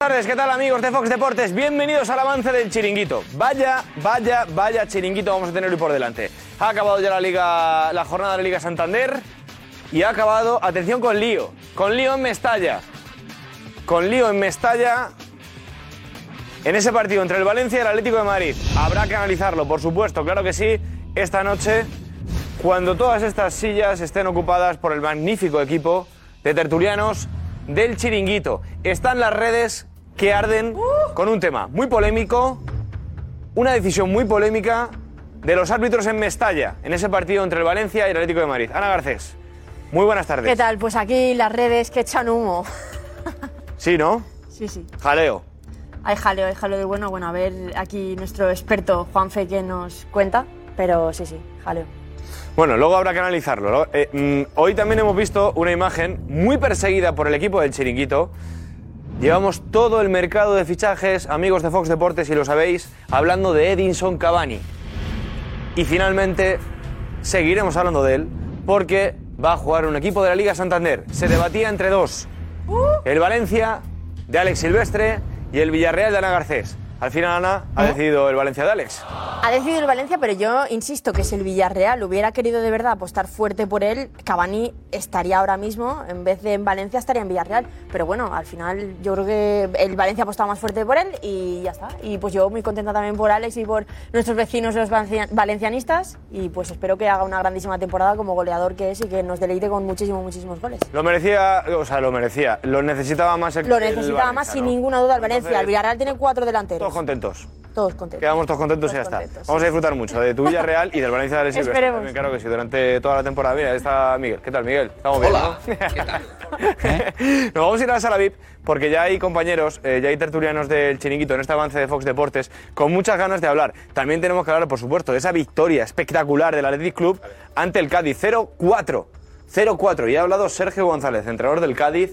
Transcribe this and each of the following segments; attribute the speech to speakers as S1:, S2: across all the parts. S1: tardes, ¿qué tal amigos de Fox Deportes? Bienvenidos al avance del chiringuito. Vaya, vaya, vaya chiringuito vamos a tener hoy por delante. Ha acabado ya la liga, la jornada de la Liga Santander y ha acabado, atención con lío, con lío en Mestalla. Con lío en Mestalla en ese partido entre el Valencia y el Atlético de Madrid. Habrá que analizarlo, por supuesto, claro que sí, esta noche cuando todas estas sillas estén ocupadas por el magnífico equipo de tertulianos del chiringuito. Están las redes que arden con un tema muy polémico, una decisión muy polémica de los árbitros en Mestalla, en ese partido entre el Valencia y el Atlético de Madrid. Ana Garcés, muy buenas
S2: ¿Qué
S1: tardes.
S2: tal? Pues aquí las redes que echan humo.
S1: Sí, ¿no?
S2: Sí, sí.
S1: Jaleo.
S2: Hay jaleo, hay jaleo de bueno. Bueno, a ver aquí nuestro experto Juanfe que nos cuenta. Pero sí, sí, jaleo.
S1: Bueno, luego habrá que analizarlo. ¿no? Eh, mm, hoy también hemos visto una imagen muy perseguida por el equipo del Chiringuito. Llevamos todo el mercado de fichajes, amigos de Fox Deportes, si lo sabéis, hablando de Edinson Cavani. Y finalmente seguiremos hablando de él porque va a jugar un equipo de la Liga Santander. Se debatía entre dos. El Valencia de Alex Silvestre y el Villarreal de Ana Garcés. Al final Ana ha
S2: ¿Eh?
S1: decidido el Valencia de Alex.
S2: Ha decidido el Valencia, pero yo insisto que si el Villarreal hubiera querido de verdad apostar fuerte por él, Cavani estaría ahora mismo, en vez de en Valencia, estaría en Villarreal. Pero bueno, al final yo creo que el Valencia ha apostado más fuerte por él y ya está. Y pues yo muy contenta también por Alex y por nuestros vecinos los valencia- valencianistas. Y pues espero que haga una grandísima temporada como goleador que es y que nos deleite con muchísimos, muchísimos goles.
S1: Lo merecía, o sea, lo merecía. Lo necesitaba más el
S2: Lo
S1: el
S2: necesitaba más
S1: Valencia,
S2: sin
S1: ¿no?
S2: ninguna duda el Valencia.
S1: Entonces,
S2: El Villarreal tiene cuatro
S1: Todos
S2: delanteros.
S1: contentos.
S2: Todos contentos.
S1: Quedamos todos contentos y ya está. Vamos a disfrutar mucho de tu Villarreal y del Valencia de Silvestre.
S2: Esperemos.
S1: También, claro que sí, durante toda la temporada. Mira, ahí está Miguel. ¿Qué tal, Miguel? Estamos bien,
S3: Hola.
S1: ¿no? Nos vamos a ir a la sala VIP porque ya hay compañeros, eh, ya hay tertulianos del chiringuito en este avance de Fox Deportes con muchas ganas de hablar. También tenemos que hablar, por supuesto, de esa victoria espectacular del Athletic Club ante el Cádiz 0-4. 0-4. Y ha hablado Sergio González, entrenador del Cádiz.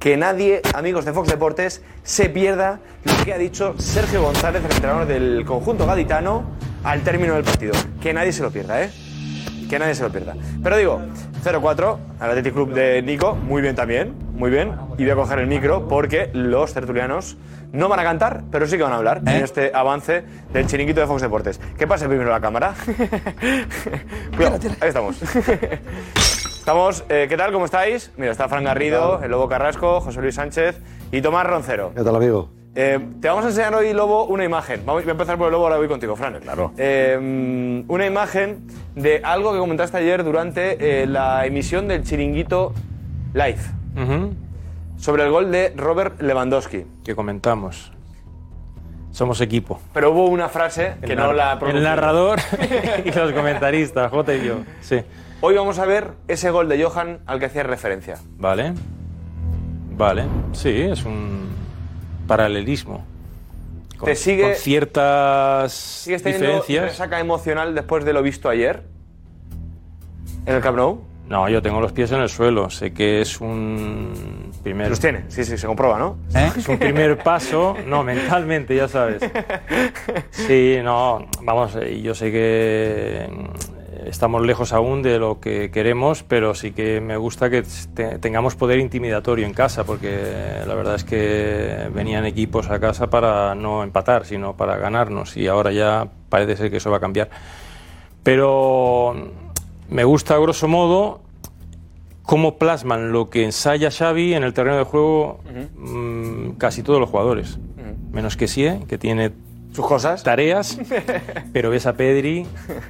S1: Que nadie, amigos de Fox Deportes, se pierda lo que ha dicho Sergio González, el entrenador del conjunto gaditano, al término del partido. Que nadie se lo pierda, ¿eh? Que nadie se lo pierda. Pero digo, 0-4, al Athletic Club de Nico, muy bien también, muy bien. Y voy a coger el micro porque los tertulianos no van a cantar, pero sí que van a hablar en este avance del chiringuito de Fox Deportes. Que pase primero la cámara. Cuidado, ahí estamos. Estamos, eh, ¿qué tal? ¿Cómo estáis? Mira, está Fran Garrido, el Lobo Carrasco, José Luis Sánchez y Tomás Roncero.
S4: ¿Qué tal, amigo?
S1: Eh, te vamos a enseñar hoy, Lobo, una imagen. Vamos- voy a empezar por el Lobo, ahora voy contigo, Fran. Claro. una imagen de algo que comentaste ayer durante eh, la emisión del chiringuito live. Sobre el gol de Robert Lewandowski.
S5: Que comentamos. Somos equipo.
S1: Pero hubo una frase que
S5: El
S1: no
S5: nar-
S1: la
S5: El
S1: pronuncié.
S5: narrador y los comentaristas, Jota y yo. Sí.
S1: Hoy vamos a ver ese gol de Johan al que hacías referencia.
S5: Vale. Vale. Sí, es un paralelismo. Con,
S1: Te sigue-
S5: con ciertas
S1: ¿Sigues teniendo
S5: diferencias.
S1: resaca emocional después de lo visto ayer? ¿En el Camp Nou?
S5: No, yo tengo los pies en el suelo. Sé que es un primer,
S1: Los tiene, sí, sí, se comprueba, ¿no?
S5: es un primer paso. No, mentalmente, ya sabes. Sí, no, vamos, eh, yo sé que mm, estamos lejos aún de lo que queremos, pero sí que me gusta que te- tengamos poder intimidatorio en casa, porque la verdad es que venían equipos a casa para no empatar, sino para ganarnos, y ahora ya parece ser que eso va a cambiar. Pero mm, me gusta, a grosso modo, cómo plasman lo que ensaya Xavi en el terreno de juego mm, casi todos los jugadores, menos que Sie, que tiene
S1: Sus cosas.
S5: tareas, pero ves a Pedri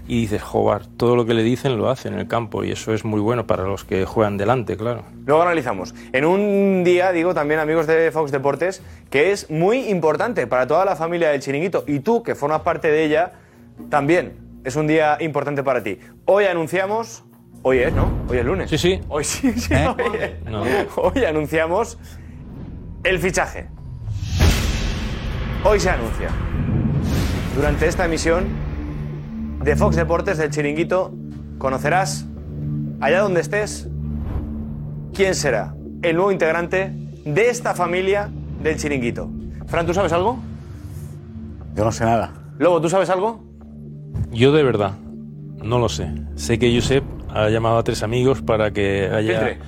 S5: y dices, joder, todo lo que le dicen lo hace en el campo y eso es muy bueno para los que juegan delante, claro.
S1: Luego analizamos. En un día, digo también, amigos de Fox Deportes, que es muy importante para toda la familia del chiringuito y tú, que formas parte de ella, también es un día importante para ti. Hoy anunciamos. Hoy es, ¿no? Hoy es lunes.
S5: Sí, sí.
S1: Hoy sí, sí.
S6: ¿Eh?
S1: Hoy, es.
S5: No.
S1: Hoy anunciamos el fichaje. Hoy se anuncia. Durante esta emisión de Fox Deportes del Chiringuito, conocerás, allá donde estés, quién será el nuevo integrante de esta familia del Chiringuito. Fran, ¿tú sabes algo?
S4: Yo no sé nada.
S1: Lobo, ¿tú sabes algo?
S5: Yo de verdad no lo sé. Sé que Josep ha llamado a tres amigos para que haya,
S1: Filtre.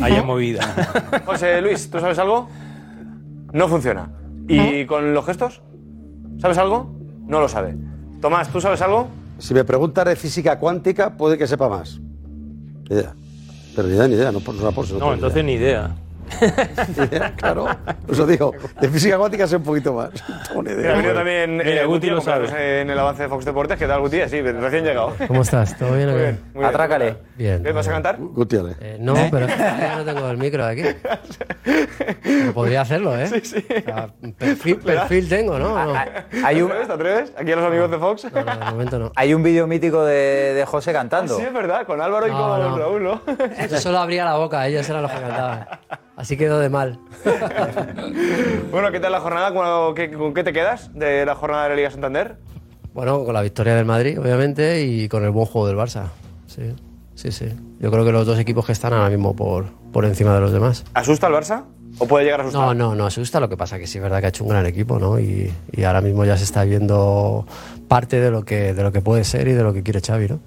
S5: haya movida.
S1: José Luis, ¿tú sabes algo? No funciona. ¿Y con los gestos? ¿Sabes algo? No lo sabe. Tomás, ¿tú sabes algo?
S3: Si me preguntas de física cuántica, puede que sepa más. Ni idea. Pero ni idea, ni idea. No, no la puse, no
S5: No,
S3: tengo
S5: entonces ni idea.
S3: ni idea, claro. Os lo digo. De física cuántica sé un poquito más. No tengo ni
S1: Ha
S3: idea.
S1: venido también eh,
S3: Mira,
S1: Guti, lo en el avance de Fox Deportes. ¿Qué tal, Guti? Sí, recién llegado.
S7: ¿Cómo estás? ¿Todo bien o qué?
S1: Atrácale.
S7: Bien.
S1: ¿Vas a cantar?
S3: Guti, ale.
S7: Eh, no, pero ya no tengo el micro aquí. Pero podría hacerlo, ¿eh? Sí, sí. Ah, perfil, perfil tengo, ¿no? No,
S1: Hay un... Ah, ¿Te atreves? ¿Te atreves? Aquí a los amigos de Fox.
S7: de momento no.
S8: Hay un vídeo mítico de, de José cantando.
S1: Sí, es verdad, con Álvaro y
S7: No,
S1: con
S7: no.
S1: Raúl, ¿no?
S7: Yo solo abría la boca, ellos eran los que cantaban. Así quedó de mal.
S1: bueno, ¿qué tal la jornada? ¿Con qué, con qué te quedas de la jornada de la Liga Santander?
S7: Bueno, con la victoria del Madrid, obviamente, y con el buen juego del Barça. Sí, sí, sí. Yo creo que los dos equipos que están ahora mismo por, por encima de los demás.
S1: ¿Asusta el Barça? ¿O puede llegar a asustar?
S7: No, no, no asusta. Lo que pasa que sí es verdad que ha hecho un gran equipo, ¿no? Y, y ahora mismo ya se está viendo parte de lo que de lo que puede ser y de lo que quiere Xavi, ¿no?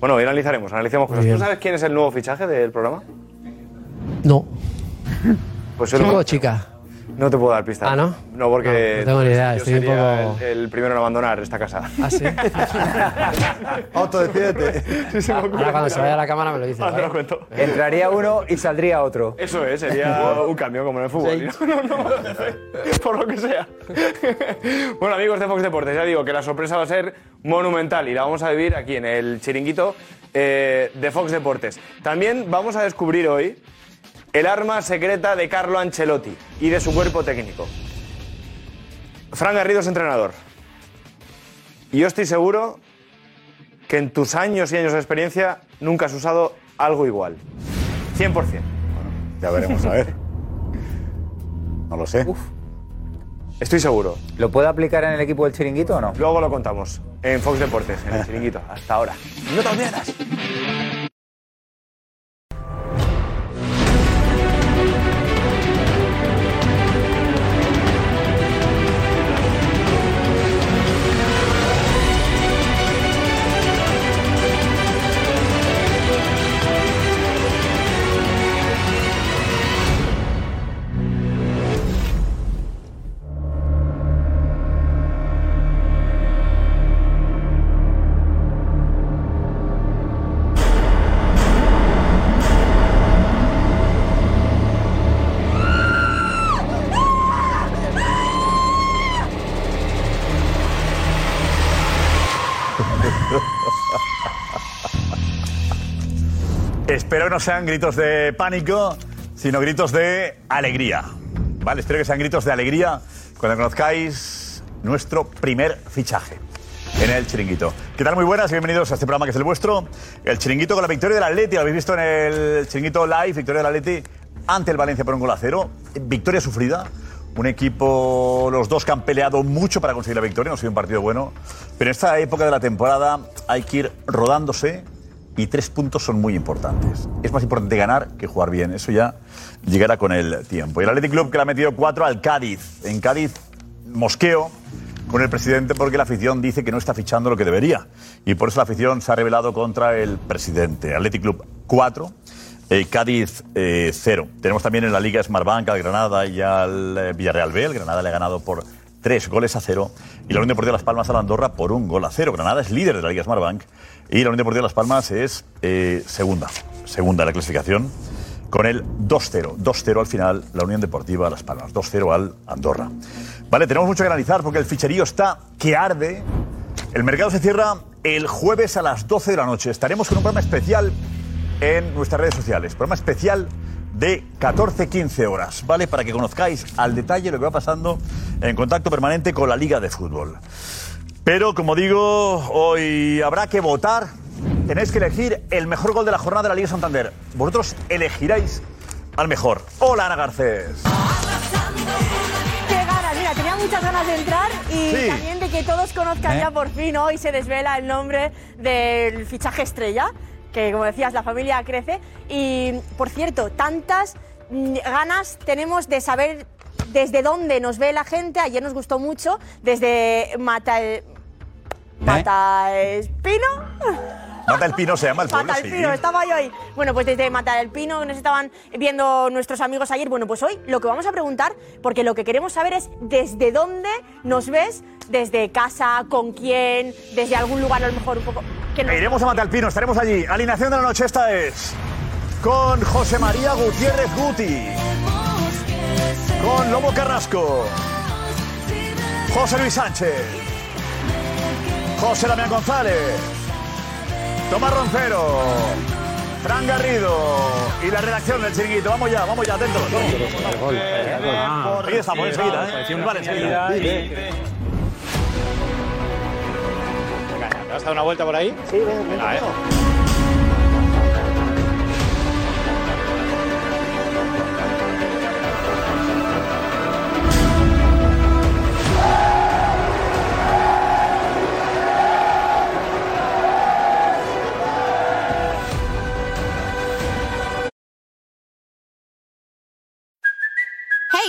S1: Bueno, hoy analizaremos, analizamos cosas.
S7: Muy
S1: ¿Tú
S7: bien.
S1: sabes quién es el nuevo fichaje del programa?
S7: No.
S1: Pues el-
S7: ¿Chico o chica?
S1: No te puedo dar pistas.
S7: Ah, ¿no?
S1: No,
S7: No,
S1: porque.
S7: no tengo ni idea,
S1: yo
S7: estoy un
S1: sería
S7: poco-
S1: El, el primero en abandonar esta casa.
S7: Ah, sí.
S3: Autodecídete.
S7: Ahora cuando se vaya la cámara me lo dices. ¿eh?
S1: Ah, te
S7: ¿vale?
S1: lo cuento.
S8: Entraría uno y saldría otro.
S1: Eso es, sería un cambio como en el fútbol. tío. No, no, por lo que sea. Bueno, amigos de Fox Deportes, ya digo que la sorpresa va a ser monumental y la vamos a vivir aquí en el chiringuito eh, de Fox Deportes. También vamos a descubrir hoy el arma secreta de Carlo Ancelotti y de su cuerpo técnico. Fran Garrido es entrenador. Y yo estoy seguro que en tus años y años de experiencia nunca has usado algo igual. 100%.
S4: Ya veremos, a ver. No lo sé.
S1: Estoy seguro.
S8: ¿Lo puede aplicar en el equipo del chiringuito o no?
S1: Luego lo contamos en Fox Deportes, en el chiringuito. Hasta ahora. No te lo pierdas.
S4: Espero que no sean gritos de pánico, sino gritos de alegría. Vale, espero que sean gritos de alegría cuando conozcáis nuestro primer fichaje en el Chiringuito. ¿Qué tal? Muy buenas, bienvenidos a este programa que es el vuestro. El Chiringuito con la victoria del Atleti, lo habéis visto en el Chiringuito Live, victoria del Atleti ante el Valencia por un gol a cero. Victoria sufrida, un equipo, los dos que han peleado mucho para conseguir la victoria, no ha sido un partido bueno, pero en esta época de la temporada hay que ir rodándose y tres puntos son muy importantes. Es más importante ganar que jugar bien. Eso ya llegará con el tiempo. Y el Athletic Club que le ha metido cuatro al Cádiz. En Cádiz, mosqueo con el presidente porque la afición dice que no está fichando lo que debería. Y por eso la afición se ha rebelado contra el presidente. Athletic Club 4. eh, Cádiz 0. Tenemos también en la Liga Smartbank al Granada y al eh, Villarreal B. El Granada le ha ganado por tres goles a cero. Y la Unión Deportiva Las Palmas a la Andorra por un gol a cero. Granada es líder de la Liga Smartbank. Y la Unión Deportiva Las Palmas es eh, segunda. Segunda en la clasificación. Con el 2-0. 2-0 al final, la Unión Deportiva Las Palmas. 2-0 al Andorra. Vale, tenemos mucho que analizar porque el ficherío está que arde. El mercado se cierra el jueves a las 12 de la noche. Estaremos con un programa especial en nuestras redes sociales. Programa especial de 14-15 horas, ¿vale? Para que conozcáis al detalle lo que va pasando en contacto permanente con la Liga de Fútbol. Pero, como digo, hoy habrá que votar. Tenéis que elegir el mejor gol de la jornada de la Liga Santander. Vosotros elegiráis al mejor. Hola, Ana Garcés.
S9: Qué ganas, mira, tenía muchas ganas de entrar y
S4: Sí.
S9: también de que todos conozcan ya por fin hoy se desvela el nombre del fichaje estrella, que como decías, la familia crece. Y por cierto, tantas mm, ganas tenemos de saber desde dónde nos ve la gente. Ayer nos gustó mucho, desde Mata. Mata Espino.
S4: Mata el Pino se llama el pueblo,
S9: Mata el
S4: sí.
S9: Pino, estaba yo ahí. Bueno, pues desde Matar el Pino que nos estaban viendo nuestros amigos ayer. Bueno, pues hoy lo que vamos a preguntar, porque lo que queremos saber es desde dónde nos ves, desde casa, con quién, desde algún lugar a lo mejor un poco. Que nos-
S4: E iremos a Matalpino, estaremos allí. Alineación de la noche esta es con José María Gutiérrez Guti, con Lobo Carrasco, José Luis Sánchez, José Damián González, Tomás Roncero, Fran Garrido y la redacción del Chiringuito. Vamos ya, vamos ya, atentos. vamos. Ahí estamos, enseguida. ¿eh? Vale, enseguida.
S2: ¿Te has dado una vuelta por ahí? Sí, venga, venga.
S10: Hey,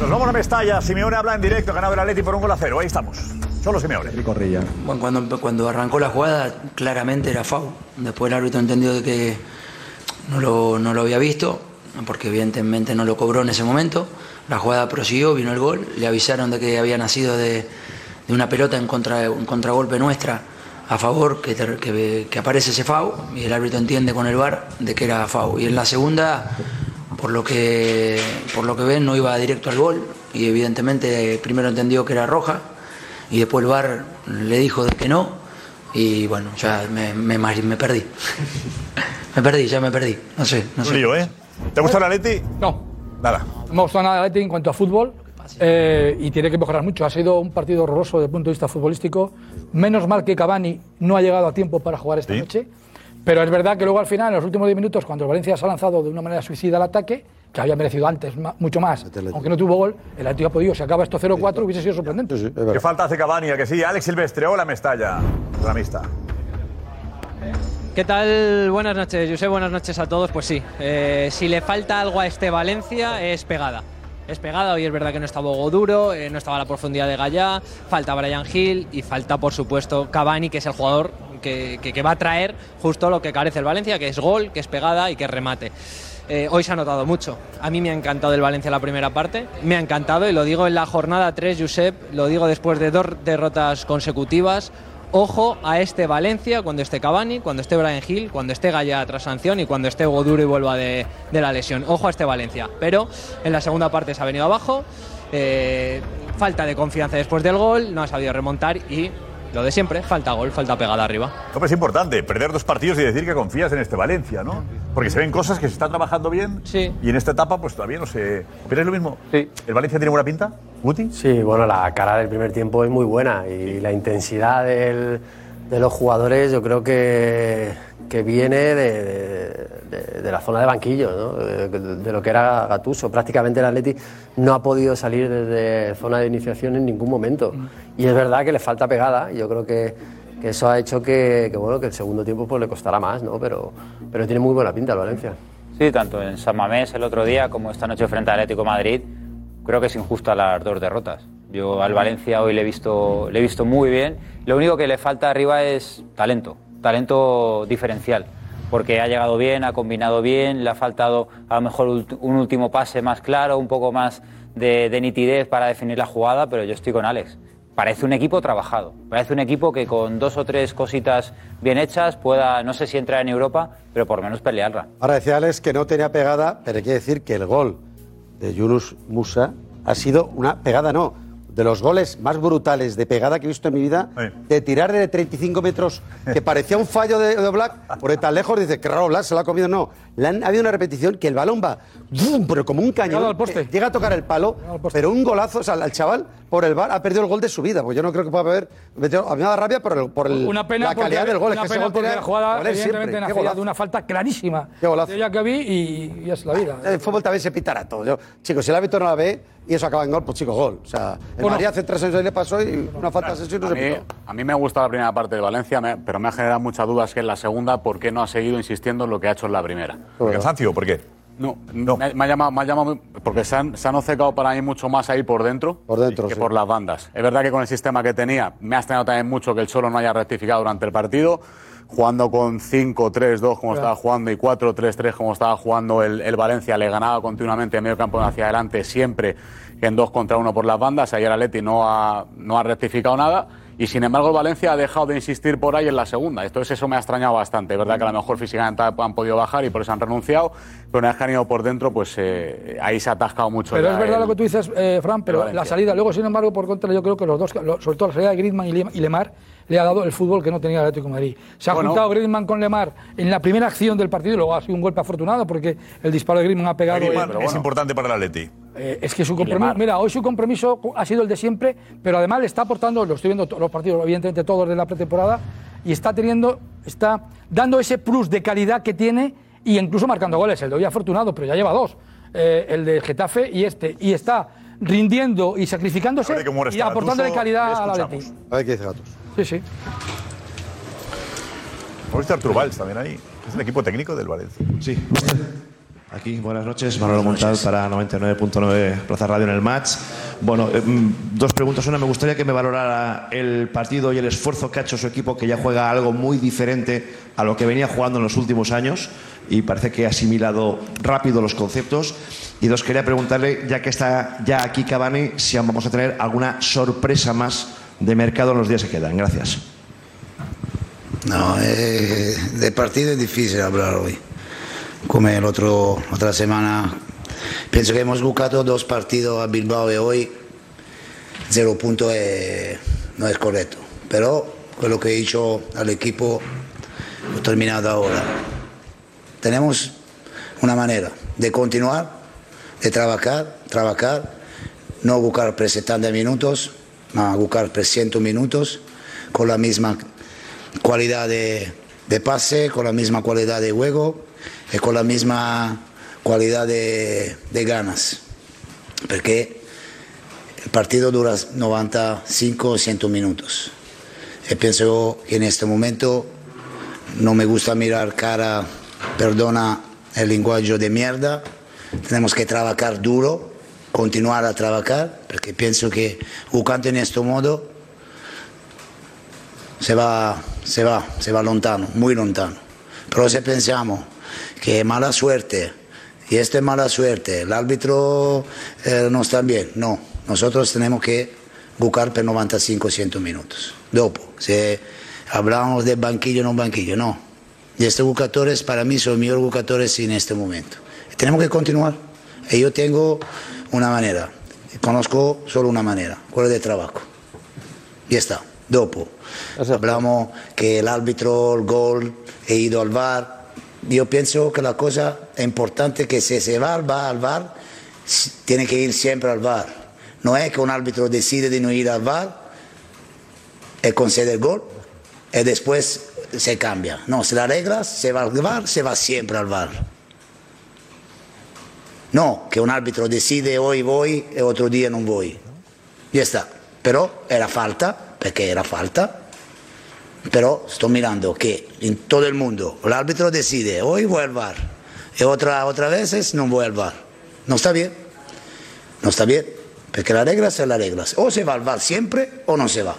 S4: Nos vamos a Mestalla. Simeone habla en directo, ganado el Atleti por un gol a cero. Ahí estamos. Solo Simeone.
S11: Bueno, cuando, cuando arrancó la jugada, claramente era foul. Después el árbitro entendió de que no lo, no lo había visto, porque evidentemente no lo cobró en ese momento. La jugada prosiguió, vino el gol, le avisaron de que había nacido de, de una pelota en contra un contragolpe nuestra a favor, que, ter- que- que aparece ese foul, y el árbitro entiende con el VAR de que era foul. Y en la segunda, por lo que, por lo que ven, no iba directo al gol, y evidentemente primero entendió que era roja, y después el VAR le dijo de que no, y bueno, ya me, me, mar- me perdí. me perdí, ya me perdí. No sé, no sé.
S4: Un lío, ¿eh? ¿Te gusta el Atleti?
S12: No.
S4: Nada.
S12: No me ha gustado nada el Atleti en cuanto a fútbol eh, y tiene que mejorar mucho. Ha sido un partido horroroso desde el punto de vista futbolístico. Menos mal que Cavani no ha llegado a tiempo para jugar esta noche. Pero es verdad que luego al final, en los últimos 10 minutos, cuando el Valencia se ha lanzado de una manera suicida al ataque, que había merecido antes ma- mucho más,
S3: Este
S12: aunque no tuvo gol, el Atlético ha podido. Si acaba esto 0-4, hubiese sido sorprendente.
S4: Que falta hace Cavani, ¿a que sí? Alex Silvestre, hola Mestalla. Ramista.
S13: ¿Qué tal? Buenas noches, José. Buenas noches a todos. Pues sí, eh, si le falta algo a este Valencia es pegada. Es pegada, hoy es verdad que no estaba Hugo Duro, eh, no estaba la profundidad de Gallá, falta Brian Hill y falta, por supuesto, Cavani, que es el jugador que, que- que va a traer justo lo que carece el Valencia, que es gol, que es pegada y que es remate. Eh, hoy se ha notado mucho. A mí me ha encantado el Valencia la primera parte. Me ha encantado y lo digo en la jornada 3, Josep, lo digo después de dos derrotas consecutivas. Ojo a este Valencia cuando esté Cavani, cuando esté Brian Hill, cuando esté Gaya tras sanción y cuando esté Goduro y vuelva de, de la lesión. Ojo a este Valencia. Pero en la segunda parte se ha venido abajo. eh, falta de confianza después del gol, no ha sabido remontar y lo de siempre, falta gol, falta pegada arriba.
S4: Hombre, es importante perder dos partidos y decir que confías en este Valencia, ¿no? Porque se ven cosas que se está trabajando bien sí. y en esta etapa pues todavía no sé. ¿Opináis lo mismo? Sí. ¿El Valencia tiene buena pinta? ¿Guti?
S7: Sí, bueno, la cara del primer tiempo es muy buena y la intensidad del- de los jugadores yo creo que, que viene de, de- de- de la zona de banquillo, ¿no? de, de- de lo que era Gatuso. Prácticamente el Atleti no ha podido salir desde zona de iniciación en ningún momento. Y es verdad que le falta pegada, y yo creo que, que eso ha hecho que, que, bueno, que el segundo tiempo pues, le costará más, ¿no? pero, pero tiene muy buena pinta el Valencia.
S8: Sí, tanto en San Mamés el otro día como esta noche frente al Atlético de Madrid, creo que es injusta las dos derrotas. Yo al Valencia hoy le he visto, le he visto muy bien. Lo único que le falta arriba es talento, talento diferencial, porque ha llegado bien, ha combinado bien, le ha faltado a lo mejor ult- un último pase más claro, un poco más de, de nitidez para definir la jugada, pero yo estoy con Alex. Parece un equipo trabajado, parece un equipo que con dos o tres cositas bien hechas pueda, no sé si entrar en Europa, pero por lo menos pelearla.
S3: Ahora decía Alex que no tenía pegada, pero hay que decir que el gol de Yunus Musa ha sido una pegada, no, de los goles más brutales de pegada que he visto en mi vida, de tirar de 35 metros, que parecía un fallo de, de Black, por tan lejos dice, qué raro Black, se lo ha comido, no. Le han, ha habido una repetición que el balón va, ¡bum!, pero como un cañón,
S12: Pegado al poste.
S3: que llega a tocar el palo, pero un golazo, o sea, el chaval por el bar ha perdido el gol de su vida, porque yo no creo que pueda haber, metido- a mí me da rabia por, el- por el-
S12: Una pena
S3: la calidad
S12: porque,
S3: del gol, es
S12: una
S3: que ese
S12: pena
S3: gol
S12: porque
S3: tenía
S12: la jugada
S3: goles
S12: evidentemente
S3: siempre, qué
S12: nacía de
S3: golazo.
S12: una falta clarísima.
S3: Qué golazo.
S12: Yo ya que vi y, y es la vida.
S3: El fútbol también se pitará todo. Yo, chicos, si el árbitro no la ve y eso acaba en gol, pues chicos, gol. O sea, el
S14: Bueno.
S3: Madrid hace tres años ahí le pasó y una falta de sesión no
S14: A
S3: se
S14: mí,
S3: pitó.
S14: a mí me gusta la primera parte de Valencia, me- pero me ha generado muchas dudas que en la segunda, ¿por qué no ha seguido insistiendo en lo que ha hecho en la primera?
S4: ¿Por cansancio? ¿Por qué?
S14: No, Me, me ha llamado, me ha llamado muy- porque se han, se han obcecado para mí mucho más ahí por dentro, que por las bandas. Es verdad que con el sistema que tenía, me ha extrañado también mucho que el Cholo no haya rectificado durante el partido, jugando con 5-3-2 como estaba jugando y 4-3-3 como estaba jugando el, el Valencia, le ganaba continuamente de medio campo hacia adelante, siempre en 2 contra 1 por las bandas. Ayer Atleti no ha, no ha rectificado nada. Y sin embargo, el Valencia ha dejado de insistir por ahí en la segunda. Entonces, eso me ha extrañado bastante. Es verdad que a lo mejor físicamente han podido bajar y por eso han renunciado. Pero una vez que han ido por dentro, pues eh, ahí se ha atascado mucho.
S12: Pero
S14: ya
S12: es verdad
S14: el-
S12: lo que tú dices, eh, Fran, pero
S14: Valencia.
S12: la salida. Luego, sin embargo, por contra, yo creo que los dos, lo- sobre todo la salida de Griezmann y Lem- y Lemar, le ha dado el fútbol que no tenía el Atlético de Madrid. Se ha
S14: Bueno.
S12: juntado Griezmann con Lemar en la primera acción del partido y luego ha sido un golpe afortunado porque el disparo de Griezmann ha pegado.
S4: Griezmann
S12: en-
S4: es importante para el Atleti.
S12: Eh, es que su compromiso, mira, hoy su compromiso ha sido el de siempre, pero además le está aportando, lo estoy viendo to- los partidos, evidentemente todos de la pretemporada, y está teniendo, está dando ese plus de calidad que tiene y incluso marcando goles. El de hoy afortunado, pero ya lleva dos, eh, el de Getafe y este, y está rindiendo y sacrificándose y aportándole calidad a la Betis.
S3: A ver qué dice Gatos.
S12: Sí, sí.
S4: ¿Por está este Artur Valls también ahí? Es el equipo técnico del Valencia.
S1: Sí. Aquí, buenas noches, Manolo Montal para 99.9 Plaza Radio en el match. Bueno, eh, mm, dos preguntas. Una, me gustaría que me valorara el partido y el esfuerzo que ha hecho su equipo, que ya juega algo muy diferente a lo que venía jugando en los últimos años y parece que ha asimilado rápido los conceptos. Y dos, quería preguntarle, ya que está ya aquí Cavani, si vamos a tener alguna sorpresa más de mercado en los días que quedan. Gracias.
S15: No, eh, de partido es difícil hablar hoy. Come el otro, otra semana. Pienso que hemos buscado dos partidos a Bilbao y hoy cero puntos eh, no es correcto. Pero con lo que he dicho al equipo, lo he terminado ahora. Tenemos una manera de continuar, de trabajar, trabajar, no buscar 70 minutos, no buscar 300 minutos con la misma cualidad de, de pase, con la misma cualidad de juego y con la misma cualidad de, de ganas. Porque el partido dura 95 o 100 minutos. Y pienso que en este momento no me gusta mirar cara, perdona el lenguaje de mierda. Tenemos que trabajar duro, continuar a trabajar, porque pienso que jugando en este modo se va, se va, se va lontano, muy lontano. Pero si pensamos que mala suerte, y esta es mala suerte, el árbitro eh, no está bien, no. Nosotros tenemos que buscar por 95, 100 minutos. Dopo, si hablamos de banquillo, no banquillo, no. Y estos jugadores para mí son mejores jugadores en este momento. Tenemos que continuar. Y yo tengo una manera, conozco solo una manera, cuál de trabajo. Ya está. Dopo. Hablamos que el árbitro, el gol, he ido al VAR. Yo pienso que la cosa importante es que si se va al VAR, al VAR, s- tiene que ir siempre al VAR. No es que un árbitro decide de no ir al VAR y concede el gol y después se cambia. No, se la reglas, se va al VAR, se va siempre al VAR. No, que un árbitro decide hoy voy y otro día no voy. Ya está. Pero era falta, porque era falta. Pero sto mirando que en todo el mundo el árbitro decide, hoy voy al bar. Y otra, otra veces no voy al bar. No está bien. No está bien. Porque las reglas son las reglas. O se va al bar siempre o no se va.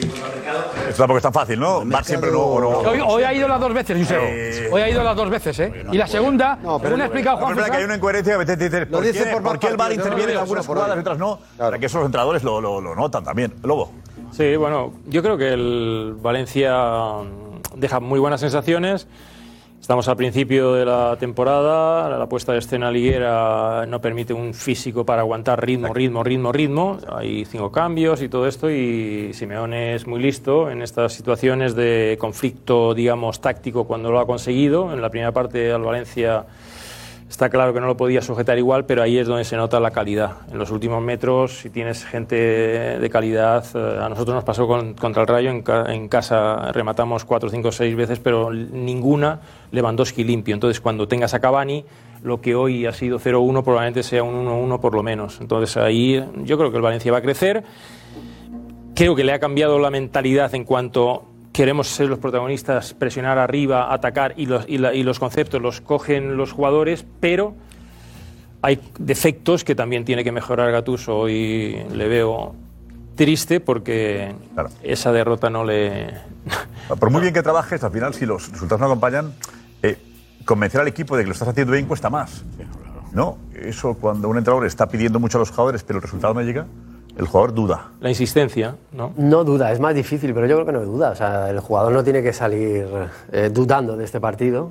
S4: Esto tampoco es tan fácil, ¿no? Va siempre no. o no.
S12: Hoy, hoy ha ido las dos veces, José. Hoy ha ido las dos veces, ¿eh? Y la segunda, según ha explicado
S4: No,
S12: Juan
S4: pero es verdad que hay una incoherencia que te dices,
S12: Lo
S4: ¿por
S12: dice
S4: qué,
S12: por
S4: por qué el VAR
S12: partidos, yo no
S4: interviene en
S12: veo
S4: algunas
S12: solo por
S4: jugadas y otras no? Para que eso los entrenadores lo, lo- lo notan también. Lobo.
S5: Sí, bueno, yo creo que el Valencia mm, deja muy buenas sensaciones Estamos al principio de la temporada, la puesta de escena liguera no permite un físico para aguantar ritmo, ritmo, ritmo, ritmo. Hay cinco cambios y todo esto y Simeone es muy listo en estas situaciones de conflicto, digamos, táctico cuando lo ha conseguido. En la primera parte al Valencia está claro que no lo podía sujetar igual, pero ahí es donde se nota la calidad. En los últimos metros, si tienes gente de calidad, eh, a nosotros nos pasó con- contra el Rayo, en, ca- en casa rematamos 4, 5, 6 veces, pero ninguna Lewandowski limpio. Entonces, cuando tengas a Cavani, lo que hoy ha sido 0-1 probablemente sea un 1-1 por lo menos. Entonces, ahí yo creo que el Valencia va a crecer creo que le ha cambiado la mentalidad en cuanto queremos ser los protagonistas, presionar arriba, atacar y los, y la- y los conceptos los cogen los jugadores, pero hay defectos que también tiene que mejorar Gatuso. Hoy le veo triste porque esa derrota no le...
S4: Por muy bien que trabajes, al final, si los resultados no acompañan, eh, convencer al equipo de que lo estás haciendo bien cuesta más. ¿No? Eso cuando un entrenador está pidiendo mucho a los jugadores, pero el resultado no llega, el jugador duda.
S5: La insistencia, ¿no?
S7: No duda, es más difícil, pero yo creo que no hay duda. O sea, el jugador no tiene que salir eh, dudando de este partido,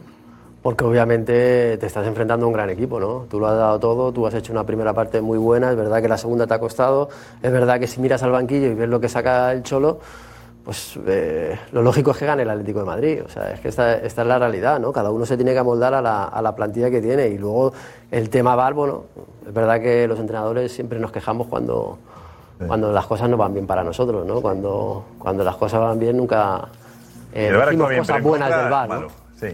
S7: porque obviamente te estás enfrentando a un gran equipo, ¿no? Tú lo has dado todo, tú has hecho una primera parte muy buena, es verdad que la segunda te ha costado, es verdad que si miras al banquillo y ves lo que saca el Cholo, pues eh, lo lógico es que gane el Atlético de Madrid. O sea, es que esta, esta es la realidad, ¿no? Cada uno se tiene que amoldar a la, a la plantilla que tiene. Y luego el tema VAR, bueno, es verdad que los entrenadores siempre nos quejamos cuando, cuando las cosas no van bien para nosotros, ¿no? Cuando, cuando las cosas van bien nunca eh,
S4: El VAR
S7: decimos
S4: actúa bien, pero
S7: cosas
S4: en
S7: buenas
S4: contra,
S7: del VAR, ¿no?
S4: malo.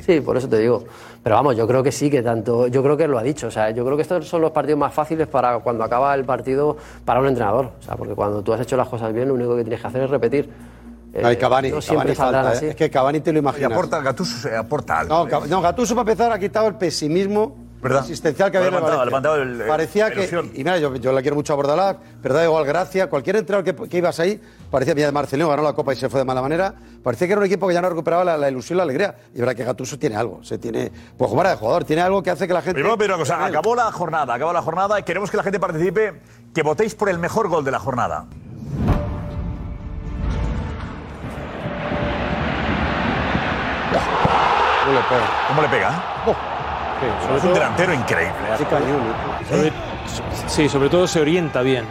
S4: Sí.
S7: por eso te digo. Pero vamos, yo creo que sí, que tanto, yo creo que lo ha dicho. O sea, yo creo que estos son los partidos más fáciles para cuando acaba el partido para un entrenador. O sea, porque cuando tú has hecho las cosas bien, lo único que tienes que hacer es repetir. Eh,
S3: Ay, Cavani,
S7: no siempre
S3: Cavani
S7: saldrán
S3: falta, ¿eh?
S7: así.
S3: Es que Cavani te lo imaginas.
S7: aporta-
S4: Gattuso aporta
S3: No, Ca- no, Gattuso para empezar ha quitado el pesimismo
S4: ¿Verdad?
S3: asistencial que
S4: Lo ha
S3: había en el
S4: levantado, ha
S3: Valencia.
S4: levantado el- el-
S3: Parecía
S4: la
S3: que...
S4: ilusión.
S3: Y mira, yo, yo la quiero mucho a Bordalás, pero da igual, gracia. Cualquier entrenador que, que ibas ahí, parecía que de Marcelino ganó la Copa y se fue de mala manera. Parecía que era un equipo que ya no recuperaba la, la ilusión y la alegría. Y verdad que Gattuso tiene algo. Se tiene... Pues como era de jugador, tiene algo que hace que la gente...
S4: Primero, pero, o sea, acabó la jornada, acabó la jornada y queremos que la gente participe, que votéis por el mejor gol de la jornada.
S3: ¿Cómo le pega? Oh.
S4: ¿Cómo le pega? es un delantero increíble.
S3: ¿eh?
S5: Sobre- sí, sobre todo se orienta bien.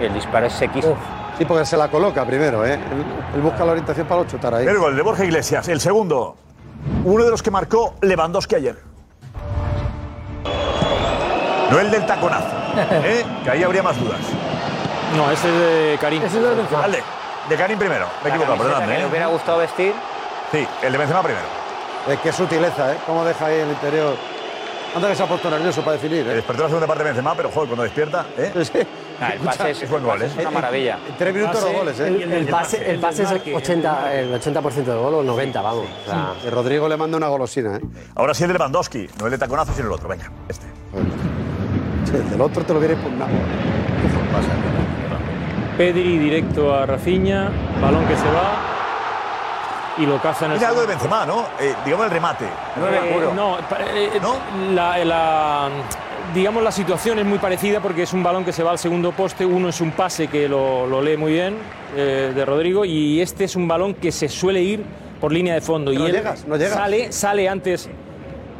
S8: El disparo es sequísimo.
S3: Sí, porque se la coloca primero, ¿eh? Él, él busca la orientación para los chutar ahí.
S4: Primer gol de Borja Iglesias, el segundo. Uno de los que marcó Lewandowski ayer. No el del taconazo, ¿eh? que ahí habría más dudas.
S5: No, este es de Karim.
S4: Ese es el de Benzema. El de, de Karim primero. Me he equivocado,
S8: camiseta
S4: perdón.
S8: que le hubiera gustado vestir.
S4: Sí, el de Benzema primero.
S3: Eh, qué sutileza, ¿eh? Cómo deja ahí el interior. Anda que se ha puesto nervioso para definir, ¿eh?
S4: Despertó la segunda parte de Benzema, pero joder, cuando despierta, ¿eh?
S8: Ah, el pase es-
S4: es buen gol, ¿eh?
S8: es una maravilla.
S3: En tres minutos los goles, ¿eh?
S7: El, el pase, el pase es el 80, el 80% de gol o el 90, vamos. O sea,
S3: Que Rodrigo le manda una golosina, ¿eh?
S4: Ahora sí el de Lewandowski, no el de taconazo, sino el otro. Venga, este.
S3: Sí, el del otro te lo viene por nada.
S5: Pedri directo a Rafinha, balón que se va y lo caza en el
S4: Mira algo de Benzema, ¿no? Eh, digamos el remate. No lo
S5: Eh,
S4: juro.
S5: no, pa- eh, eh, La, la- digamos la situación es muy parecida porque es un balón que se va al segundo poste, uno es un pase que lo, lo lee muy bien eh, de Rodrigo y este es un balón que se suele ir por línea de fondo
S8: No
S5: y él
S8: llegas, no llegas.
S5: sale sale antes.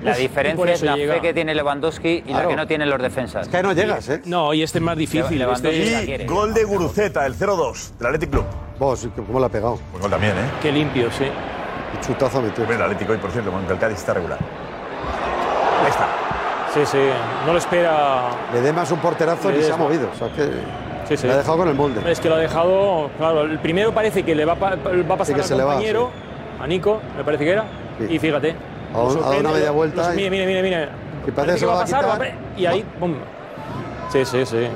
S8: La
S5: Uf, y por
S8: diferencia es
S5: eso
S8: la
S5: llega.
S8: fe que tiene Lewandowski y la
S5: Claro.
S8: que no tienen los defensas.
S3: que no llegas, ¿eh?
S5: No, y este es más difícil.
S8: Lewandowski
S5: este-
S8: la quiere.
S4: Gol de Guruceta, el 0-2 del Athletic Club.
S3: Vos, ¿cómo la ha pegado?
S4: Buen gol también, ¿eh?
S5: Qué limpio, sí.
S3: chutazo metió.
S4: El Atlético hoy, por cierto, aunque el Cádiz está regular. Ahí está.
S5: Sí, sí, no lo espera.
S3: Le dé más un porterazo
S5: Le
S3: y se
S5: des-
S3: ha movido. O sea, que
S5: Sí, sí.
S3: le ha dejado con el molde.
S5: Es que lo ha dejado, claro, el primero parece que le va, a pa- va a pasar
S3: que
S5: al
S3: se le va,
S5: compañero, a Nico, me parece que era, y fíjate.
S3: Ha dado- ha
S5: lo
S3: dado una
S5: sorprende,
S3: media
S5: lo-
S3: vuelta
S5: lo-
S3: y-
S5: Mire, mire, mire, mire.
S3: que
S5: Parece que
S4: se lo
S5: va a
S4: va a
S5: pasar,
S4: quitar.
S5: va a pre- y ahí,
S3: Ah.
S5: ¡pum! Sí, sí, sí.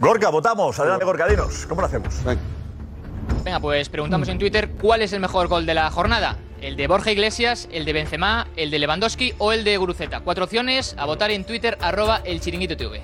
S4: Gorka, votamos. Adelante, Gorka, dinos. ¿Cómo lo hacemos?
S16: Venga, pues preguntamos en Twitter cuál es el mejor gol de la jornada. ¿El de Borja Iglesias, el de Benzema, el de Lewandowski o el de Guruceta? Cuatro opciones, a votar en Twitter, arroba el chiringuito TV.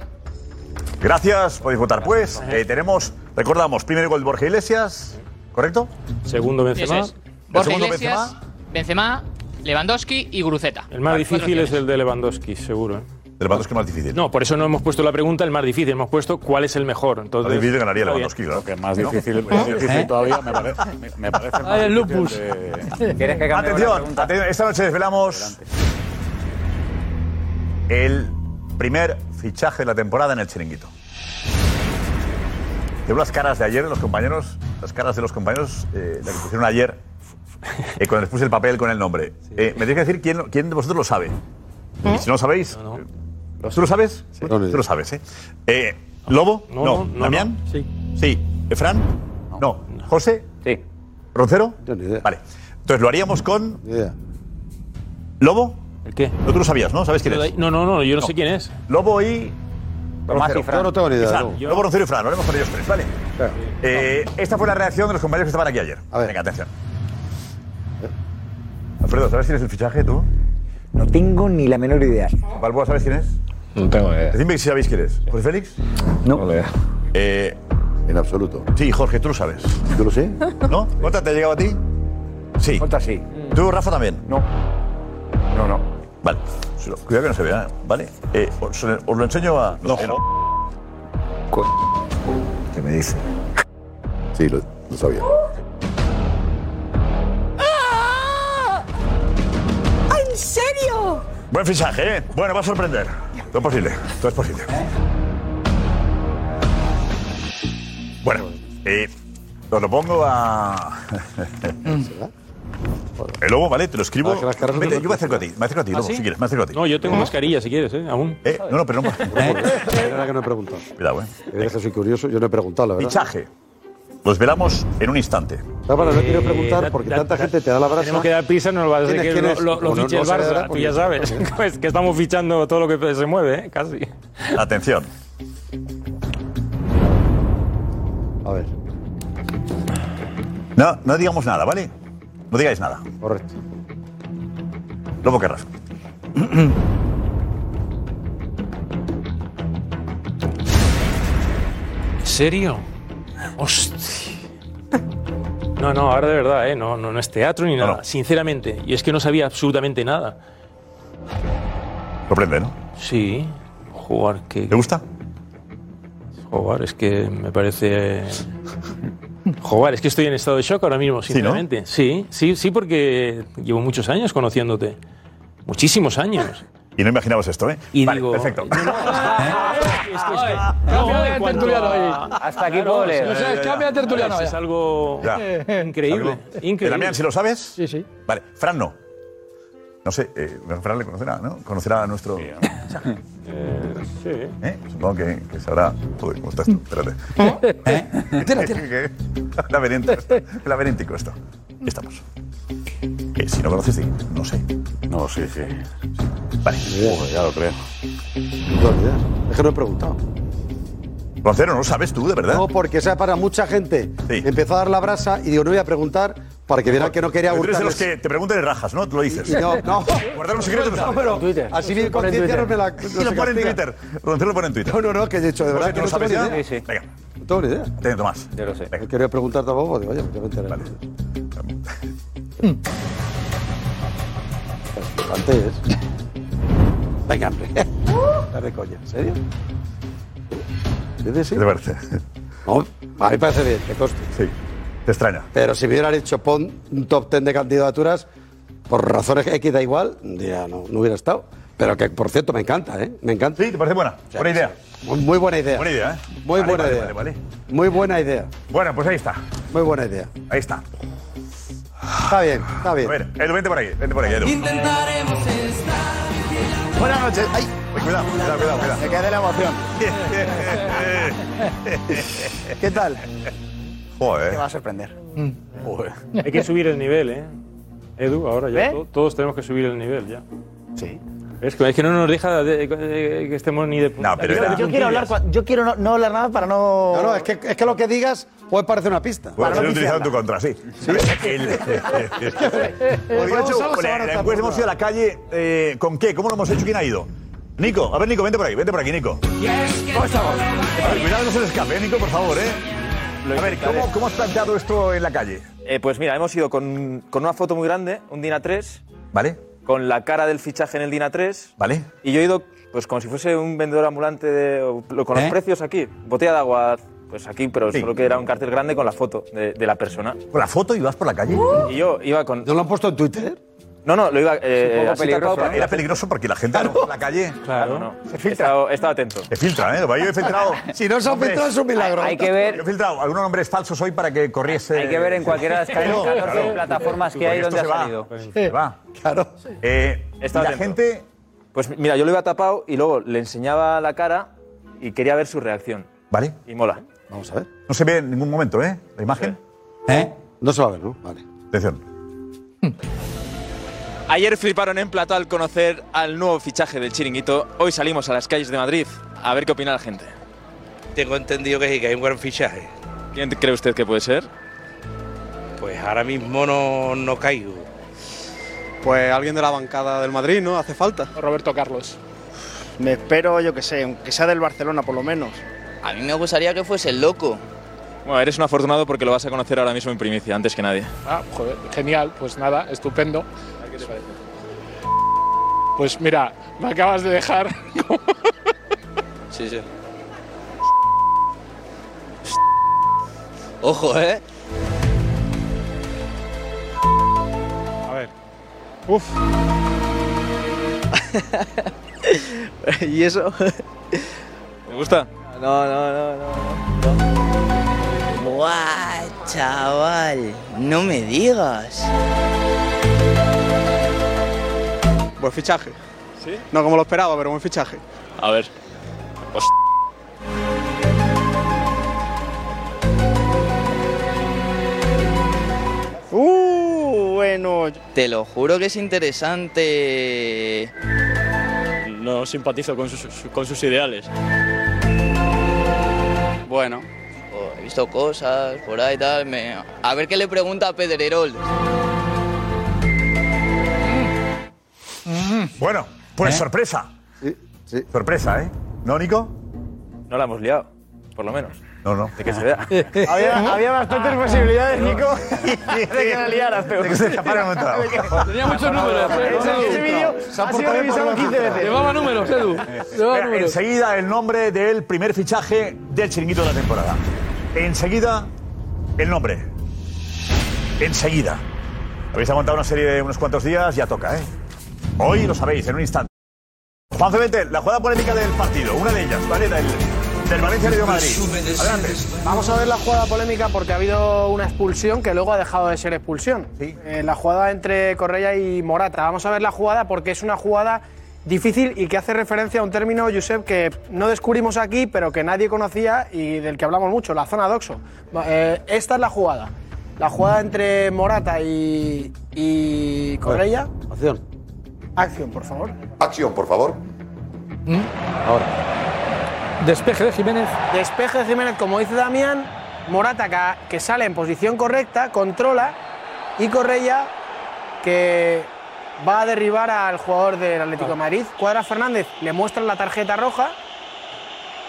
S4: Gracias, podéis votar pues. Eh, tenemos, recordamos, primer gol de Borja Iglesias, ¿correcto?
S5: Segundo Benzema.
S16: Eso es.
S4: El
S16: Borja
S4: segundo
S16: Iglesias, Benzema, Lewandowski y Guruceta.
S5: El más
S16: Cuatro
S5: difícil es
S16: opciones.
S5: el de Lewandowski, seguro. ¿eh?
S4: De Lewandowski más difícil.
S5: No, por eso no hemos puesto la pregunta el más difícil, hemos puesto cuál es el mejor. Entonces,
S4: Más difícil ganaría
S5: Está bien.
S4: Lewandowski, claro. ¿Eh? Que
S16: más difícil, más difícil todavía me, pare- me- me parece más
S4: Ay, el
S16: difícil
S4: lupus.
S16: de-
S4: atención, atención, esta noche desvelamos el primer fichaje de la temporada en el chiringuito. Yo las caras de ayer de los compañeros, las caras de los compañeros, eh, la que pusieron ayer, eh, cuando les puse el papel con el nombre. Eh, me tenéis que decir quién, quién de vosotros lo sabe. Y Si no lo sabéis, eh, ¿tú lo sabes? Tú lo sabes, ¿eh? Eh, ¿Lobo? No.
S5: No, no, no,
S4: ¿Damián? Sí. Sí. ¿Efran? No. ¿José? Sí. ¿Roncero? Yo ni idea. Vale. Entonces lo haríamos con. ¿Lobo?
S5: ¿El qué?
S4: No, tú lo sabías, ¿no? ¿Sabes quién es?
S5: No, no, no, yo no, sé quién es.
S4: Lobo y.
S5: Tomás y
S4: Roncero.
S5: Fran. Yo no tengo ni idea,
S4: Y Fran.
S5: Lobo.
S4: Lobo, Roncero y Fran, lo haremos con ellos tres, ¿vale? Eh, esta fue la reacción de los compañeros que estaban aquí ayer. Venga, atención. Alfredo, ¿sabes quién es el fichaje tú?
S9: No tengo ni la menor idea.
S4: Balboa, ¿sabes quién es?
S17: No tengo idea.
S4: Decidme si sabéis quién es. ¿José Félix?
S17: No. idea.
S4: Eh,
S17: En absoluto.
S4: Sí, Jorge, tú lo sabes.
S17: Yo lo sé.
S4: ¿No? ¿Jota te ha llegado a ti? Sí. Jota sí. ¿Tú, Rafa, también? No. No, no. Vale. Se lo- Cuidado que no se vea, ¿vale? Eh, os, os lo enseño a. Eh, No,
S17: ¿Qué me dice? Sí, lo, lo sabía.
S2: ¡Ah!
S18: ¿En serio?
S4: Buen fichaje, ¿eh? Bueno, va a sorprender. Todo es posible, todo es posible. Bueno, eh, os lo pongo a. El lobo, ¿vale? Te lo escribo.
S5: Ah, que las caras no
S4: Vete,
S5: te
S4: yo me acerco a ti, me acerco a ti,
S5: ¿Ah,
S4: lobo,
S5: sí?
S4: si quieres, me acerco a ti.
S5: No, yo tengo mascarilla si quieres, ¿eh? Aún.
S4: Eh, no, no, pero no.
S3: Ahora que no he preguntado.
S4: Cuidado, eh.
S3: Es que soy curioso, yo no he preguntado, la verdad.
S4: Fichaje. Los velamos en un instante.
S3: No, bueno, no quiero
S5: Eh,
S3: preguntar
S5: da-
S3: porque
S5: da-
S3: tanta
S5: da-
S3: gente te da la brasa.
S5: Tenemos que dar prisa, no lo vas a
S3: ¿Quién
S5: decir
S3: es-
S5: que
S3: quién
S5: lo,
S3: es?
S5: lo- lo
S3: O no-
S5: fiche
S3: no
S5: el
S3: se
S5: Barça,
S3: dará
S5: tú
S3: porque-
S5: ya sabes. Pues que estamos fichando todo lo que se mueve, ¿eh? Casi.
S4: Atención.
S3: A ver.
S4: No, no digamos nada, ¿vale? No digáis nada. Correcto. Lobo Carras.
S5: ¿En serio? Hostia. No, no, ahora de verdad, ¿eh? No, no, no es teatro ni nada, sinceramente. Y es que no sabía absolutamente nada.
S4: Sorprende, ¿no?
S5: Sí. Jugar que... ¿Te
S4: gusta?
S5: Jugar, es que me parece... Jugar, es que estoy en estado de shock ahora mismo,
S4: Sí, ¿no?
S5: sinceramente. Sí, sí, sí, porque llevo muchos años conociéndote. Muchísimos años.
S4: Y no imaginabas esto, ¿eh?
S5: Y digo...
S4: Perfecto.
S5: No, en cuanto
S12: tertuliano
S5: a-
S12: Hasta
S5: aquí puedo leer.
S12: O sea,
S5: Ya, ya,
S12: cambia
S5: ya.
S12: de tertuliano.
S5: Es algo increíble, increíble.
S4: Damián, si lo sabes. Sí, sí. Vale, Fran no. No sé, eh, Fran le conocerá, ¿no? Conocerá a nuestro.
S5: sí.
S4: ¿Eh? Supongo que, que sabrá. Joder, ¿cómo está esto? Espérate. ¿Eh? Tira, tira. Laberinto esto. Laberíntico esto. Aquí Estamos. Eh, si no conoces, di, no sé.
S16: No, sí, sí.
S4: Vale.
S16: ya lo creo.
S3: Es que no he preguntado.
S4: Roncero, ¿no lo sabes tú, de verdad?
S3: No, porque esa para mucha gente. Empezó a dar la brasa y digo, no voy a preguntar para que vieran que no quería
S4: Tú eres de los
S3: hurtarles.
S4: que te preguntan y rajas, ¿no? Tú lo dices.
S3: Y- y no, no.
S4: Guardar un secreto,
S3: No, pero así mi conciencia no me la- no
S4: lo
S3: se
S4: pone en
S3: castiga.
S4: Twitter. Roncero lo pone en Twitter.
S3: No, no, no, que de hecho, de
S4: José,
S3: verdad
S4: ¿tú
S3: que
S4: lo
S3: no
S4: sabes
S3: tengo ni
S4: ya?
S3: idea.
S4: Sí, sí. Venga.
S3: No tengo ni idea.
S4: Ten, Tomás. Ya lo sé.
S3: No quería preguntar tampoco, digo, oye, ya me enteraré. Antes. Venga, hombre. Está de coña, ¿en serio? ¿Es de sí?
S4: De verdad.
S3: No, a mí me parece bien, te coste.
S4: Sí, te extraña.
S3: Pero si me hubieran hecho pon un top ten de candidaturas, por razones X da igual, ya no, no hubiera estado. Pero que, por cierto, me encanta, ¿eh? Me encanta.
S4: Sí, te parece buena. Buena idea.
S3: Muy, muy buena idea.
S4: Buena idea, ¿eh?
S3: Muy
S4: Vale,
S3: buena
S4: vale,
S3: idea.
S4: vale, vale.
S3: Muy buena idea.
S4: Bueno, pues ahí está.
S3: Muy buena idea.
S4: Ahí está.
S3: Está bien, está bien.
S4: A ver, Edu, vente por aquí. Vente por aquí, Edu. Buenas noches. Ay, uy, cuidado, cuidado, cuidado, cuidado.
S19: Me quedé la emoción.
S4: ¿Qué
S19: tal?
S4: Joder.
S19: Te va a sorprender.
S4: Joder.
S5: Mm. Hay que subir el nivel, ¿eh? Edu, ahora ya.
S19: ¿Eh?
S5: to- Todos tenemos que subir el nivel ya.
S19: Sí.
S5: Es que, es que no nos deja de- de- de- que estemos ni de punta.
S4: pero
S5: Aquí
S4: era-
S5: de
S19: Yo quiero hablar,
S5: puntillas.
S19: cua- yo quiero no, no hablar nada para no.
S3: No, no, es que, es que lo que digas puede parecer una pista.
S4: Bueno,
S3: Para
S4: se
S3: no
S4: lo he utilizado en
S3: viciarla.
S4: tu contra, sí. El- Oye,
S3: Vamos
S4: macho,
S3: a la
S4: con la-
S3: semana
S4: la
S3: tan
S4: encuesta
S3: dura.
S4: hemos ido a la calle eh, ¿con qué? ¿Cómo lo hemos hecho? ¿Quién ha ido? Nico, a ver Nico, vente por aquí, vente por aquí, Nico. ¿Cómo estamos? A ver, Cuidado que no se le escape, eh, Nico, por favor, ¿eh? A ver, ¿cómo, ¿cómo has planteado esto en la calle?
S20: Eh, pues mira, hemos ido con, con una foto muy grande, un Dina 3,
S4: ¿Vale?
S20: con la cara del fichaje en el Dina 3,
S4: ¿Vale?
S20: y yo he ido
S21: pues como si fuese un vendedor ambulante de- o lo- con los
S4: ¿Eh?
S21: precios aquí. Botella de agua, pues aquí, pero
S4: Sí.
S21: solo que era un cartel grande con la foto de, de la persona.
S4: Con la foto y vas por la calle.
S21: Y yo iba con. ¿No
S3: lo han puesto en Twitter?
S21: No, no, lo iba. eh,
S4: Es un poco
S21: así
S4: peligroso,
S21: tapado para-
S4: ¿no? Era peligroso porque la gente va por la calle.
S21: Claro, no. He estado, he estado atento.
S4: Se filtra, ¿eh? Lo he filtrado.
S21: Si no se ha
S4: Nombres-
S21: filtrado, es un milagro.
S8: Hay que ver-
S4: Yo he filtrado algunos nombres falsos hoy para que corriese.
S8: Hay que ver en cualquiera de las
S4: Claro,
S8: 14
S4: claro.
S8: plataformas que hay
S4: Porque
S8: donde ha
S4: esto se
S8: salido.
S4: va. Se va. Claro. Eh,
S21: Estaba
S4: la
S21: atento.
S4: gente.
S21: Pues mira, yo lo iba tapado y luego le enseñaba la cara y quería ver su reacción.
S4: Vale.
S21: Y mola.
S3: Vamos a ver.
S4: No se ve en ningún momento, ¿eh? La imagen.
S3: ¿Eh? No se va a ver, ¿no? Vale.
S4: Atención.
S21: Ayer fliparon en plato al conocer al nuevo fichaje del chiringuito. Hoy salimos a las calles de Madrid a ver qué opina la gente.
S17: Tengo entendido que sí, que hay un buen fichaje.
S21: ¿Quién cree usted que puede ser?
S17: Pues ahora mismo no, no caigo.
S19: Pues alguien de la bancada del Madrid, ¿no? Hace falta. Roberto Carlos.
S22: Me espero, yo que sé, aunque sea del Barcelona por lo menos.
S21: A mí me gustaría que fuese el loco. Bueno, eres un afortunado porque lo vas a conocer ahora mismo en primicia, antes que nadie.
S14: Ah, joder, genial, pues nada, estupendo. Pues mira, me acabas de dejar.
S17: Sí, sí. Ojo, ¿eh?
S22: A ver. Uf. ¿Y eso?
S21: ¿Te gusta?
S22: No, no, no, no.
S23: Buah, chaval, no me digas.
S19: Buen fichaje.
S22: ¿Sí?
S19: No como lo esperaba, pero buen fichaje.
S21: A ver.
S24: Pues
S22: Uh, bueno. Te lo juro que es interesante.
S24: No simpatizo con sus, con sus ideales.
S22: Bueno. Oh, he visto cosas por ahí y tal. me- A ver qué le pregunta a Pedrerol.
S21: Mm.
S4: Bueno, pues
S21: ¿Eh?
S4: sorpresa. Sorpresa, ¿eh? ¿No, Nico?
S21: No la hemos liado, por lo menos.
S4: No, no.
S21: De que se vea.
S4: Había- había
S25: bastantes posibilidades, Nico.
S21: de que la liaras tú.
S4: De que se escapara un momento.
S25: Tenía muchos números. ¿eh? Ese, ese vídeo ha sido revisado 15 veces.
S4: Espera, Enseguida el nombre del primer fichaje del chiringuito de la temporada. Enseguida el nombre. Enseguida. Habéis aguantado una serie de unos cuantos días, ya toca, ¿eh? Hoy lo sabéis, en un instante. Juan Clemente, la jugada polémica del partido, una de ellas, ¿vale? Del, del Valencia León Madrid. Adelante.
S22: Vamos a ver la jugada polémica porque ha habido una expulsión que luego ha dejado de ser expulsión. Eh, la jugada entre Correa y Morata. Vamos a ver la jugada porque es una jugada difícil y que hace referencia a un término, Josep, que no descubrimos aquí, pero que nadie conocía y del que hablamos mucho, la zona doxo. Va- eh, esta es la jugada. La jugada entre Morata y, y Correa.
S3: Acción.
S22: Acción, por favor.
S26: Acción, por favor.
S3: Ahora.
S22: Despeje de Jiménez. Despeje de Jiménez, como dice Damián. Morata ca- que, sale en posición correcta, controla. Y Correia que va a derribar al jugador del Atlético de Madrid. Cuadra Fernández le muestra la tarjeta roja.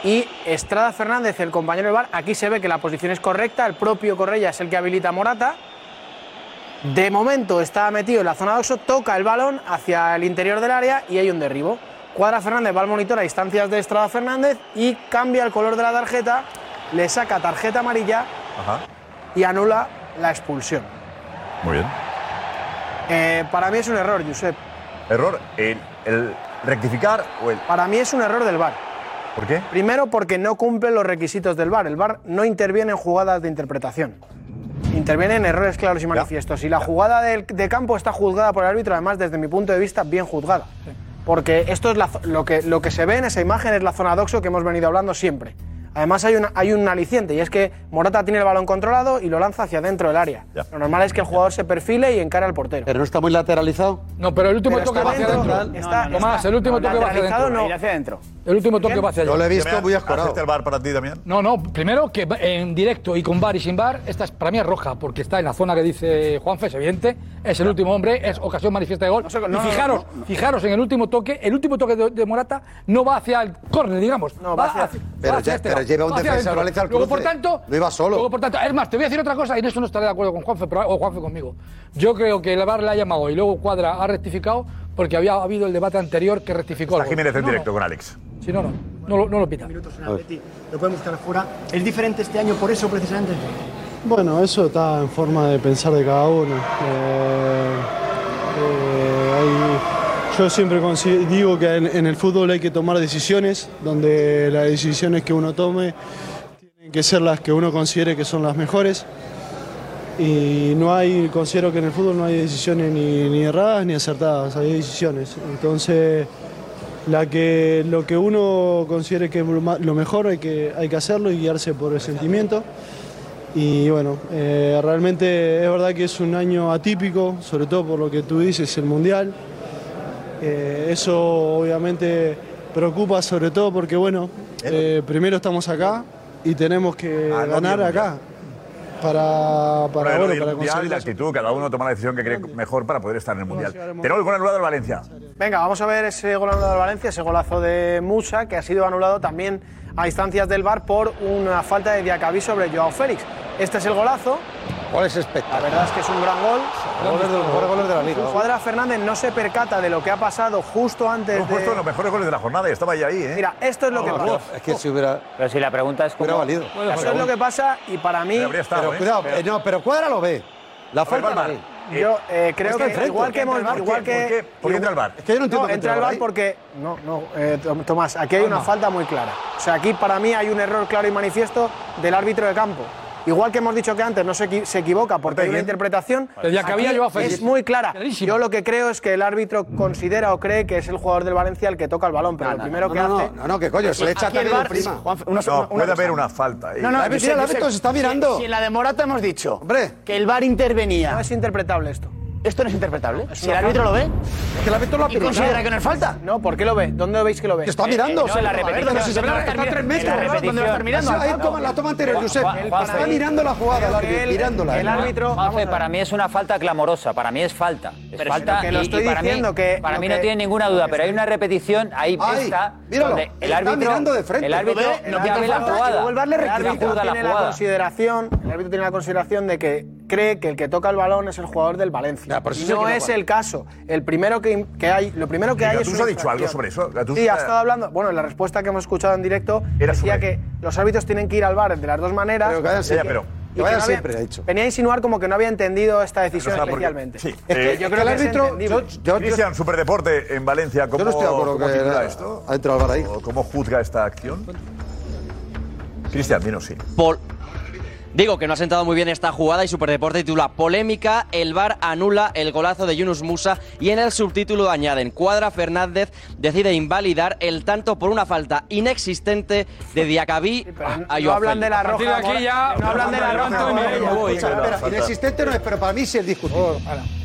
S22: Y Estrada Fernández, el compañero del bar, aquí se ve que la posición es correcta. El propio Correia es el que habilita a Morata. De momento está metido en la zona de Oso, toca el balón hacia el interior del área y hay un derribo. Cuadra Fernández va al monitor a distancias de Estrada Fernández y cambia el color de la tarjeta, le saca tarjeta amarilla
S4: Ajá.
S22: y anula la expulsión.
S4: Muy bien.
S22: Eh, para mí es un error, Josep.
S4: Error, el, el rectificar o el.
S22: Para mí es un error del VAR.
S4: ¿Por qué?
S22: Primero porque no cumple los requisitos del VAR. El VAR no interviene en jugadas de interpretación. Interviene en errores claros y manifiestos. Y la jugada del- de, campo está juzgada por el árbitro, además, desde mi punto de vista, bien juzgada. Porque esto es la zo- lo, que, lo que se ve en esa imagen es la zona doxo que hemos venido hablando siempre. Además hay, una- hay un aliciente y es que Morata tiene el balón controlado y lo lanza hacia dentro del área. Lo normal es que el jugador se perfile y encara al portero.
S3: ¿Pero no está muy lateralizado?
S22: No, pero el
S12: último toque va hacia adentro. Tomás, el último toque va hacia adentro. El último toque va hacia allá.
S4: ¿Acepta el bar para ti también?
S12: No, no, primero que en directo y con bar y sin bar, esta es, para mí es roja, porque está en la zona que dice Juanfe, es evidente, es el último hombre, es ocasión manifiesta de gol.
S22: no, no,
S12: y fijaros,
S22: no, no.
S12: fijaros en el último toque, el último toque de, de Morata no va hacia el córner, digamos.
S22: No, va hacia-
S3: Pero ya-
S12: este
S3: pero lleva un defensa al Valencia al
S12: Luego, por
S3: cruce.
S12: tanto,
S3: No iba solo.
S12: Luego, por tanto, es más, te voy a decir otra cosa y en eso no estaré de acuerdo con Juanfe, pero- o Juanfe conmigo. Yo creo que el VAR le ha llamado y luego Cuadra ha rectificado porque había habido el debate anterior que rectificó.
S4: Está
S12: el gol.
S4: Jiménez en
S12: No, no,
S4: directo con Alex.
S12: Sí, no, no. No lo, no lo pita.
S19: Lo podemos estar fuera. Es diferente este año por eso precisamente.
S6: Bueno, eso está en forma de pensar de cada uno. Eh, eh, hay- yo siempre consi- digo que en, en el fútbol hay que tomar decisiones, donde las decisiones que uno tome tienen que ser las que uno considere que son las mejores. Y no hay, considero que en el fútbol no hay decisiones ni, ni erradas ni acertadas, hay decisiones. Entonces, la que, lo que uno considere que es lo ma- lo mejor hay que, hay que hacerlo y guiarse por el sentimiento. Y bueno, eh, realmente es verdad que es un año atípico, sobre todo por lo que tú dices, el Mundial. Eh, eso obviamente preocupa sobre todo porque bueno, eh, primero estamos acá y tenemos que
S4: Ah, no,
S6: ganar
S4: bien,
S6: acá para, para,
S4: Para,
S6: bueno,
S4: el mundial
S6: para
S4: y
S6: conseguir
S4: la actitud, cada uno toma la decisión que cree mejor para poder estar en el mundial. Tenemos el gol anulado al Valencia.
S22: Venga, vamos a ver ese gol anulado de Valencia, ese golazo de Musa, que ha sido anulado también a instancias del VAR por una falta de Diacabí sobre Joao Félix. Este es el golazo.
S3: Gol es espectacular.
S22: La verdad es que es un gran gol.
S3: Goles de los mejores goles de la liga.
S22: Cuadra Fernández no se percata de lo que ha pasado justo antes
S4: Hemos puesto
S22: de...
S4: los mejores goles de la jornada y estaba ya ahí, ¿eh?
S22: Mira, esto es lo que pasa.
S3: Es que si hubiera.
S8: Pero si la pregunta es
S3: Hubiera valido.
S22: Eso es lo que pasa y para mí...
S3: Pero cuidado, eh, no, pero Cuadra lo ve. La falta la ve.
S22: Yo eh, creo
S3: Está
S22: que
S3: enfrente.
S22: igual que
S3: ¿Entra
S22: hemos
S3: el VAR?
S22: igual
S3: ¿Por
S22: que
S3: qué? ¿Por qué? ¿Por qué entra el VAR? Es que yo no entiendo por qué
S22: entra
S3: entra
S22: el
S3: el ¿eh?
S22: VAR
S3: VAR ahí.
S22: porque no no eh, Tom- Tomás aquí hay una
S3: Calma.
S22: falta muy clara. O sea aquí para mí hay un error claro y manifiesto del árbitro de campo. Igual que hemos dicho que antes no se, equi- se equivoca porque hay una interpretación.
S12: Pero ya que había
S22: aquí
S12: llevado a Félix.
S22: es muy clara. Yo lo que creo es que el árbitro considera o cree que es el jugador del Valencia el que toca el balón, pero lo primero
S3: no,
S22: que
S3: no,
S22: hace
S3: no, no, que coño, se le echa
S22: Aquí el
S3: también
S22: VAR-
S3: encima.
S22: Juanfe,
S3: una-
S4: no,
S3: una- una
S4: puede
S3: cosa.
S4: haber una falta. ahí.
S3: No, no,
S4: La-
S3: yo sé, yo sé.
S4: está mirando.
S19: Si en la de Morata hemos dicho que el VAR intervenía. No
S22: es interpretable esto.
S19: Esto no es interpretable.
S22: es
S19: si el
S22: una
S19: árbitro lo
S22: falta.
S19: ve.
S3: Es que el árbitro lo
S19: ¿Y considera que no es falta? Eh,
S22: No, ¿por qué lo ve? ¿Dónde veis que lo ve?
S3: Está mirando,
S19: no, en la
S3: a ver,
S19: repetición,
S3: pero si se
S19: no
S3: ve-
S19: lo está
S3: está
S19: mirando.
S3: a tres metros.
S19: En la
S3: ¿no?
S19: repetición.
S3: ¿Dónde lo está mirando? Ahí
S19: No.
S3: toma la toma anterior,
S8: Juan-
S3: Josep.
S8: Juan- Juan-
S3: Está mirando la jugada, el árbitro, mirándola. ¿eh?
S8: Juanfe, para mí es una falta clamorosa, para mí es falta. Es
S22: Pero si
S8: falta
S22: lo que lo
S8: y- y
S22: estoy
S8: para mí-
S22: diciendo que-
S8: para
S22: lo
S8: mí
S22: que-
S8: no tiene ninguna duda, pero hay una repetición ahí
S22: Ay,
S8: está
S22: míralo,
S8: donde el
S22: está
S8: árbitro
S22: mirando de frente.
S8: el árbitro
S22: Lo ve, lo
S8: ya
S22: ve
S8: ve la
S22: falta, y
S8: jugada.
S22: luego el VAR le
S8: Ya
S22: rectifica.
S8: juzga la
S22: Tiene la
S8: jugada.
S22: consideración, el árbitro tiene la consideración de que cree que el que toca el balón es el jugador del Valencia.
S4: por eso
S22: Y
S4: sí que
S22: no
S4: no
S22: es
S4: vale.
S22: el caso. El primero que, que hay, lo primero que
S4: ¿Y
S22: hay es
S4: Gattuso
S22: una
S4: ha dicho algo
S22: infracción.
S4: sobre eso? Gattuso
S22: Sí, ha
S4: está-
S22: estado hablando. Bueno, en la respuesta que hemos escuchado en directo decía que los árbitros tienen que ir al VAR de las dos maneras.
S3: Pero que vayan
S22: y
S3: siempre.
S22: que-
S3: Ya, pero
S22: y
S3: que
S22: que
S3: vayan
S22: no había-
S3: siempre, ha dicho.
S22: Venía a insinuar como que no había entendido esta decisión
S4: sabe por qué.
S22: especialmente.
S4: Sí.
S22: Es que
S4: Eh,
S22: yo creo que es entendible.
S4: Cristian, Superdeporte en Valencia, ¿cómo,
S3: Yo no estoy de acuerdo
S4: cómo
S3: que
S4: titula
S3: era-
S4: esto?
S3: ha entrado Alvar ahí.
S4: ¿O ¿Cómo juzga esta acción? Cristian, menos sí.
S27: Pol- Digo que no ha sentado muy bien esta jugada y Superdeporte titula Polémica, el VAR anula el golazo de Yunus Musa y en el subtítulo añaden Cuadra Fernández decide invalidar el tanto por una falta inexistente de Diacabí a
S22: no
S27: Joao
S22: hablan de la
S27: Félix.
S22: roja. No hablan de la roja.
S3: Escucha, espera, inexistente no es, pero para mí sí es discutible.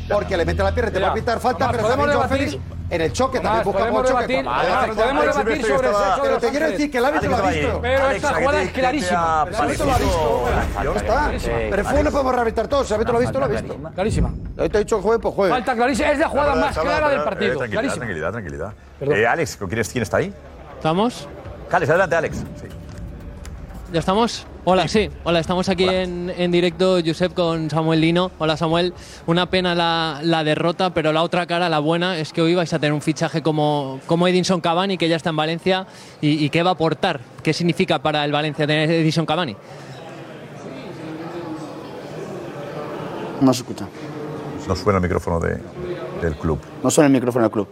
S3: Porque le mete la pierna, te va a pitar falta,
S12: Tomás,
S3: pero también
S12: podemos
S3: Joao Félix en el choque
S12: Tomás,
S3: también busca
S12: podemos
S3: por choque.
S12: debatir-
S3: Tomás,
S12: Tomás,
S3: Alex,
S12: podemos
S3: Alex,
S12: debatir
S3: Alex,
S12: sobre el
S3: Alex,
S12: sexo de
S3: Pero
S12: los
S3: te quiero
S12: ángeles.
S3: decir que el árbitro lo ha visto.
S12: Pero esta jugada es clarísima.
S3: El árbitro lo ha visto. Ya está. Pero fue no podemos rehabilitar todos. El árbitro lo ha visto, lo ha visto.
S12: Clarísima.
S3: Lo te ha dicho juegue, pues juegue.
S12: Falta clarísima. Es la jugada
S4: verdad,
S12: más
S4: está
S12: clara
S4: hablando,
S12: del
S4: eh,
S12: partido.
S4: tranquilidad,
S12: Clarísima.
S4: tranquilidad, tranquilidad. Eh, Alex, ¿con quién, es- quién está ahí?
S13: ¿Estamos?
S4: Alex, adelante, Alex. Sí.
S13: ¿Ya estamos? Hola, sí. Hola, estamos aquí en, en directo, Josep, con Samuel Lino. Hola, Samuel. Una pena la, la derrota, pero la otra cara, la buena, es que hoy vais a tener un fichaje como, como Edinson Cavani, que ya está en Valencia. ¿Y, y qué va a aportar? ¿Qué significa para el Valencia tener Edinson Cavani?
S19: No se escucha.
S4: No suena el micrófono de, del club.
S19: No suena el micrófono del club.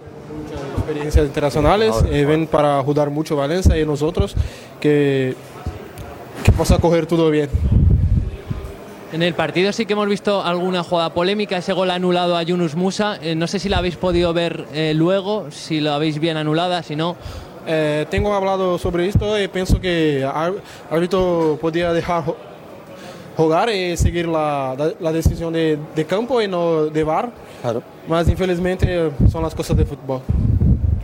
S28: experiencias internacionales, eh, ven para jugar mucho Valencia y nosotros, que, que vamos a coger todo bien.
S13: En el partido sí que hemos visto alguna jugada polémica, ese gol anulado a Yunus Musa. Eh, no sé si la habéis podido ver eh, luego, si la habéis bien anulada, si no.
S28: Eh, tengo hablado sobre esto y pienso que el árbitro podía dejar jo- jugar y seguir la, la- la decisión de, de campo y no de VAR. Mas infelizmente eh, son las cosas de fútbol.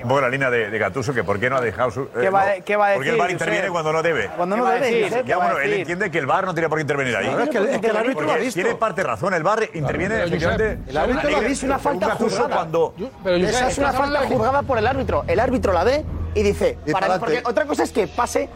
S4: Un poco la línea de, de Gatuso, que por qué no ha dejado su. eh,
S28: ¿Qué va-
S4: no,
S28: qué va a
S4: Porque el VAR
S28: decir, Josep?
S4: interviene cuando no debe.
S28: Cuando no
S4: ¿Qué va a
S28: debe,
S4: decir?
S28: Josep,
S4: Ya,
S28: ¿qué va a
S4: bueno, él
S28: decir?
S4: entiende que el VAR no tiene por qué intervenir ahí.
S28: Claro, es que el- es que el árbitro lo ha
S4: Porque
S28: visto.
S4: Tiene parte razón, el VAR eh, interviene
S28: Claro,
S4: efectivamente.
S19: Josep, el árbitro lo ha visto, una
S4: Según
S19: falta
S4: Gattuso,
S19: juzgada.
S4: cuando.
S19: Esa es una falta juzgada por el árbitro. El árbitro la ve y dice.
S4: Y
S19: para-
S4: pa'lante.
S19: porque otra cosa es que pase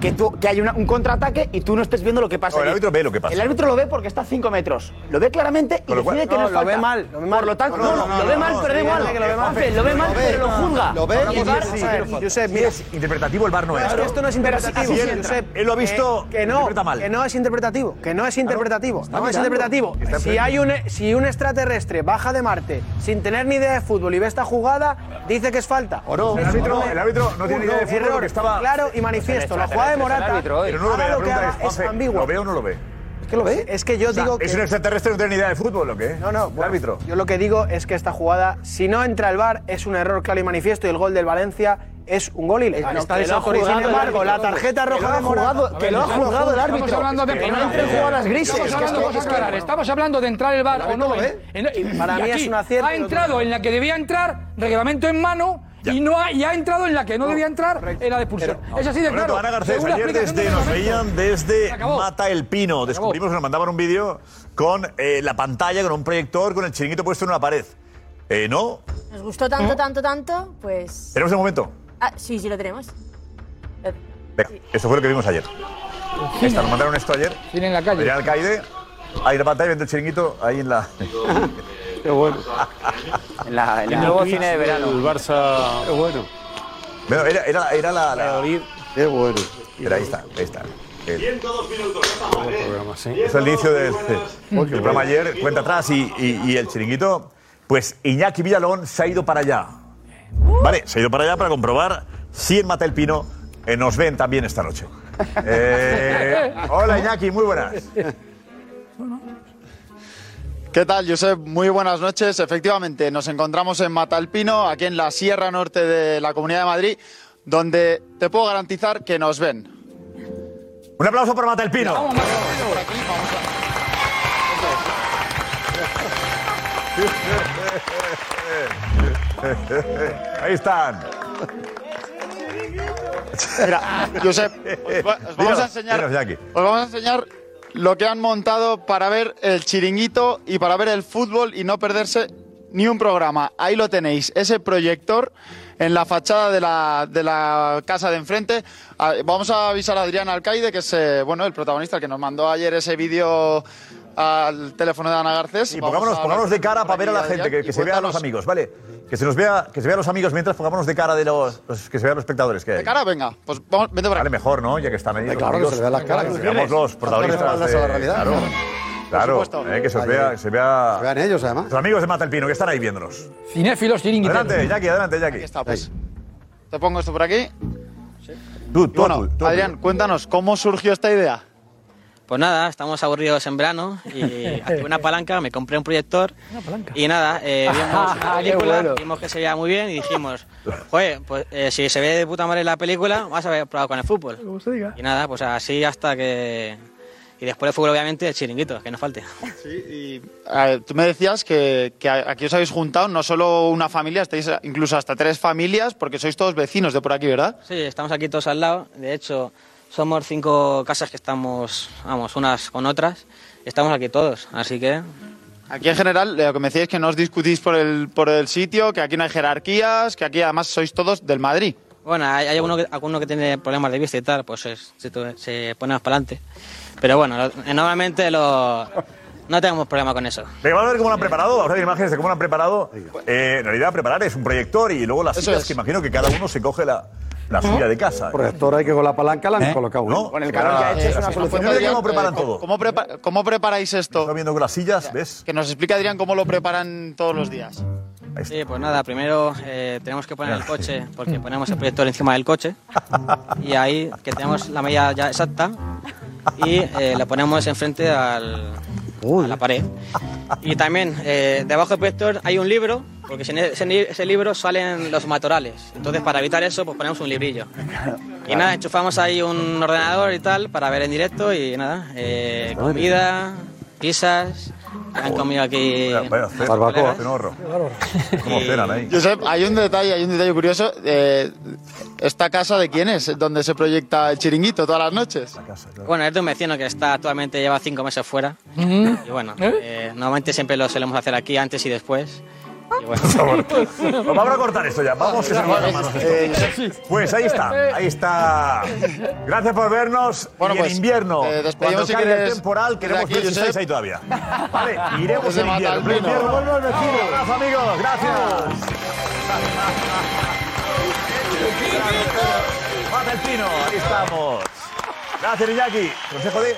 S19: que, tú, que hay una- un contraataque y tú no estés viendo lo que pasa.
S4: No, el
S19: allí.
S4: árbitro ve lo que pasa.
S19: El árbitro lo ve porque está a 5 metros. Lo ve claramente y
S4: Con lo cual-
S19: decide que
S4: No,
S19: no, es
S4: lo ve
S19: falta.
S4: mal, lo ve mal.
S19: Por lo tanto,
S4: No, no,
S19: no,
S4: no,
S19: lo ve
S4: no,
S19: mal,
S4: no,
S19: pero da
S4: sí,
S19: igual.
S4: dale que lo ve mal.
S19: Juanfe, Lo ve mal,
S4: Lo ve,
S19: pero lo juzga.
S4: lo ve y
S19: el VAR-
S4: dice, sí,
S19: a ver,
S4: que no falta.
S19: Josep,
S4: Sí,
S19: mira.
S4: es interpretativo, el VAR no es.
S19: que esto no es
S4: Pero así
S19: interpretativo,
S4: entra.
S19: Josep.
S4: Él lo ha
S19: Que-
S4: visto,
S19: que no,
S4: interpreta mal.
S19: que no es interpretativo, que no es interpretativo,
S4: está
S19: no es
S4: mirando.
S19: interpretativo.
S4: Está
S19: Si
S4: frente.
S19: hay un si un extraterrestre baja de Marte sin tener ni idea de fútbol y ve esta jugada, dice que es falta.
S4: O no, el árbitro,
S19: me-
S4: el árbitro no tiene ni idea de fútbol
S19: error,
S4: porque estaba.
S19: claro y manifiesto. La jugada de Morata,
S4: eh. Pero no lo ve,
S19: haga
S4: la
S19: lo que
S4: pregunta
S19: haga,
S4: es,
S19: es
S4: Juanfe,
S19: ambigua.
S4: ¿Lo ve o no lo ve?
S19: Es que lo ve. Es que yo
S4: O sea,
S19: digo que
S4: ¿Es un extraterrestre que no tiene ni idea de fútbol o qué?
S19: No, no,
S4: El árbitro.
S19: yo lo que digo es que esta jugada, si no entra el VAR, es un error claro y manifiesto y el gol del Valencia es un gol ilegal.
S25: Ah, no,
S19: Está
S25: que lo ha
S19: desautorizado.
S25: jugado
S19: Sin
S25: el
S19: embargo, la
S25: árbitro.
S19: tarjeta
S25: Que lo
S19: roja
S25: ha
S19: de Morata-
S25: jugado- que lo ha Estamos jugado el hablando- árbitro. estamos hablando de Que no penalti. entren jugadas grises, que es que que esto- es que- claro. Estamos hablando de entrar el bar o no. En- en- Para y mí es aquí un acierto, Ha no entrado en la que debía entrar, reglamento en mano. Y, no ha, y ha entrado en la que no, debía entrar, en la de expulsión. Es así de
S4: Roberto,
S25: claro.
S4: Ana Garcés,
S25: Según la
S4: ayer
S25: explicación
S4: desde,
S25: del
S4: nos
S25: reglamento.
S4: veían desde
S25: acabó.
S4: Mata el Pino. Descubrimos que nos mandaban un vídeo con eh, la pantalla, con un proyector, con el chiringuito puesto en una pared. Eh, no,
S9: Nos gustó
S4: ¿Mm?
S9: tanto, tanto, tanto, pues...
S4: tenemos el momento.
S9: Ah, sí, sí lo tenemos.
S4: Venga, eso fue lo que vimos ayer. Esta, nos mandaron esto ayer.
S25: Tiene en la calle.
S4: Al Alcaide, ahí la pantalla, viendo el chiringuito, ahí en la... Qué bueno. en
S8: en el nuevo cine de verano.
S4: El Barça... Qué bueno. Bueno, era, era, era la... la... Qué bueno. Era, ahí está, ahí está. El- Es el inicio del,
S18: Mm.
S4: del programa ayer, cuenta atrás y, y- y el chiringuito. Pues Iñaki Villalón se ha ido para allá. Vale, se ha ido para allá para comprobar si en Mata el Pino eh, nos ven también esta noche. Eh, hola Iñaki, muy buenas.
S18: ¿Qué tal, Josep? Muy buenas noches. Efectivamente, nos encontramos en Matalpino, aquí en la Sierra Norte de la Comunidad de Madrid, donde te puedo garantizar que nos ven.
S4: Un aplauso para Matalpino. Ahí están.
S18: Mira, Josep, os, va- os vamos
S4: Dinos,
S18: a enseñar,
S4: dinos, Iñaki.
S18: os vamos a enseñar lo que han montado para ver el chiringuito y para ver el fútbol y no perderse ni un programa. Ahí lo tenéis, ese proyector en la fachada de la, de la casa de enfrente. A- Vamos a avisar a Adrián Alcaide, que es eh, bueno, el protagonista, el que nos mandó ayer ese vídeo al teléfono de Ana Garcés.
S4: Y
S18: Vamos
S4: pongámonos,
S18: a-
S4: pongámonos de cara para ver a la
S18: Adrián,
S4: gente, que, que
S18: y
S4: se vea a los
S18: cuéntanos-
S4: amigos, ¿vale? Que se nos vea, que se vea a los amigos mientras pongámonos de cara de los, los- que se vean los espectadores que hay.
S18: De cara, venga, pues vamos, vente por
S4: Vale, mejor, ¿no? Ya que están ahí.
S18: Hombre,
S4: los
S18: claro, que
S4: amigos.
S18: se le vea la cara,
S4: Que
S18: que
S4: seamos
S18: se vea.
S4: los protagonistas.
S18: Tanto respaldas a la
S4: de-
S18: realidad.
S4: Claro. Claro,
S18: supuesto.
S4: eh, que se os
S18: Ahí.
S4: vea, que se vea.
S18: vean ellos, además.
S4: Los amigos de Mata el Pino que están ahí viéndonos.
S18: Cinéfilos,
S4: chiringuiteros. Adelante, Jackie, adelante, Jackie.
S18: Aquí está, pues. Te pongo esto por aquí.
S4: Tú,
S18: tú, bueno, Adrián, cuéntanos, ¿cómo surgió esta idea?
S29: Pues nada, estamos aburridos en verano y activé una palanca, me compré un proyector y nada, eh, vimos
S16: Qué
S29: la película,
S16: bueno.
S29: vimos que se veía muy bien y dijimos, joder, pues eh, si se ve de puta madre la película, vamos a ver, probado con el fútbol. Y nada, pues así hasta que... Y después el fútbol obviamente el chiringuito, que no falte.
S18: Eh, tú me decías que, que aquí os habéis juntado no solo una familia, estáis incluso hasta tres familias, porque sois todos vecinos de por aquí, ¿verdad?
S29: Sí, estamos aquí todos al lado. De hecho, somos cinco casas que estamos, vamos, unas con otras. Estamos aquí todos, así que...
S18: Aquí en general, eh, lo que me decíais es que no os discutís por el, por el sitio, que aquí no hay jerarquías, que aquí además sois todos del Madrid.
S29: Bueno, hay, hay alguno, que, alguno que tiene problemas de vista y tal, pues es- se, tu- se pone más para adelante. Pero bueno, lo- normalmente lo- no tenemos problema con eso.
S4: Venga, vamos a ver cómo lo han preparado. Vamos a ver imágenes de cómo lo han preparado. Eh, en realidad, preparar es un proyector y luego las
S18: Eso
S4: sillas,
S18: es. ¿Eh?
S4: que imagino que cada uno se coge la, la silla de casa.
S3: Proyector hay que con la palanca la han colocado. ¿no?
S18: Con el
S4: calor que ha hecho es una solución. Mira cómo
S18: Adrián,
S4: preparan
S18: eh,
S4: todo.
S18: ¿Cómo, prepa- cómo preparáis esto? Está
S4: viendo con las sillas, ¿ves?
S18: Que nos explique Adrián cómo lo preparan todos los días.
S29: Sí, pues nada, primero eh, tenemos que poner el coche, porque ponemos el proyector encima del coche. Y ahí, que tenemos la medida ya exacta, y eh, la ponemos enfrente al, a la pared. Y también, eh, debajo del proyector hay un libro, porque en ese, li- ese libro salen los matorrales. Entonces, para evitar eso, pues ponemos un librillo. Y nada, enchufamos ahí un ordenador y tal, para ver en directo, y nada, eh, comida, pizzas, han comido aquí...
S4: Barbacoa. Cenorro. ¿Cómo cenan ahí?
S18: Eh, Josep, hay un detalle, hay un detalle curioso. eh, ¿Esta casa de quién es? Donde se proyecta el chiringuito todas las noches.
S29: Bueno, es de un vecino que está actualmente lleva cinco meses fuera. Y bueno, eh, normalmente siempre lo solemos hacer aquí antes y después.
S4: Pues vamos a cortar esto ya. Vamos, que se nos va a acabar.
S18: Eh,
S4: Pues ahí está, ahí está. Gracias por vernos.
S18: Bueno,
S4: y en
S18: pues,
S4: invierno,
S18: te despedimos
S4: cuando
S18: si
S4: caiga el
S18: quieres
S4: temporal, queremos
S18: de
S4: ver si
S18: aquí,
S4: estáis
S18: Josep.
S4: ahí todavía. Vale, iremos
S18: Desde
S4: en invierno. En
S18: Matalpino.
S4: invierno vuelve el vecino. Un abrazo, amigos. Gracias. Pino, ahí estamos. Gracias, Iñaki. Consejo de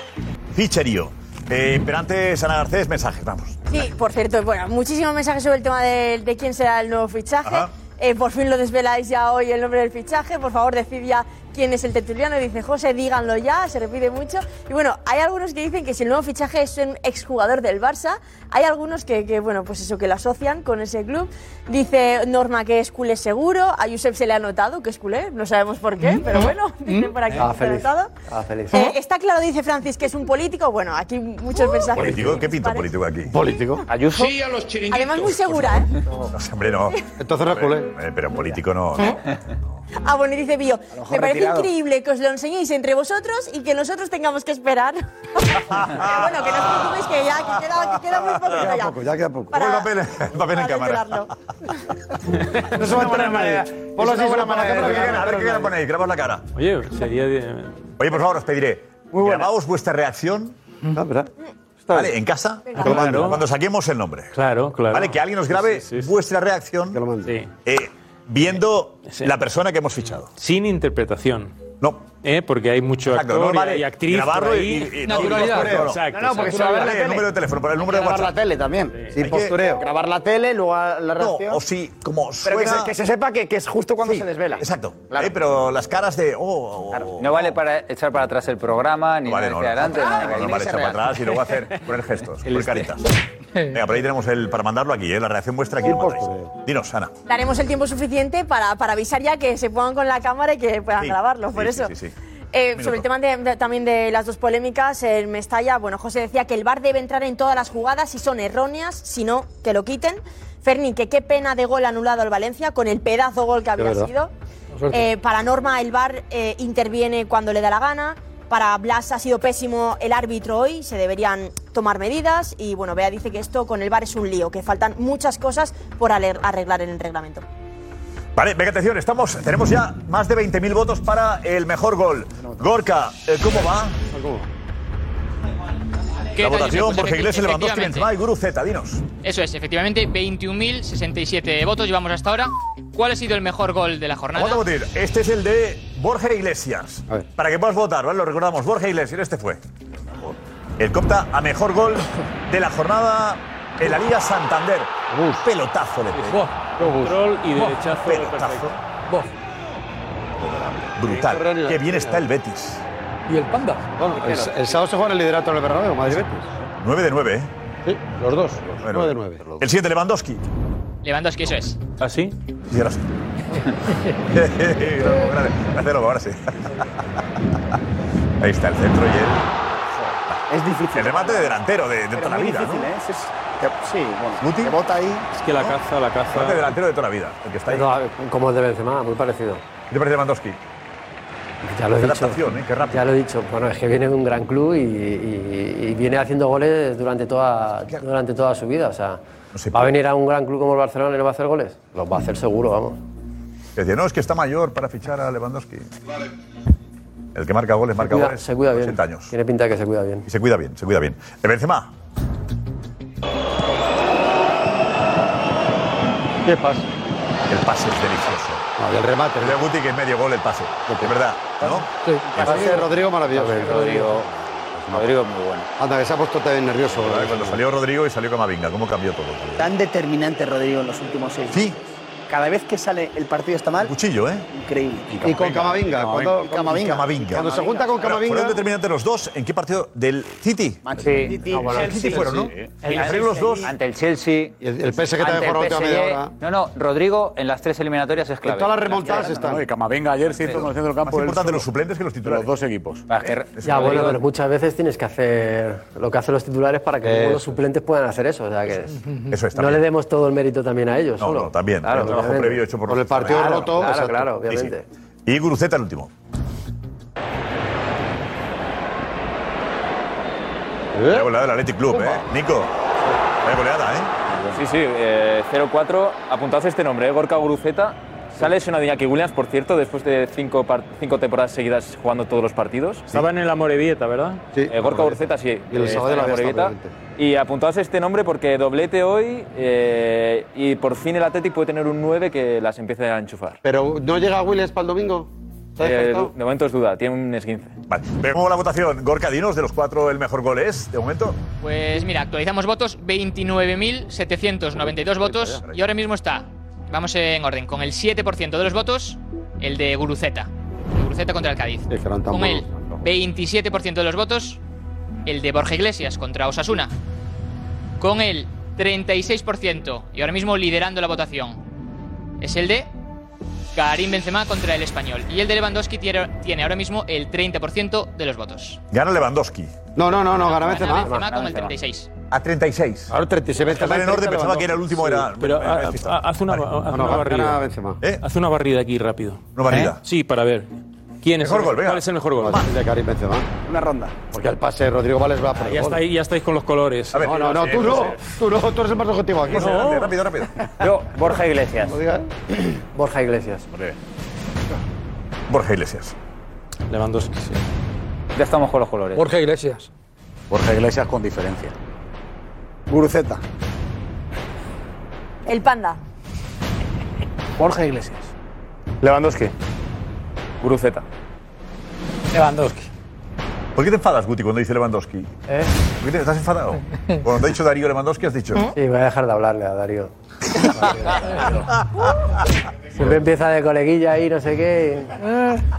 S4: ficherío. Eh, pero antes, Ana Garcés, mensajes, vamos.
S9: Sí, por cierto, bueno, muchísimos mensajes sobre el tema de, de quién será el nuevo fichaje.
S4: Ajá.
S9: Eh, por fin lo desveláis ya hoy el nombre del fichaje. Por favor, decid ya quién es el tertuliano. Dice José, díganlo ya, se repite mucho. Y bueno, hay algunos que dicen que si el nuevo fichaje es un exjugador del Barça, hay algunos que, que, bueno, pues eso, que lo asocian con ese club. Dice Norma que es culé seguro. A Josep se le ha notado que es culé, no sabemos por qué,
S4: Mm.
S9: pero bueno, dicen por aquí
S5: Ah,
S9: que se le ha
S5: feliz.
S9: notado.
S5: Ah, feliz.
S9: Eh, está claro, dice Francis, que es un político. Bueno, aquí muchos mensajes.
S4: Uh. ¿Político? ¿Qué pinta político aquí? ¿Político?
S8: ¿Ayuso?
S4: a los
S9: Además, muy segura, ¿eh?
S4: No, hombre, no. Entonces no culé. pero político no. no.
S9: Ah, bueno, y dice Bio,
S4: mejor
S9: me parece
S4: retirado.
S9: increíble que os lo enseñéis entre vosotros y que nosotros tengamos que esperar. Pero bueno, que no os preocupéis, que ya que queda, que queda muy poquito
S3: Queda
S9: ya.
S3: poco, ya queda poco.
S9: Para-
S4: Pon el papel, el papel en cámara.
S9: Esperarlo.
S4: No se va a enterar nadie. Ponlo así solo para la cámara. que gana, A ver qué gana ponéis. Grabamos la cara.
S21: Oye, sería.
S4: Oye, por favor, os pediré. Grabaos vuestra reacción.
S21: Ah,
S4: Vale, en casa.
S21: Venga. Te lo mando.
S4: Cuando saquemos el nombre.
S21: Claro, claro.
S4: Vale, que alguien nos grabe vuestra reacción. eh, viendo la persona que hemos fichado.
S21: Sin interpretación.
S4: No.
S21: ¿Eh? Porque hay mucho
S4: Exacto, no
S21: actor
S4: vale
S21: y actriz.
S4: grabarlo
S21: por
S4: y-
S21: ahí.
S4: y- y- Naturalidad.
S21: postureo.
S4: No,
S21: Exacto.
S4: no, porque se va a ver la Vale, tele. número de teléfono, por el número de
S5: Grabar
S4: WhatsApp.
S5: la tele también.
S4: Hay que-
S5: Sin postureo. Grabar la tele, luego la reacción.
S4: o sí, como
S5: Pero que
S4: suena-
S5: se, que se sepa que, que es justo cuando se desvela.
S4: Exacto. Eh, pero las caras de. Oh,
S8: No vale para echar para atrás el programa ni
S4: Vale,
S8: nada
S4: no,
S8: hacia
S4: no,
S8: adelante.
S4: no,
S8: nada, que
S4: no, no
S8: tiene
S4: vale
S8: que
S4: echar
S8: ser
S4: para
S8: real.
S4: atrás y luego hacer poner gestos, poner caritas. Venga, por ahí tenemos el para mandarlo aquí, ¿eh? la reacción vuestra aquí. Dinos, Ana.
S9: Daremos el tiempo suficiente para, para avisar ya que se pongan con la cámara y que puedan
S4: Sí,
S9: grabarlo, por
S4: sí,
S9: eso.
S4: Sí, sí, sí.
S9: Eh,
S4: Minuto.
S9: sobre el tema de- de- también de las dos polémicas, en Mestalla, bueno, José decía que el VAR debe entrar en todas las jugadas si son erróneas, si no, que lo quiten. Ferni, que qué pena de gol anulado al Valencia con el pedazo gol que
S3: Es
S9: había
S3: verdad.
S9: sido.
S3: Con suerte.
S9: Eh, para Norma, el VAR eh, interviene cuando le da la gana. Para Blas ha sido pésimo el árbitro hoy, se deberían tomar medidas. Y bueno, Bea dice que esto con el VAR es un lío, que faltan muchas cosas por ale- arreglar en el reglamento.
S4: Vale, venga, atención, estamos, tenemos ya más de 20.000 votos para el mejor gol. Gorka, eh, ¿cómo va? La votación,
S16: Josep?
S4: Borja Iglesias, Lewandowski,
S16: Efectivamente.
S4: Benzema y Guru Z, dinos.
S16: Eso es, efectivamente, 21.067 votos llevamos hasta ahora. ¿Cuál ha sido el mejor gol de la jornada?
S4: Vamos a votar. Este es el de Borja Iglesias. Para que puedas votar, ¿vale? Lo recordamos. Borja Iglesias, este fue. El copta a mejor gol de la jornada en la Liga Santander. Pelotazo de Control
S21: y derechazo
S4: Pelotazo. Brutal. Qué bien está el Betis.
S25: ¿Y el panda?
S3: el, el sábado se juega en el liderato del Bernabéu, Madrid-Betis.
S4: 9 de 9, ¿eh?
S3: Sí, los dos. 9 de 9.
S4: El siguiente, Lewandowski.
S16: Lewandowski, eso es.
S5: ¿Ah,
S4: ¿Así? Y ahora sí. Gracias, gracias, Lobo, ahora sí. Ahí está el centro y el. Es difícil. El
S7: ¿eh?
S4: remate de delantero de, de toda la vida,
S5: ¿eh?
S4: ¿no?
S5: Sí, bueno.
S4: Muti.
S5: Bota ahí.
S21: Es que la caza, la caza.
S4: Remate de delantero de toda la vida, el que está ahí.
S7: Como el de Benzema, muy parecido.
S4: ¿Qué te parece Lewandowski?
S7: Ya lo he
S4: Qué
S7: dicho.
S4: adaptación, ¿eh? Qué
S7: Ya lo he dicho. Bueno, es que viene de un gran club y, y- y viene haciendo goles durante toda, durante toda su vida. O sea, ¿va a venir a un gran club como el Barcelona y no va a hacer goles? Los va a hacer seguro, vamos.
S4: Que decía, no, es que está mayor para fichar a Lewandowski. El que marca goles, marca
S7: cuida-
S4: goles.
S7: se cuida bien.
S4: 80 años.
S7: Tiene pinta de que se cuida bien.
S4: Y se cuida bien, se cuida bien. El Benzema.
S3: ¿Qué pasa?
S4: El pase es delicioso.
S3: y el remate.
S4: El de Guti que es medio gol el pase. De verdad, ¿no?
S3: Sí. Pase de Rodrigo maravilloso.
S4: Rodrigo.
S8: Rodrigo es muy bueno.
S3: Anda, que se ha puesto también nervioso.
S4: Cuando salió Rodrigo y salió Camavinga, ¿cómo cambió todo?
S5: Tan determinante Rodrigo en los últimos seis.
S4: Sí.
S5: Cada vez que sale el partido está mal.
S4: Cuchillo, ¿eh?
S5: Increíble.
S3: Y con Camavinga. Cuando,
S5: Y Camavinga.
S4: Camavinga.
S3: Cuando se junta con
S4: Pero ¿Fueron
S3: Camavinga.
S4: determinantes los dos? ¿En qué partido? ¿Del City?
S8: Sí.
S4: No, bueno, el City fueron, ¿no?
S8: El,
S4: Al final los dos.
S8: Ante el Chelsea.
S3: el, PSG también
S8: ante el
S3: por otra media
S8: PSG.
S3: hora.
S8: No, no, Rodrigo en las tres eliminatorias es clave.
S3: En todas las remontadas
S8: está.
S3: están. No, y
S8: Camavinga ayer
S3: se hizo
S8: con el
S3: centro del campo
S8: Más
S3: él
S8: importante
S4: los suplentes que los titulares.
S8: Los dos equipos.
S7: Ya, bueno, pero muchas veces tienes que hacer lo que hacen los titulares para que luego
S8: Eso
S7: los suplentes puedan hacer eso. O sea que
S4: Eso está
S7: no
S4: bien.
S7: le demos todo el mérito también a ellos.
S4: No,
S7: solo.
S4: no, también.
S7: Claro,
S4: el trabajo
S7: obviamente.
S4: previo hecho por,
S7: Por el
S4: los
S7: partido
S4: jugadores.
S7: roto, Claro,
S4: Exacto.
S7: claro,
S4: Sí, sí.
S7: obviamente.
S4: Y Guruceta el último. La goleada del Athletic Club, ¿eh? Nico. Vaya goleada, ¿eh?
S21: Sí, sí, eh, 0-4. Apuntaos este nombre, eh, Gorka Guruceta. Sale lesionado Iñaki Williams, por cierto, después de cinco, par- cinco temporadas seguidas jugando todos los partidos.
S5: Estaba en el Amorebieta, ¿verdad?
S21: Sí. Gorka Guruceta, sí.
S5: Y el
S21: eh,
S5: sábado
S21: está
S5: la
S21: en
S5: había estado
S21: Amorebieta. Y apuntaos este nombre porque doblete hoy eh, y por fin el Atlético puede tener un 9 que las empiece a enchufar.
S3: Pero no llega Williams para el domingo. ¿Está
S21: Eh,
S3: descartado?
S21: de momento es duda, tiene un esguince.
S4: Vale, vemos la votación. Gorka, dinos, de los cuatro, el mejor gol es, de momento.
S16: Pues mira, actualizamos votos, 29.792 votos y ahora mismo está, vamos en orden, con el 7% de los votos, el de Guruceta. Guruceta contra el Cádiz.
S3: Es que eran tan
S16: Con
S3: malos.
S16: el 27% de los votos, el de Borja Iglesias contra Osasuna. Con el 36% y ahora mismo liderando la votación es el de Karim Benzema contra el español. Y el de Lewandowski tiene tiene ahora mismo el 30% de los votos.
S4: Gana Lewandowski.
S3: No, no, no, no, gana Benzema.
S16: Benzema con el 36.
S4: A 36.
S3: Ahora 36 Benzema.
S4: Estaba en orden, pensaba que era el último,
S5: Sí,
S4: era.
S5: Pero
S4: era-
S5: ha- ha- haz una, haz una
S4: gana
S5: barrida.
S4: Benzema.
S21: ¿Eh?
S5: Haz una barrida aquí rápido.
S4: ¿Una barrida?
S5: ¿Eh? Sí, para ver. ¿Quién es
S3: Mejor
S5: el,
S3: gol, venga.
S5: ¿Cuál es el mejor gol?
S3: El de Karim Benzema.
S19: Una ronda.
S3: Porque al pase de Rodrigo Valles va por
S5: Ah,
S3: el
S5: ya,
S3: gol.
S5: estáis, ya estáis con los colores.
S3: no, no, no, tú no. Tú no, tú eres el más objetivo aquí.
S5: José, adelante,
S4: rápido, rápido.
S21: Yo, Borja Iglesias.
S7: Borja Iglesias.
S4: Borja Iglesias.
S5: Lewandowski, sí.
S21: Ya estamos con los colores.
S12: Borja Iglesias.
S14: Borja Iglesias con diferencia.
S19: Guruceta.
S9: El panda.
S14: Borja Iglesias. Lewandowski.
S21: Guruceta.
S14: Lewandowski.
S4: ¿Por qué te enfadas, Guti, cuando dice Lewandowski?
S14: ¿Eh?
S4: ¿Por qué te estás enfadado? Cuando te ha dicho Darío Lewandowski, has dicho.
S7: Sí, voy a dejar de hablarle a Darío. Siempre empieza de coleguilla y no sé qué.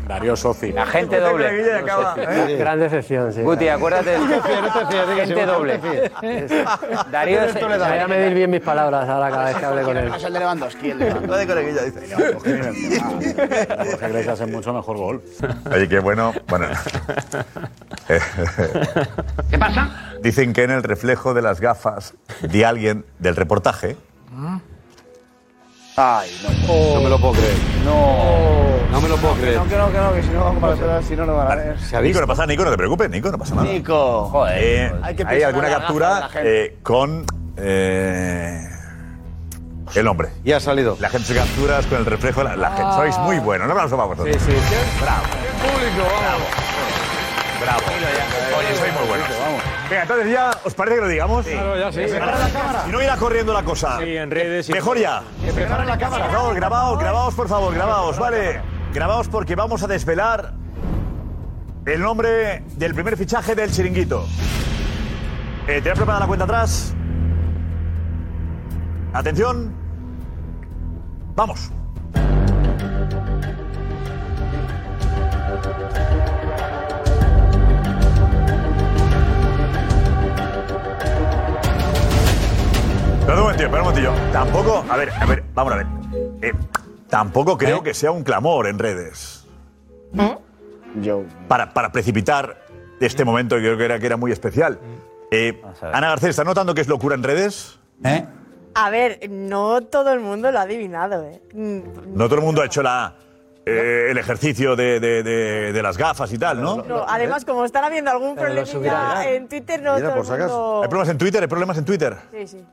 S14: Darío Sofi.
S7: La
S21: gente doble.
S19: ¿eh?
S7: Gran decepción, sí.
S21: Guti, acuérdate de
S7: No te fíes,
S21: no te fíes,
S7: Gente
S21: diga, sí, no te
S7: doble.
S21: fíes.
S7: Es-
S21: Darío
S7: Voy
S21: es-
S7: a medir bien mis palabras ahora cada vez que hable con él.
S19: Es el de Lewandowski. El de
S14: Lo de Coreguilla, dice. Borja Iglesias es mucho mejor gol.
S4: Oye, qué bueno. Bueno.
S14: ¿Qué pasa?
S4: Dicen que en el reflejo de las gafas de alguien del reportaje.
S14: Ay, no.
S3: No me lo puedo creer.
S14: No.
S3: No me lo puedo creer.
S19: No, que no, que no, que si no vamos para atrás, si no, no van a ver.
S4: Nico, no pasa, Nico, no te preocupes, Nico, no pasa nada.
S19: Nico.
S4: Joder. Eh,
S19: Hay
S4: hay,
S19: que pensar
S4: alguna
S19: en la gafa de
S4: captura
S19: la gente.
S4: eh, con. eh, el hombre.
S3: Y ha salido.
S4: La gente se capturas con el reflejo. de La, la gente. Sois muy buenos. Un aplauso para vosotros.
S5: sí.
S4: Bravo. Bravo. Oye, sois muy buenos. Venga, entonces ya, ¿os parece que lo digamos? Claro,
S5: ya sí.
S4: Si no irá corriendo la cosa.
S5: Sí, en redes. y-
S4: Mejor ya. Prepara la cámara. Por favor, grabaos, grabaos, por favor, grabaos, vale. Grabaos porque vamos a desvelar el nombre del primer fichaje del chiringuito. Eh, ¿Te has preparado la cuenta atrás? Atención. Vamos. Espera un momentillo, espera un momentillo. Tampoco, a ver, a ver, vamos a ver. Eh, tampoco
S7: ¿Eh?
S4: creo que sea un clamor en redes.
S9: ¿Eh?
S4: Yo. Para, para precipitar este momento que creo que era, que era muy especial.
S7: Mm.
S4: Eh, Ana Garcés, ¿estás notando que es locura en redes?
S9: A ver, no todo el mundo lo ha adivinado, ¿eh? Mm,
S4: No todo el mundo ha hecho la, eh, el ejercicio de, de- de- de las gafas y tal, ¿no?
S9: No,
S7: Eh,
S9: además, como están habiendo algún
S4: Pero lo
S9: problemilla
S4: subirá.
S9: en Twitter, no todo el mundo...
S4: Hay problemas en Twitter, hay problemas en Twitter.
S9: Sí, sí.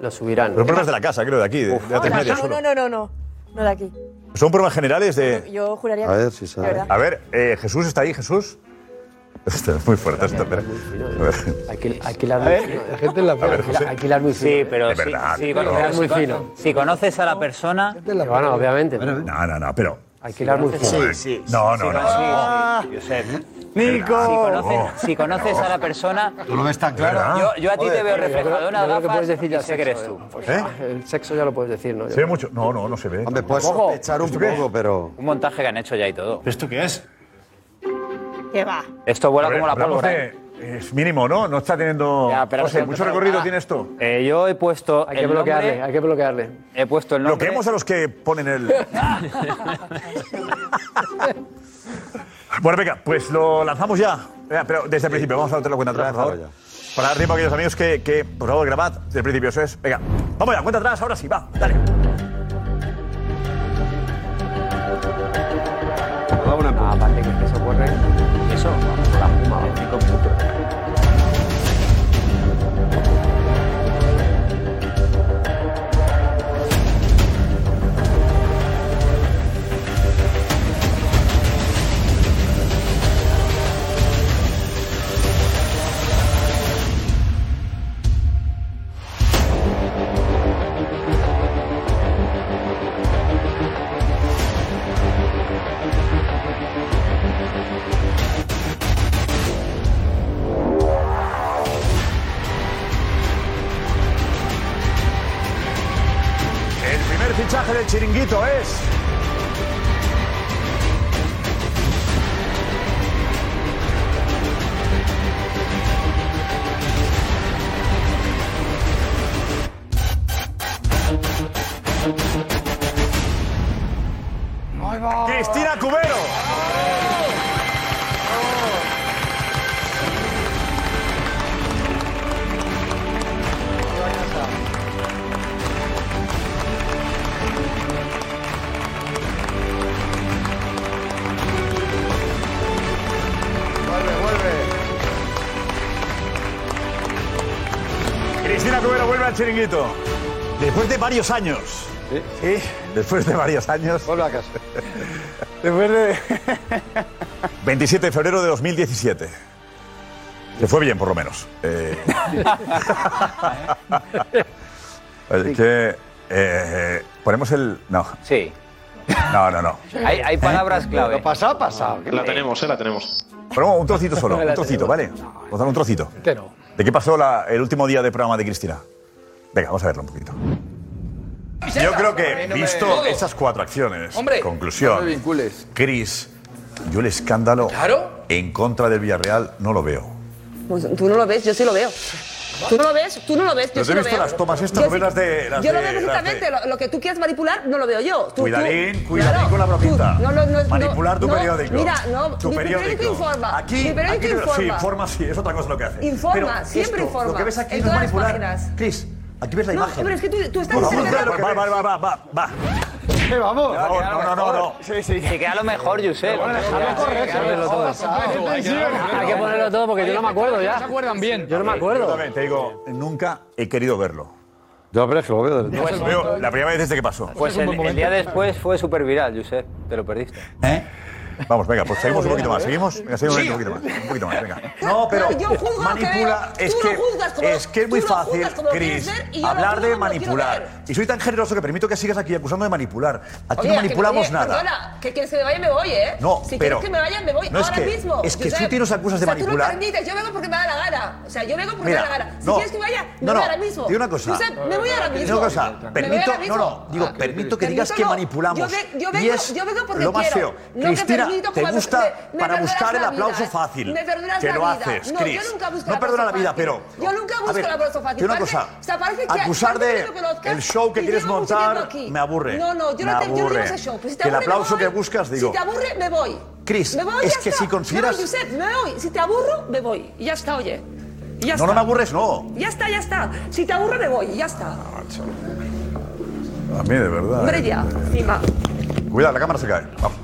S7: Lo subirán.
S4: Pero problemas de la casa, creo, de aquí, de, de ATM,
S9: No,
S4: solo.
S9: no, no, no, no. No de aquí.
S4: Son pruebas generales de.
S9: Yo juraría
S4: A
S9: que-
S4: ver si
S9: de verdad.
S4: A ver, eh, Jesús está ahí, Jesús. Está Este muy fuerte esto, espera. A ver.
S7: Aquí, aquí la la gente en la Alquilar muy fino.
S21: Sí, pero
S4: De
S21: sí,
S4: verdad,
S21: sí,
S4: de
S21: conoces-
S4: verdad.
S21: si cono- Si conoces a la persona.
S7: Bueno, obviamente.
S4: No, no, no, pero.
S7: Alquilar muy fino.
S4: Joder. No, no, no.
S21: Sí, sí, Josep. Si conoces, si conoces a la persona.
S3: Tú lo ves tan claro.
S21: Yo, yo a ti te
S7: Joder, yo
S21: veo
S7: creo-
S21: reflejado en las
S7: yo creo que
S21: gafas.
S7: puedes decir ya
S21: y sé que eres
S7: sexo,
S21: tú.
S7: ¿Eh? El sexo ya lo puedes decir, ¿no?
S4: ¿Se ve mucho? No, no, no se ve.
S3: Hombre, puedes
S21: Ojo.
S3: sospechar un
S21: ¿Esto qué es?
S3: poco, pero.
S21: Un montaje que han hecho ya y todo.
S3: ¿Esto qué es?
S9: ¿Qué va?
S21: Esto vuela
S4: A ver,
S21: como la
S4: hablamos
S21: pólvora. ¿eh?
S4: de- Es mínimo, ¿no? No está teniendo.
S21: Ya, pero
S4: José,
S21: nosotros-
S4: mucho recorrido
S21: Ah.
S4: tiene esto.
S21: Eh, yo he puesto.
S7: Hay que bloquearle, hay que bloquearle.
S21: He puesto el nombre.
S4: Bloqueemos a los que ponen el. bueno, venga, pues lo lanzamos ya. Venga, pero desde el principio, vamos a hacer la cuenta atrás, por favor. Para dar tiempo a aquellos amigos que, que, por favor, grabad desde el principio, eso es. Venga, vamos ya, cuenta atrás, ahora sí, va, dale.
S7: Ah, aparte que eso corre. Eso, vamos, la fuma, 25 minutos.
S4: primer fichaje del chiringuito es. Cristina Cubero. Cristina Cubero vuelve al chiringuito. Después de varios años. Sí. Después de varios años. Vuelve a casa.
S19: Después de.
S4: 27 de febrero de 2017. Se fue bien, por lo menos. Eh, así que. eh, eh, Ponemos el. No.
S8: Sí.
S4: No, no, no.
S8: Hay, hay palabras clave.
S4: Lo pasado, pasado.
S30: La tenemos, eh, la tenemos.
S4: Ponemos un trocito solo, un trocito, ¿vale? Gonzalo, un trocito. ¿De qué pasó la- el último día de programa de Cristina? Venga, vamos a verlo un poquito. Yo creo que, visto esas cuatro acciones,
S17: Hombre, no me
S4: conclusión,
S17: vincules.
S4: Cris, yo el escándalo
S17: Claro.
S4: en contra del Villarreal no lo veo.
S20: Pues tú no lo ves, yo sí lo veo. Tú no lo ves, tú no lo ves, yo
S4: Pero
S20: sí
S4: he
S20: lo
S4: visto
S20: veo.
S4: las tomas estas,
S20: Yo
S4: no ves las de... las
S20: Yo lo veo
S4: de- las de-
S20: perfectamente, lo, lo que tú quieres manipular no lo veo yo. Tú- tú-
S4: Cuidadín, cuidadín
S20: Claro,
S4: con la bromita.
S20: tú- no, no, no, no,
S4: Manipular tu
S20: no,
S4: periódico.
S20: Mira, no,
S4: tu
S20: mi
S4: periódico.
S20: informa.
S4: Aquí,
S20: mi periódico
S4: aquí no-
S20: informa.
S4: Sí, informa, sí, es otra cosa lo que hace.
S20: Informa,
S4: Pero
S20: siempre
S4: esto,
S20: informa.
S4: Lo que ves aquí
S20: en
S4: no es
S20: todas
S4: manipular.
S20: las páginas.
S4: Cris, aquí ves la
S20: No,
S4: imagen.
S20: pero es que tú, tú estás
S4: Vamos,
S20: interpretando-
S4: vamos, va, va, va, va, va.
S17: Eh, vamos.
S4: No, no, no, no, no.
S17: Sí, sí. Que queda lo mejor, Yusef.
S21: ¿eh?
S7: Hay que ponerlo todo porque yo no me acuerdo ya. se acuerdan bien. Yo no me
S4: Yo
S7: acuerdo.
S4: también te digo, nunca he querido verlo.
S3: Yo, pero es que lo veo desde
S4: Pues veo la primera vez desde que pasó.
S8: Pues el, el día después fue súper viral, Josep. Te lo perdiste.
S3: ¿Eh?
S4: Vamos, venga, pues seguimos un poquito
S7: ¿eh?
S4: más. Seguimos, venga, seguimos un poquito más. Un poquito más, venga. No, pero
S20: Claro, yo juzgo lo que
S4: manipula
S20: veo.
S4: es
S20: Tú
S4: que,
S20: lo juzgas como-
S4: es que es muy
S20: tú lo
S4: fácil,
S20: juzgas como lo quieres
S4: Chris,
S20: ver y yo lo
S4: hablar
S20: juzgo
S4: de
S20: como lo quiero
S4: manipular. Y soy tan generoso que permito que sigas aquí acusando de manipular.
S20: Oye,
S4: Aquí no
S20: que me-
S4: manipulamos
S20: oye,
S4: nada.
S20: Perdona, que quieres que me vaya, me voy, ¿eh?
S4: No,
S20: si
S4: pero-
S20: quieres que me vaya, me voy
S4: no, es
S20: ahora
S4: que-
S20: mismo.
S4: es que
S20: Josep.
S4: tú tienes acusas de
S20: o sea,
S4: manipular.
S20: Tú no permites, yo vengo porque me da la gana. O sea, yo vengo porque
S4: Mira,
S20: me da la gana. Si
S4: no,
S20: quieres que me vaya, me
S4: no,
S20: voy
S4: no,
S20: ahora mismo.
S4: digo una cosa.
S20: Josep, me voy ahora
S4: Digo
S20: mismo.
S4: una
S20: Me
S4: cosa,
S20: voy
S4: permito-
S20: ahora
S4: no, no,
S20: mismo. Ah,
S4: digo, permito que digas
S20: Permito
S4: que
S20: no.
S4: manipulamos.
S20: Yo, ve- yo
S4: Y
S20: vengo,
S4: es
S20: yo vengo porque
S4: lo más
S20: quiero.
S4: feo.
S20: No
S4: Cristina,
S20: que permito
S4: te
S20: como-
S4: gusta
S20: me- me
S4: para
S20: perdonas
S4: buscar
S20: la
S4: el aplauso
S20: vida. ¿eh?
S4: fácil,
S20: Me perdonas
S4: que
S20: la
S4: lo
S20: vida.
S4: haces,
S20: no,
S4: Chris.
S20: Yo nunca busco
S4: No
S20: el
S4: perdona
S20: aplauso
S4: la vida,
S20: fácil.
S4: pero-
S20: Yo nunca
S4: A
S20: busco
S4: ver,
S20: el aplauso fácil.
S4: te digo una
S20: Parece-
S4: cosa.
S20: o sea, parece que-
S4: Acusar
S20: parece que
S4: de
S20: no me conozcas
S4: el show que
S20: y
S4: quieres
S20: llevo mucho
S4: montar,
S20: tiempo aquí.
S4: me aburre.
S20: No, no, yo no te- yo no
S4: Me aburre.
S20: llevo ese show. Pues si te
S4: Que el
S20: aburre, me
S4: aplauso
S20: voy.
S4: que buscas,
S20: Si
S4: digo.
S20: te aburre, me voy.
S4: Cris,
S20: Me voy,
S4: es
S20: ya
S4: que
S20: está.
S4: si consideras-
S20: No, Josep, me voy. Si te aburro, me voy. Y ya está, oye. Y ya
S4: No, no
S20: está.
S4: me aburres, no.
S20: Ya está, ya está. Si te aburro, me voy. Y ya está.
S4: Ah, A mí, de verdad.
S20: Hombre,
S4: eh.
S20: ya. Encima.
S4: Cuidado, la cámara se cae. Vamos.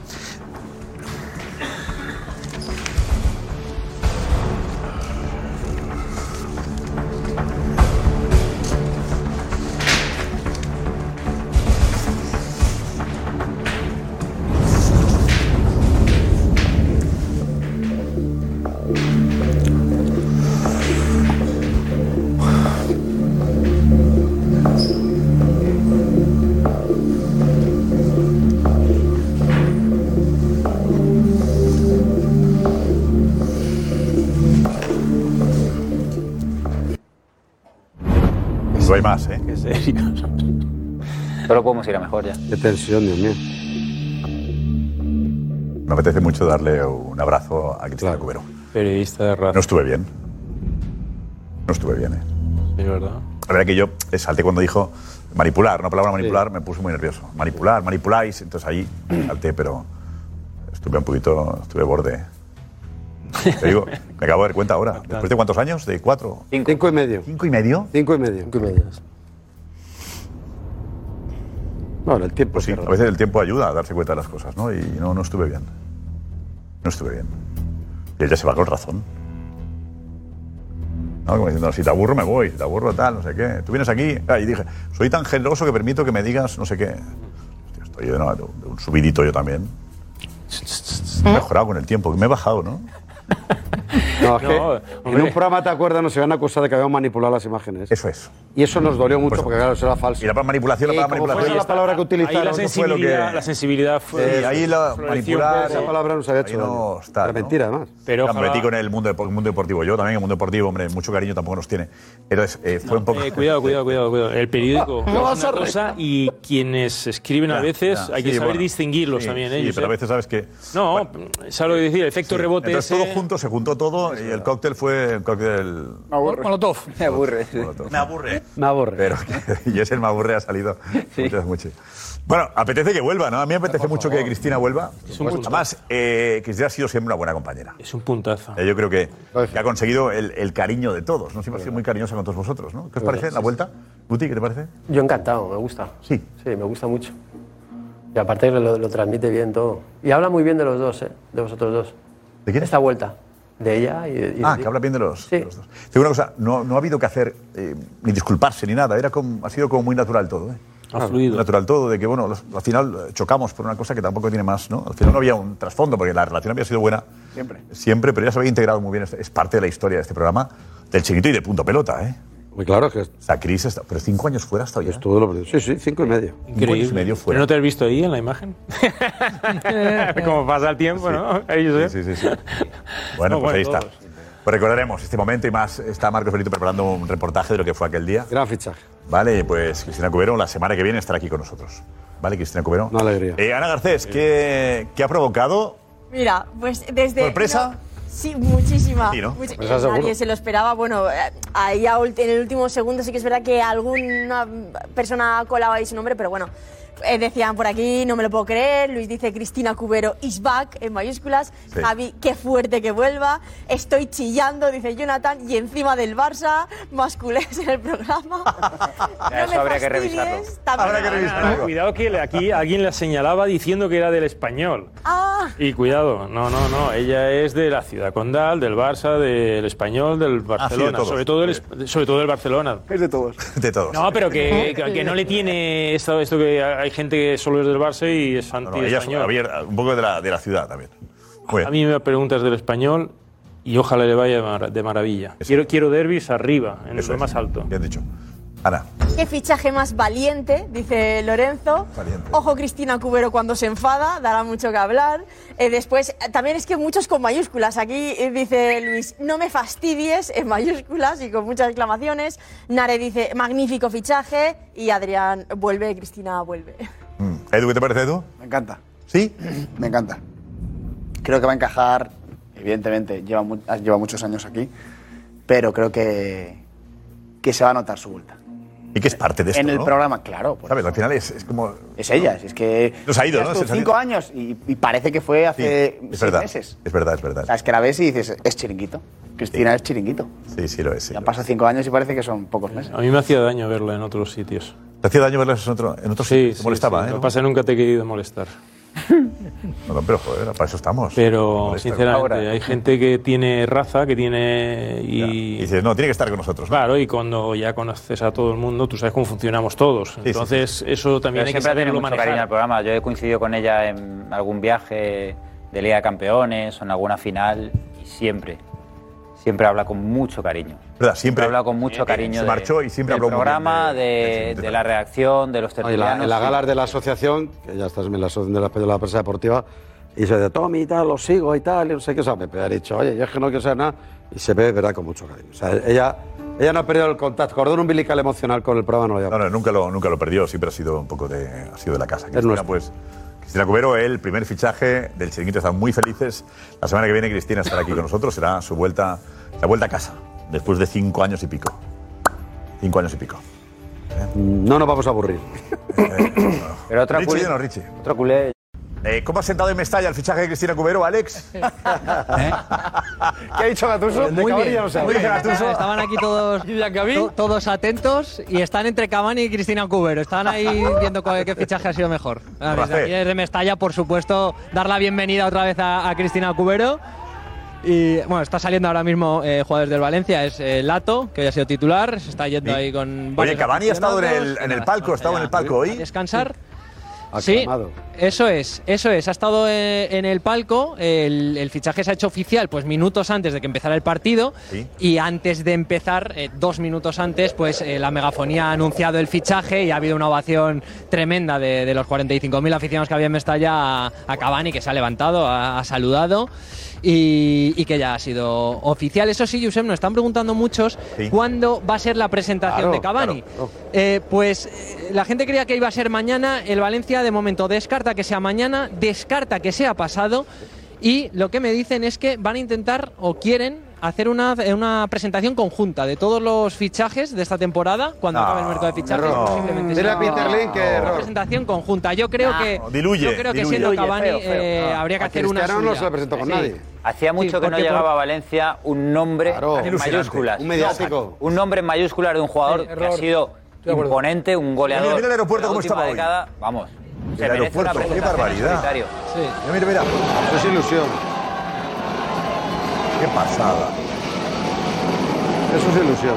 S4: No hay más, ¿eh?
S8: Solo podemos ir a mejor ya.
S3: Qué tensión, Dios mío.
S4: Me apetece mucho darle un abrazo a Cristina Cubero.
S21: Periodista de raza.
S4: No estuve bien. No estuve bien, ¿eh?
S21: Es verdad.
S4: La verdad que yo eh, salté cuando dijo manipular, una palabra manipular, me puse muy nervioso. Manipular, manipuláis, entonces ahí salté, pero estuve un poquito, estuve borde. Te digo, me acabo de dar cuenta ahora. ¿Después de cuántos años? ¿De cuatro?
S3: Cinco. y medio.
S4: ¿Cinco y medio?
S3: Cinco y medio. Cinco y medio. Bueno, el tiempo
S4: Pues sí. A veces el tiempo ayuda a darse cuenta de las cosas, ¿no? Y no, no estuve bien. No estuve bien. Y él ya se va con razón. ¿No? Como diciendo, si te aburro me voy, si te aburro tal, no sé qué. Tú vienes aquí ah, y dije, soy tan generoso que permito que me digas no sé qué. Hostia, estoy de, una- de un subidito yo también. He mejorado con el tiempo, me he bajado, ¿no?
S3: No, es que
S4: No,
S3: en
S4: hombre.
S3: un programa, ¿te acuerdas? Nos iban a acusar de que habíamos manipulado las imágenes.
S4: Eso es.
S3: Y eso nos dolió mucho porque, claro, eso era falso. Y
S4: la manipulación,
S3: la manipulación. la palabra que utilizaron.
S21: Ahí la
S3: eso fue lo que-
S21: sensibilidad, la sensibilidad fue.
S4: Sí, ahí la
S21: floreció,
S4: manipular.
S21: pero-
S4: eh, ahí No está,
S3: Era mentira, además.
S4: Pero
S21: ojalá-
S4: metí con el mundo, dep- mundo deportivo. Yo también, el mundo deportivo, hombre, mucho cariño tampoco nos tiene. Entonces, eh, fue un poco.
S21: Eh, cuidado, cuidado, cuidado, cuidado. El periódico
S4: No
S21: es
S4: vas
S21: una
S4: a re-
S21: cosa y quienes escriben a
S4: Ya,
S21: veces
S4: ya,
S21: hay que
S4: sí,
S21: saber
S4: bueno.
S21: distinguirlos
S4: Sí,
S21: también.
S4: sí,
S21: ¿eh,
S4: pero a
S21: Josep?
S4: veces sabes que.
S21: No, ¿sabes lo que decir? El efecto
S4: Sí.
S21: rebote
S4: Entonces
S21: ese-
S4: todo junto, se juntó todo y el cóctel fue el cóctel.
S25: Molotov.
S4: Me aburre. Me aburre. Me aburre. Pero y es el me aburre ha salido muchas, muchas. Bueno, apetece que vuelva, ¿no? A mí me apetece mucho que Cristina vuelva.
S21: gusto.
S4: Además, eh, Cristina ha sido siempre una buena compañera.
S21: Es un puntazo.
S4: Eh, Yo creo que, que ha conseguido el, el cariño de todos. ¿no? Siempre ha sido muy cariñosa con todos vosotros, ¿no? ¿Qué os parece
S7: Sí,
S4: la
S7: sí.
S4: vuelta? Guti, ¿qué te parece?
S7: Yo encantado, me gusta.
S4: Sí.
S7: Sí, me gusta mucho. Y aparte que lo, lo transmite bien todo. Y habla muy bien de los dos, ¿eh? De vosotros dos.
S4: ¿De quién?
S7: Esta vuelta. De ella y de... y
S4: Ah,
S7: de-
S4: que habla bien de los, de los dos. Te digo una cosa, no, no ha habido que hacer eh, ni disculparse ni nada. Era como- ha sido como muy natural todo. ¿eh?
S21: Ha fluido.
S4: Natural todo, de que bueno, los- al final eh, chocamos por una cosa que tampoco tiene más, ¿no? Al final no había un trasfondo, porque la relación había sido buena
S19: Siempre.
S4: siempre, pero ya se había integrado muy bien. Es- Es parte de la historia de este programa, del chiquito y de punto pelota, ¿eh?
S3: Muy claro que.
S4: O sea, Cris, está- pero cinco años fuera hasta hoy.
S3: Todo lo Sí, sí, cinco y medio.
S4: Increíble. medio
S21: ¿Pero
S4: fuera.
S21: no te has visto ahí en la imagen? Como pasa el tiempo, ¿no? Ahí, Josep.
S4: Sí, sí, sí. Bueno,
S21: No,
S4: pues ahí
S21: bueno,
S4: está. Pues recordaremos este momento y más. Está Marcos Benito preparando un reportaje de lo que fue aquel día.
S3: Gran fichaje.
S4: Vale, pues Cristina Cubero la semana que viene estará aquí con nosotros. Vale, Cristina Cubero. Una alegría. Ana Garcés, ¿qué, qué ha provocado?
S9: Mira, pues desde.
S4: ¿Sorpresa?
S9: no, sí, muchísima.
S4: Sí, ¿no?
S9: Muchi-
S4: Sorpresa seguro.
S9: Nadie se lo esperaba. Bueno, eh, ahí a ult- en el último segundo sí que es verdad que alguna persona colaba ahí su nombre, pero bueno. eh, decían por aquí, no me lo puedo creer. Luis dice Cristina Cubero is back en mayúsculas.
S30: Sí.
S9: Javi, qué fuerte que vuelva. Estoy chillando, dice Jonathan, y encima del Barça, masculés en el programa.
S30: Ya, eso
S9: me
S30: habría que
S9: fastidies,
S30: revisarlo.
S9: también.
S21: Cuidado que le- aquí alguien la señalaba diciendo que era del español.
S9: Ah,
S21: Y cuidado, no, no, no, ella es de la ciudad condal, del Barça, del español, del Barcelona,
S4: Ah, todos.
S21: sobre, todo el, es- sobre todo el Barcelona.
S19: Es de todos.
S4: De todos.
S21: No, pero que, que- que no le tiene esto, esto que hay gente que solo es del Barça y es
S4: No, no, ella es pues.
S21: anti-español.
S4: Javier, un poco de la, de la ciudad también.
S21: a mí me preguntas del español y ojalá le vaya de mar- de maravilla. Quiero, quiero derbis arriba, en
S4: Eso
S21: lo
S4: es.
S21: más alto.
S4: Bien dicho. Ana.
S9: Qué fichaje más valiente, dice Lorenzo. Ojo Cristina Cubero cuando se enfada, dará mucho que hablar. Eh, después, eh, también es que muchos con mayúsculas. Aquí eh, dice Luis, no me fastidies en mayúsculas y con muchas exclamaciones. Nare dice, magnífico fichaje. Y Adrián, vuelve, Cristina, vuelve.
S4: Edu, ¿qué te parece, Edu?
S19: Me encanta.
S4: ¿Sí?
S19: Me encanta. Creo que va a encajar, evidentemente, lleva, mu- lleva muchos años aquí, pero creo que, que se va a notar su vuelta.
S4: Y que es parte de esto,
S19: En el
S4: ¿no?
S19: programa, claro. por
S4: ¿Sabes? Al final es, es como...
S19: Es ella, si es que.
S4: Nos ha ido,
S19: ya
S4: ¿no? Se
S19: estuvo
S4: nos ha
S19: cinco años y, y parece que fue hace
S4: Es
S19: seis
S4: verdad.
S19: meses.
S4: Es verdad, es verdad.
S19: O sea, es que la ves y dices, es chiringuito. Cristina es chiringuito.
S4: Sí, sí lo es.
S19: Ya han pasado cinco años y parece que son pocos meses.
S21: A mí me hacía daño verla en otros sitios.
S4: ¿Te hacía daño verla en otro, en otro
S21: sí,
S4: sitio?
S21: sí,
S4: Te molestaba,
S21: sí.
S4: ¿eh?
S21: Lo que pasa es que nunca te he querido molestar.
S4: No, no, pero joder, para eso estamos.
S21: Pero,
S4: Molesta.
S21: sinceramente,
S4: Ahora.
S21: hay gente que tiene raza, que tiene. Y,
S4: dices, no, tiene que estar con nosotros.
S21: Claro, y cuando ya conoces a todo el mundo, tú sabes cómo funcionamos todos. Entonces, eso también
S8: Pero
S21: hay que
S8: siempre ha tenido
S21: saberlo
S8: mucho cariño
S21: manejar.
S8: al programa. Yo he coincidido con ella en algún viaje de Liga de Campeones o en alguna final y siempre, siempre habla con mucho cariño.
S4: ¿Verdad? Siempre.
S8: habla con mucho
S4: Eh,
S8: cariño
S4: se
S8: de-
S4: marchó y siempre
S8: del
S4: habló muy bien
S8: programa, de, de la reacción, de los
S3: No, y la-
S8: tertulianos.
S3: en la gala de la asociación, que ya estás en la asociación de la, de la prensa deportiva, y se dice, Tommy y tal, lo sigo y tal, y no sé qué, o sea, Pepe ha dicho, oye, yo es que no quiero saber nada, y se ve, verdad, con mucho cariño. O sea, ella, ella no ha perdido el contacto, cordón umbilical emocional con el programa, no lo
S4: No, no, nunca lo, nunca lo perdió, siempre ha sido un poco de, ha sido de la casa.
S3: Es
S4: Cristina,
S3: nuestro.
S4: pues, Cristina Cubero, el primer fichaje del chiringuito, están muy felices. La semana que viene Cristina estará aquí con nosotros, será su vuelta, la vuelta a casa, después de cinco años y pico. Cinco años y pico. ¿Eh?
S3: No nos vamos a aburrir.
S8: Pero otra
S4: Richie,
S8: culé-
S4: no, Richie.
S8: Otro culé.
S4: Eh, ¿Cómo has sentado en Mestalla el fichaje de Cristina Cubero, Alex? ¿Eh?
S19: ¿Qué ha dicho Gatuso?
S4: Muy bien. Muy bien, Gattuso.
S13: Estaban aquí todos, to- todos atentos y están entre Cavani y Cristina Cubero. Estaban ahí viendo cuál- qué fichaje ha sido mejor. Ah,
S4: Rafael.
S13: desde aquí, desde Mestalla, por supuesto, dar la bienvenida otra vez a, a Cristina Cubero. Y bueno, está saliendo ahora mismo eh, jugadores del Valencia, es eh, Lato, que hoy ha sido titular, se está yendo ahí con...
S4: Oye,
S13: varios
S4: Cavani ha estado en
S13: aficionados.
S4: el,
S13: Y
S4: en el
S13: nada,
S4: palco, ha
S13: vamos
S4: estado en
S13: allá
S4: el palco
S13: a
S4: hoy.
S13: descansar. Sí, eso es, eso es. Ha estado eh, en el palco, el, el fichaje se ha hecho oficial pues minutos antes de que empezara el partido y antes de empezar, eh, dos minutos antes, pues eh, la megafonía ha anunciado el fichaje y ha habido una ovación tremenda de, de los 45.000 aficionados que había en Mestalla a, a Cavani, que se ha levantado, ha, ha saludado y, y que ya ha sido oficial. Eso sí, Josep, nos están preguntando muchos cuándo va a ser la presentación
S3: Claro,
S13: de Cavani. Eh, pues eh, la gente creía que iba a ser mañana. El Valencia de momento descarta que sea mañana, descarta que sea pasado. Y lo que me dicen es que van a intentar o quieren hacer una, eh, una presentación conjunta de todos los fichajes de esta temporada cuando
S4: No,
S13: acabe el mercado de fichajes.
S4: Ah, error.
S13: posiblemente
S4: Dile
S13: sea
S4: a Peter Lim que
S13: una
S4: error.
S13: presentación conjunta. Yo creo
S4: Ah,
S8: No,
S13: que
S8: diluye,
S13: yo creo que
S8: diluye.
S13: siendo
S8: Diluye,
S13: Cavani
S8: feo, feo.
S13: eh,
S8: No,
S13: habría que
S8: a
S13: hacer una
S8: Cristiano no
S13: suya.
S8: se la presentó con
S13: Sí.
S8: nadie. Hacía mucho que no
S13: porque por-
S8: llegaba a Valencia un nombre en
S3: Ilusionante.
S8: mayúsculas.
S3: Un mediático.
S8: Un nombre en mayúsculas de un jugador que ha
S3: error.
S8: sido
S3: de acuerdo.
S8: imponente, un goleador.
S4: Mira, mira el aeropuerto
S8: La
S4: cómo
S8: última
S4: estaba hoy.
S8: década, Vamos. Se
S4: El
S8: merece una
S4: aeropuerto, qué
S8: presentación en
S4: barbaridad.
S8: solitario.
S4: Mira, mira, mira. Eso es ilusión. Qué pasada.
S31: Eso es ilusión.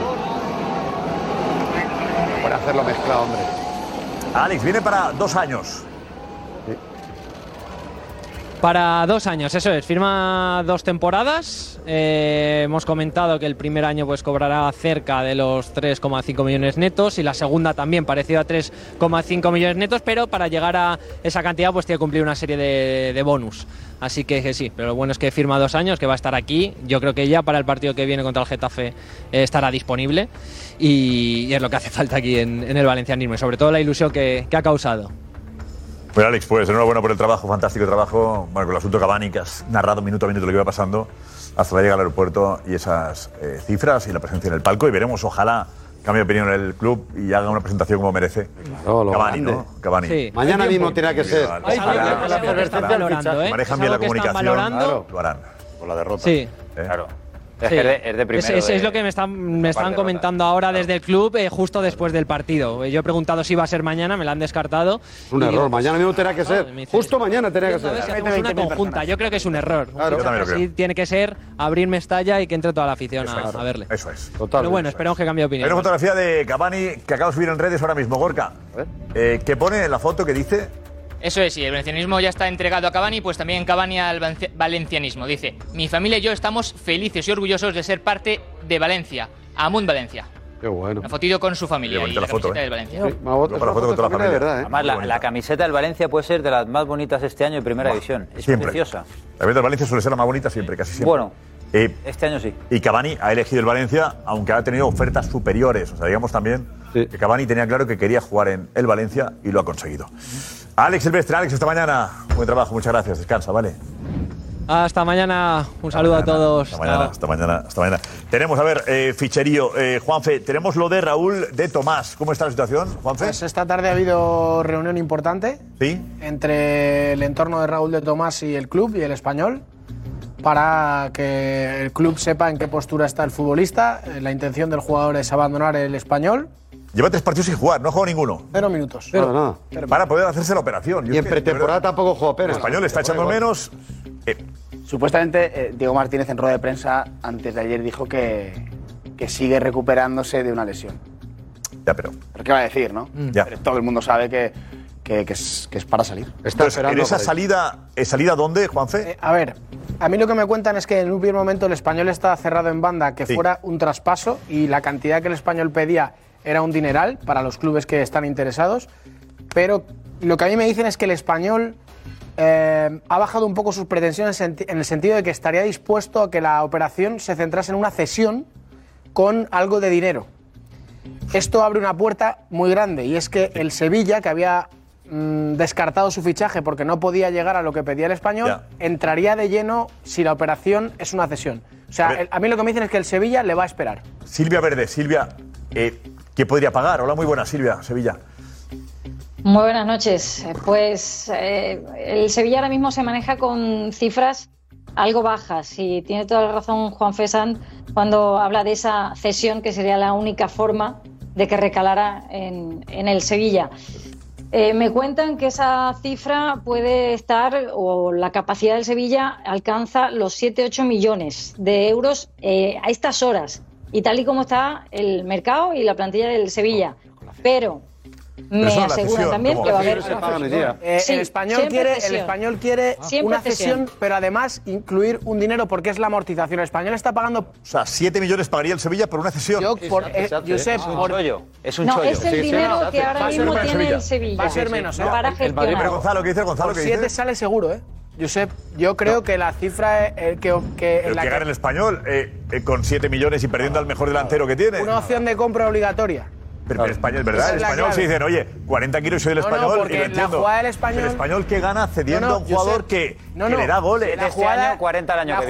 S31: Para hacerlo mezclado, hombre.
S4: Alex, viene para dos años.
S13: Para dos años, eso es. Firma dos temporadas. Eh, hemos comentado que el primer año pues cobrará cerca de los 3,5 millones netos y la segunda también parecido a 3,5 millones netos, pero para llegar a esa cantidad pues tiene que cumplir una serie de, de bonus. Así que, que sí, pero lo bueno es que firma dos años, que va a estar aquí. Yo creo que ya para el partido que viene contra el Getafe eh, estará disponible y, y es lo que hace falta aquí en, en el valencianismo y sobre todo la ilusión que- que ha causado.
S4: Bueno, Alex, pues enhorabuena por el trabajo, fantástico trabajo. Bueno, con el asunto Cavani, que has narrado minuto a minuto lo que iba pasando hasta la llegada al aeropuerto y esas eh, cifras y la presencia en el palco. Y veremos, ojalá cambie de opinión el club y haga una presentación como merece. Cavani, ¿no? Cavani.
S3: Sí. Mañana mismo tiene que ser.
S4: Ojalá,
S3: Hay tiempo,
S4: ojalá.
S3: es algo que están
S4: Ojalá.
S3: valorando, ¿eh?
S4: Manejan
S3: Es
S4: bien la
S3: algo que
S4: comunicación.
S3: están valorando.
S4: Lo harán. Por la derrota.
S13: Sí.
S4: Claro. ¿Eh?
S13: Sí. Es- eh. es- es lo que me están, me están
S4: derrotas.
S13: comentando ahora desde el club, eh, justo después del partido. Eh, Yo he preguntado si iba a ser mañana, me la han descartado.
S3: Es un
S13: Y
S3: error.
S13: digo,
S3: Mañana mismo tendrá que ser. Justo mañana tendrá que
S13: "Entonces, si
S3: ser.
S13: hacemos una conjunta, yo creo que es un error. Un
S3: Claro. Yo también lo
S13: fichaje
S3: creo.
S13: así tiene que ser abrir Mestalla y que entre toda la afición a, a verle.
S4: Eso es.
S13: Pero bueno, esperamos que cambie de
S4: Hay
S13: opinión.
S4: una fotografía de Cavani que acaba de subir en redes ahora mismo, Gorka. Eh, que pone en la foto que dice.
S16: Eso es, y el valencianismo ya está entregado a Cavani, pues también Cavani al vanci- valencianismo. Dice, mi familia y yo estamos felices y orgullosos de ser parte de Valencia, Amun Valencia.
S3: Qué bueno.
S16: Una fotillo con su familia y
S8: bonita
S16: la,
S8: la foto,
S16: camiseta
S8: ¿eh?
S16: del Valencia.
S8: Además, la, la camiseta del Valencia puede ser de las más bonitas este año en Primera División. Es
S4: siempre.
S8: preciosa.
S4: La verdad, Valencia suele ser la más bonita siempre, casi siempre.
S8: Bueno,
S4: Eh,
S8: este año sí.
S4: Y Cavani ha elegido el Valencia, aunque ha tenido ofertas superiores. O sea, digamos también que Cavani tenía claro que quería jugar en el Valencia y lo ha conseguido. Alex Silvestre, Alex, hasta mañana. Buen trabajo, muchas gracias. Descansa, ¿vale?
S13: Hasta mañana, un saludo a todos.
S4: Hasta mañana, hasta mañana, hasta mañana. Tenemos, a ver, eh, ficherío. Eh, Juanfe, tenemos lo de Raúl de Tomás. ¿Cómo está la situación, Juanfe?
S22: Pues esta tarde ha habido reunión importante
S4: Sí.
S22: entre el entorno de Raúl de Tomás y el club y el español para que el club sepa en qué postura está el futbolista. Eh, La intención del jugador es abandonar el español.
S4: Lleva tres partidos sin jugar, no ha jugado ninguno.
S22: Cero minutos.
S4: Para poder hacerse la operación. Yo
S22: Y
S4: es
S22: en
S4: que,
S22: pretemporada
S4: de verdad,
S3: tampoco
S4: El
S3: juega
S4: español está echando menos.
S19: Supuestamente, eh, Diego Martínez en rueda de prensa antes de ayer dijo que, que sigue recuperándose de una lesión.
S4: Ya, pero.
S19: ¿Pero qué va a decir, no?
S3: Mm.
S4: Ya.
S19: Pero todo el mundo sabe que, que- que es, que es para salir.
S4: Entonces, ¿En esa salida, eh, salida dónde, Juanfe?
S22: Eh, A ver, a mí lo que me cuentan es que en un primer momento el español estaba cerrado en banda, que
S4: Sí.
S22: fuera un traspaso y la cantidad que el español pedía era un dineral para los clubes que están interesados. Pero lo que a mí me dicen es que el español eh, ha bajado un poco sus pretensiones en, en el sentido de que estaría dispuesto a que la operación se centrase en una cesión con algo de dinero. Esto abre una puerta muy grande y es que el Sevilla, que había mm, descartado su fichaje porque no podía llegar a lo que pedía el español, entraría de lleno si la operación es una cesión. O sea, el-
S4: A
S22: a,
S4: ver.
S22: mí lo que me dicen es que el Sevilla le va a esperar.
S4: Silvia Verde, Silvia, eh, ¿qué podría pagar? Hola, muy buena, Silvia, Sevilla.
S30: Muy buenas noches. Pues eh, el Sevilla ahora mismo se maneja con cifras algo bajas y tiene toda la razón Juan Fesán cuando habla de esa cesión que sería la única forma de que recalara en, en el Sevilla. Eh, me cuentan que esa cifra puede estar, o la capacidad del Sevilla alcanza los 7-8 millones de euros eh, a estas horas, y tal y como está el mercado y la plantilla del Sevilla. Pero me
S22: eso es la
S30: aseguran
S22: cesión,
S30: también
S22: ¿cómo?
S30: que va a
S22: Cesión
S30: haber.
S22: se pagan hoy día. Eh,
S30: Sí,
S22: el, español
S30: siempre
S22: quiere, el
S30: cesión. Ah.
S22: español quiere
S30: Siempre
S22: una
S30: cesión.
S22: cesión, pero además incluir un dinero porque es la amortización. El español está pagando
S4: O sea, 7 millones pagaría el Sevilla por una cesión.
S22: Yo, por- eh, Josep,
S8: Es un
S22: por-
S8: chollo. Es un
S22: No,
S8: chollo.
S22: es el Sí, sí, dinero no, que ahora
S8: Va a ser
S22: mismo
S8: para
S22: tiene el Sevilla. Va a ser
S8: Sí, sí.
S22: menos, ¿eh?
S8: Para
S22: El Madrid,
S8: gestionar.
S22: pero Gonzalo,
S4: ¿qué dice
S22: Por siete sale seguro, ¿eh? Josep, yo creo que la cifra es el que, que- en
S4: Pero
S22: la
S4: que
S22: que-
S4: gana el español eh, eh, con 7 millones y perdiendo
S22: Ah.
S4: al mejor delantero que tiene.
S22: una opción de compra obligatoria.
S4: Pero el español,
S22: Esa
S4: ¿verdad?
S22: es
S4: El
S22: la
S4: español se
S22: clave.
S4: dicen, oye, 40 kilos soy del
S22: No, no,
S4: español. y lo
S22: porque la
S4: entiendo.
S22: jugada del español-
S4: El español que gana cediendo
S22: No, no,
S4: a un jugador
S22: Josep,
S4: que,
S22: no,
S4: que
S22: no,
S4: le da eh. goles.
S17: Este
S22: La jugada, la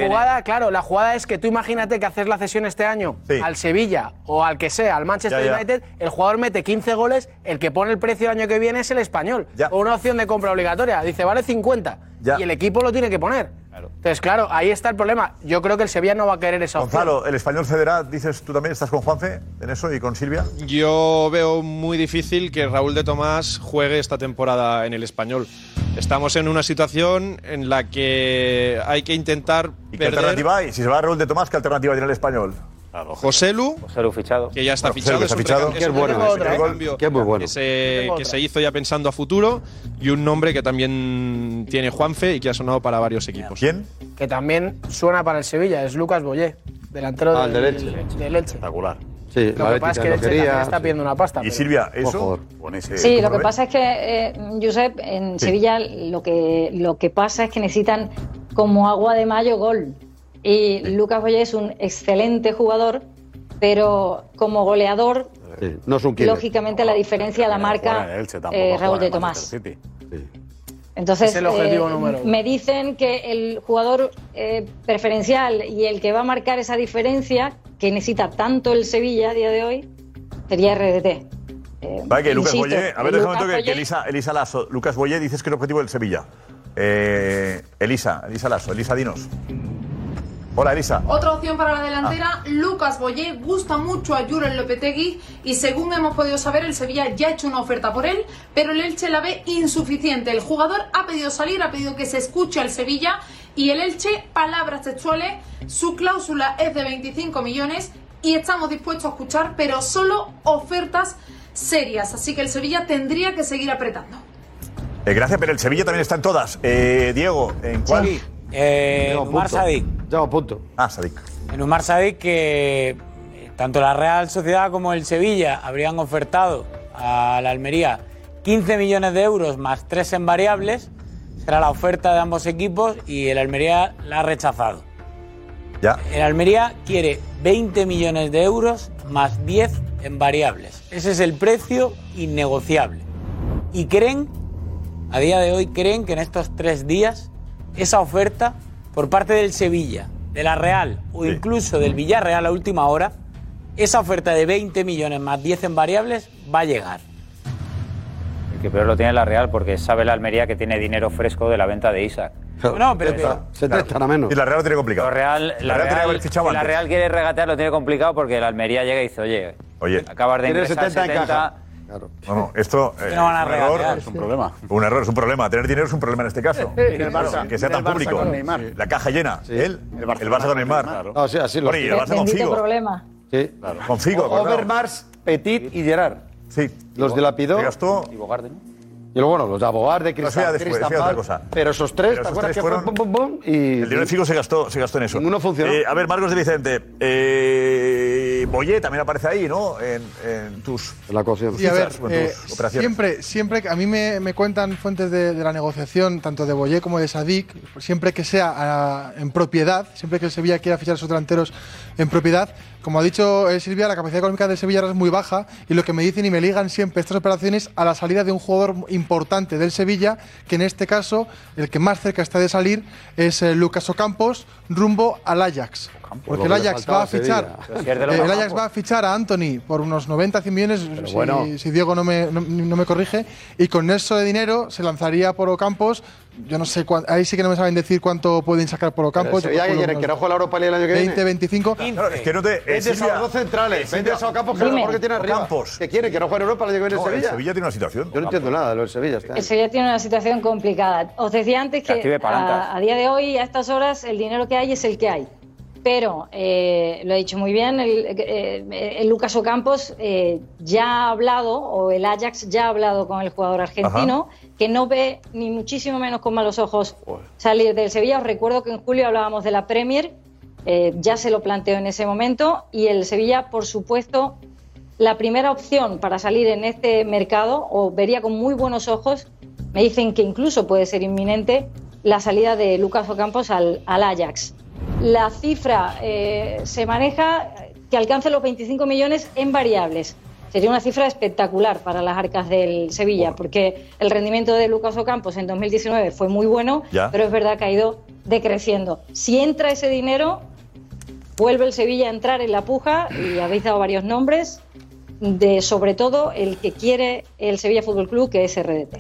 S22: jugada, claro, la jugada es que tú imagínate que haces la cesión este año al Sevilla o al que sea, al Manchester
S4: Ya, ya.
S22: United, el jugador mete 15 goles, el que pone el precio el año que viene es el español. O una opción de compra obligatoria, dice vale 50
S4: Ya.
S22: y el equipo lo tiene que poner. Entonces, claro, ahí está el problema. Yo creo que el Sevilla no va a querer esa opción.
S4: Gonzalo, el español cederá, dices tú también, estás con Juanfe en eso y con Silvia.
S17: Yo veo muy difícil que Raúl de Tomás juegue esta temporada en el español. Estamos en una situación en la que hay que intentar
S4: ¿Y qué
S17: perder
S4: alternativa hay? Si se va Raúl de Tomás, ¿qué alternativa tiene el español?
S17: José Lu,
S8: fichado.
S17: que ya está
S4: Bueno,
S17: fichado,
S4: Joselu
S17: es
S4: está
S17: un recam-
S4: fichado. Que
S17: es
S4: es
S17: un
S4: bueno,
S22: ¿eh?
S17: recambio
S4: ese gol, que es muy bueno.
S17: que se,
S4: Tengo
S17: que
S4: otra.
S17: se hizo ya pensando a futuro y un nombre que también tiene Juanfe y que ha sonado para varios equipos.
S4: ¿Quién?
S22: Que también suena para el Sevilla, es Lucas Boyé, delantero
S17: Ah, el de
S22: del,
S17: Elche.
S22: del Elche.
S17: Espectacular.
S3: Sí,
S22: Lo que pasa es que el Elche también está pidiendo una pasta.
S4: Y
S22: pero-
S4: Silvia, eso.
S30: Sí, lo que pasa es que, eh, Josep, en
S4: Sí.
S30: Sevilla lo que, lo que pasa es que necesitan como agua de mayo gol. Y Lucas Boyer es un excelente jugador, pero como goleador,
S3: Sí, no es un killer.
S30: lógicamente la diferencia la marca eh, Raúl de Tomás. Entonces, eh,
S3: Es el objetivo número uno.
S30: me dicen que el jugador eh, preferencial y el que va a marcar esa diferencia que necesita tanto el Sevilla a día de hoy sería RDT.
S4: Vale, que Lucas
S30: insisto,
S4: Boyé. A ver, déjame un
S30: Lucas
S4: momento que, que
S30: Boyé-
S4: Elisa, Elisa Lasso. Lucas Boyé, dices que el objetivo del Sevilla. Eh, Elisa, Elisa Lasso, Elisa Dinos. Hola, Elisa.
S32: Otra opción para la delantera, Lucas Boyé gusta mucho a Jurel Lopetegui y según hemos podido saber el Sevilla ya ha hecho una oferta por él, pero el Elche la ve insuficiente. El jugador ha pedido salir, ha pedido que se escuche al Sevilla y el Elche, palabras textuales, su cláusula es de 25 millones y estamos dispuestos a escuchar, pero solo ofertas serias, así que el Sevilla tendría que seguir apretando.
S4: Eh, gracias, pero el Sevilla también está en todas. Eh, Diego, ¿en cuál?
S33: Sí, eh,
S4: Llamo
S33: Umar
S4: punto.
S33: Sadik.
S4: Llamo punto. Ah, Sadik.
S33: En Umar Sadik que eh, tanto la Real Sociedad como el Sevilla habrían ofertado a la Almería 15 millones de euros más 3 en variables. Será la oferta de ambos equipos y el Almería la ha rechazado.
S4: Ya.
S33: El Almería quiere 20 millones de euros más 10 en variables. Ese es el precio innegociable. Y creen, a día de hoy, creen que en estos tres días esa oferta por parte del Sevilla, de la Real o incluso del Villarreal a última hora, esa oferta de 20 millones más 10 en variables va a llegar.
S8: El que peor lo tiene la Real porque sabe la Almería que tiene dinero fresco de la venta de Isaac.
S33: No, pero que-
S3: Se te estará menos.
S4: Y la Real lo tiene complicado.
S8: La Real,
S4: La
S8: la
S4: Real
S8: Real,
S4: tenía que haber fichado
S8: si la
S4: antes.
S8: Real quiere regatear, lo tiene complicado porque la Almería llega y dice, oye,
S4: Oye.
S8: acabas de
S4: Tiene
S8: ingresar
S4: 70 en
S8: 70,
S4: caja. No, no, esto eh,
S33: No van a
S4: es un
S33: regatear.
S4: error.
S33: Es
S4: un problema. Un error, es un problema. Tener dinero es un problema en este caso.
S33: Y en el
S4: Pero
S33: Barça.
S4: Que sea
S33: Y en
S4: tan
S33: el Barça
S4: público.
S33: con Neymar.
S4: La caja llena. Él, el Barça, con Neymar.
S3: Ah, sí, así lo
S4: Bueno, y el Barça con
S30: Bendito
S4: Figo.
S30: problema.
S3: Sí.
S4: Con Figo,
S3: O-
S4: acordado.
S3: Overmars, Petit y Gerard.
S4: Sí.
S3: Los dilapidó.
S4: Se gastó-
S3: Y luego, bueno, los de Abogar,
S4: No,
S3: de
S4: eso
S3: Cristal,
S4: ya después, eso ya
S3: Cristambal,
S4: otra cosa.
S3: Pero esos tres,
S4: Pero
S3: ¿te
S4: esos
S3: acuerdas
S4: tres
S3: que fue
S4: fueron-
S3: pum, pum, pum? Y
S4: El dinero de Figo se gastó, se gastó en eso.
S3: Ninguno funcionó.
S4: Eh, a ver, Marcos de Vicente. Eh, Boyé también aparece ahí, ¿no? En, en tus.
S3: la cocción.
S34: Sí, a ver,
S4: fichas o en
S34: eh,
S4: tus operaciones.
S34: siempre, siempre que a mí me, me cuentan fuentes de, de la negociación, tanto de Boyé como de Sadik, siempre que sea ah, en propiedad, siempre que el Sevilla quiera fichar a sus delanteros en propiedad, como ha dicho eh, Silvia, la capacidad económica de Sevilla ahora es muy baja y lo que me dicen y me ligan siempre estas operaciones a la salida de un jugador importante del Sevilla, que en este caso el que más cerca está de salir es eh, Lucas Ocampos, rumbo al Ajax. Porque el
S33: lo que le
S34: Ajax
S33: faltaba
S34: va a
S33: a Sevilla.
S34: fichar.
S33: Pero si
S34: eh,
S33: es de los
S34: el Ajax
S33: Ocampos.
S34: va a fichar a Anthony por unos 90 100 millones, si,
S33: bueno.
S34: si Diego no me, no, no me corrige, y con eso de dinero se lanzaría por Ocampos. Yo no sé, cuán- ahí sí que no me saben decir cuánto pueden sacar por Ocampos.
S3: Sevilla que quiere que no juegue la Europa League el año que viene.
S34: 20, 25.
S4: Claro, es que no te. eh,
S3: Vete a
S4: Silvia,
S3: los dos centrales,
S4: Silvia,
S3: vete a Sao Campos, que es lo
S4: Dime.
S3: mejor que tiene arriba.
S4: Campos.
S3: Que quiere que no juegue en Europa el año que viene
S4: No,
S3: el
S4: el
S3: Sevilla.
S4: Sevilla tiene una situación.
S3: Yo no entiendo nada de lo del Sevilla. este año.
S30: El Sevilla tiene una situación complicada. Os decía antes
S3: Active
S30: que
S3: palancas.
S30: a, a día de hoy, a estas horas, el dinero que hay es el que hay. Pero, eh, lo ha dicho muy bien, el, eh, el Lucas Ocampos eh, ya ha hablado, o el Ajax ya ha hablado con el jugador argentino, que no ve ni muchísimo menos con malos ojos salir del Sevilla. Os recuerdo que en julio hablábamos de la Premier, eh, ya se lo planteó en ese momento, y el Sevilla, por supuesto, la primera opción para salir en este mercado, o vería con muy buenos ojos, me dicen que incluso puede ser inminente, la salida de Lucas Ocampos al, al Ajax. La cifra eh, se maneja que alcance los 25 millones en variables. Sería una cifra espectacular para las arcas del Sevilla, porque el rendimiento de Lucas Ocampos en 2019 fue muy bueno,
S2: Ya.
S30: pero es verdad que ha ido decreciendo. Si entra ese dinero, vuelve el Sevilla a entrar en la puja y habéis dado varios nombres, de sobre todo el que quiere el Sevilla Fútbol Club, que es RDT.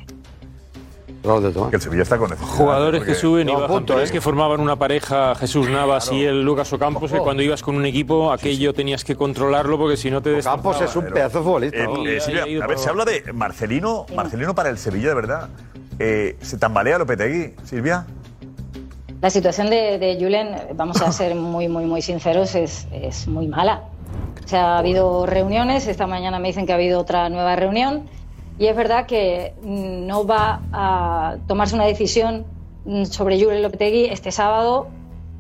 S4: Que el Sevilla está con necesidad.
S21: Jugadores
S4: porque-
S21: que suben y
S4: No,
S21: bajan,
S4: punto,
S21: pero
S4: ¿eh?
S21: es que formaban una pareja Jesús Navas y el Lucas Ocampos, que
S4: Ojo.
S21: cuando ibas con un equipo aquello tenías que controlarlo porque si no te Ocampos
S4: es un
S3: pedazo de futbolista.
S4: Eh,
S21: ¿no?
S4: eh, Silvia,
S21: Ahí, ahí,
S4: a
S21: por-
S4: ver, se habla de Marcelino, Marcelino para el Sevilla, de verdad. Eh, ¿Se tambalea Lopetegui, Silvia?
S30: La situación de, de Julen, vamos a ser muy, muy, muy sinceros, es, es muy mala. O sea, ha habido reuniones, esta mañana me dicen que ha habido otra nueva reunión y es verdad que mm, no va a tomarse una decisión mm, sobre Julen Lopetegui este sábado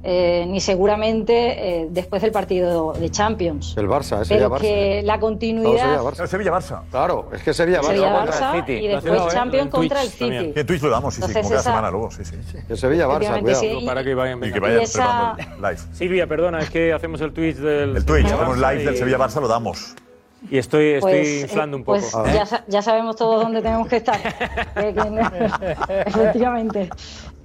S30: eh, ni seguramente eh, después del partido de Champions.
S3: El Barça, es
S30: Pero
S3: Sevilla-Barça.
S30: que la continuidad...
S4: Sevilla-Barça.
S3: Claro, es que Sevilla-Barça.
S30: Sevilla-Barça y después Champions contra el City.
S4: Y en Twitch lo damos, sí, sí,
S30: Entonces
S4: como cada
S30: esa-
S4: semana luego, sí, sí.
S3: El Sevilla-Barça,
S30: Efectivamente, cuidado. sí, y-
S21: Para que vayan
S4: Y que vayan
S30: y esa-
S4: preparando el live.
S21: Silvia, perdona, es que hacemos el Twitch del.
S4: El Twitch,
S21: Sevilla
S4: hacemos
S21: Barça
S4: live del
S21: y-
S4: Sevilla-Barça, lo damos.
S21: Y estoy, estoy
S30: Pues,
S21: inflando un
S30: eh,
S21: poco.
S30: pues ya, sa- ya sabemos todos dónde tenemos que estar. Que- que no- Efectivamente.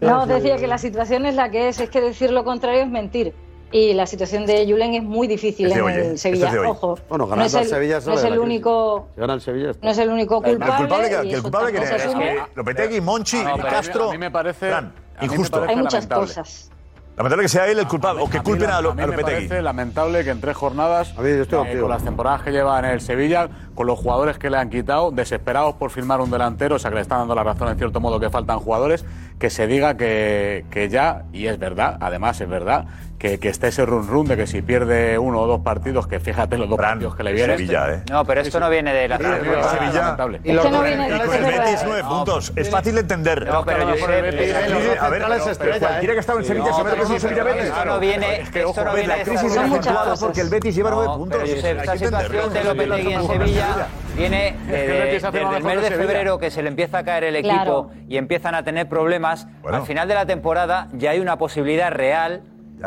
S30: No, os decía que la situación es la que es. Es que decir lo contrario es mentir. Y la situación de Julen es muy difícil
S3: Es de
S30: en
S3: hoy, ¿eh?
S30: el
S3: Esto
S30: Sevilla.
S3: es de hoy.
S30: Ojo,
S3: Bueno,
S30: no
S3: ganando
S30: es
S3: al
S30: el,
S3: Sevilla sale
S30: no es
S3: de la
S30: el
S3: crisis.
S30: único,
S3: Si gana el Sevilla,
S30: no es el único culpable.
S4: el culpable que,
S30: y
S4: que el
S30: eso
S4: culpable que
S30: tampoco se
S4: es
S30: asume.
S4: que Lopetegui, Monchi,
S30: No, pero a mí-
S4: Castro,
S30: a mí me parece-
S4: Fran,
S30: a mí me
S4: injusto.
S30: Hay muchas cosas.
S4: Lamentable que sea él el culpable, o que culpen a,
S14: lo
S4: Lo-
S14: a mí
S4: a
S14: me
S4: Lopetegui.
S14: parece lamentable que en tres jornadas, eh,
S4: contigo.
S14: con las temporadas que lleva en el Sevilla, con los jugadores que le han quitado, desesperados por firmar un delantero, o sea que le están dando la razón en cierto modo que faltan jugadores, que se diga que, que ya, y es verdad, además es verdad, que, que esté ese run run de que si pierde uno o dos partidos, que fíjate los dos partidos que le vienen.
S4: Sevilla, ¿eh?
S8: No, pero esto no viene de la
S14: Sevilla, Sevilla.
S8: lamentable.
S14: Y los Es que no viene
S4: Y con el Betis nueve puntos. Es fácil de entender.
S8: No, pero yo sé-
S4: Mire, A ver, pero cualquiera que estaba en Sevilla se mete con un Sevilla Betis.
S8: Esto no viene, esto no viene
S4: la crisis es acentuada porque el Betis lleva nueve puntos.
S8: Pero Josep,
S4: Hay
S8: esta
S4: que
S8: situación de
S4: entenderlo.
S8: Lopetegui en Sevilla viene
S4: Es que
S8: de-
S4: el
S8: de-
S4: Betis hace lo
S8: desde el mes
S4: mejor de
S8: de
S4: Sevilla.
S8: febrero que se le empieza a caer el equipo
S4: Claro.
S8: y empiezan a tener problemas. Al final de la temporada ya hay una posibilidad real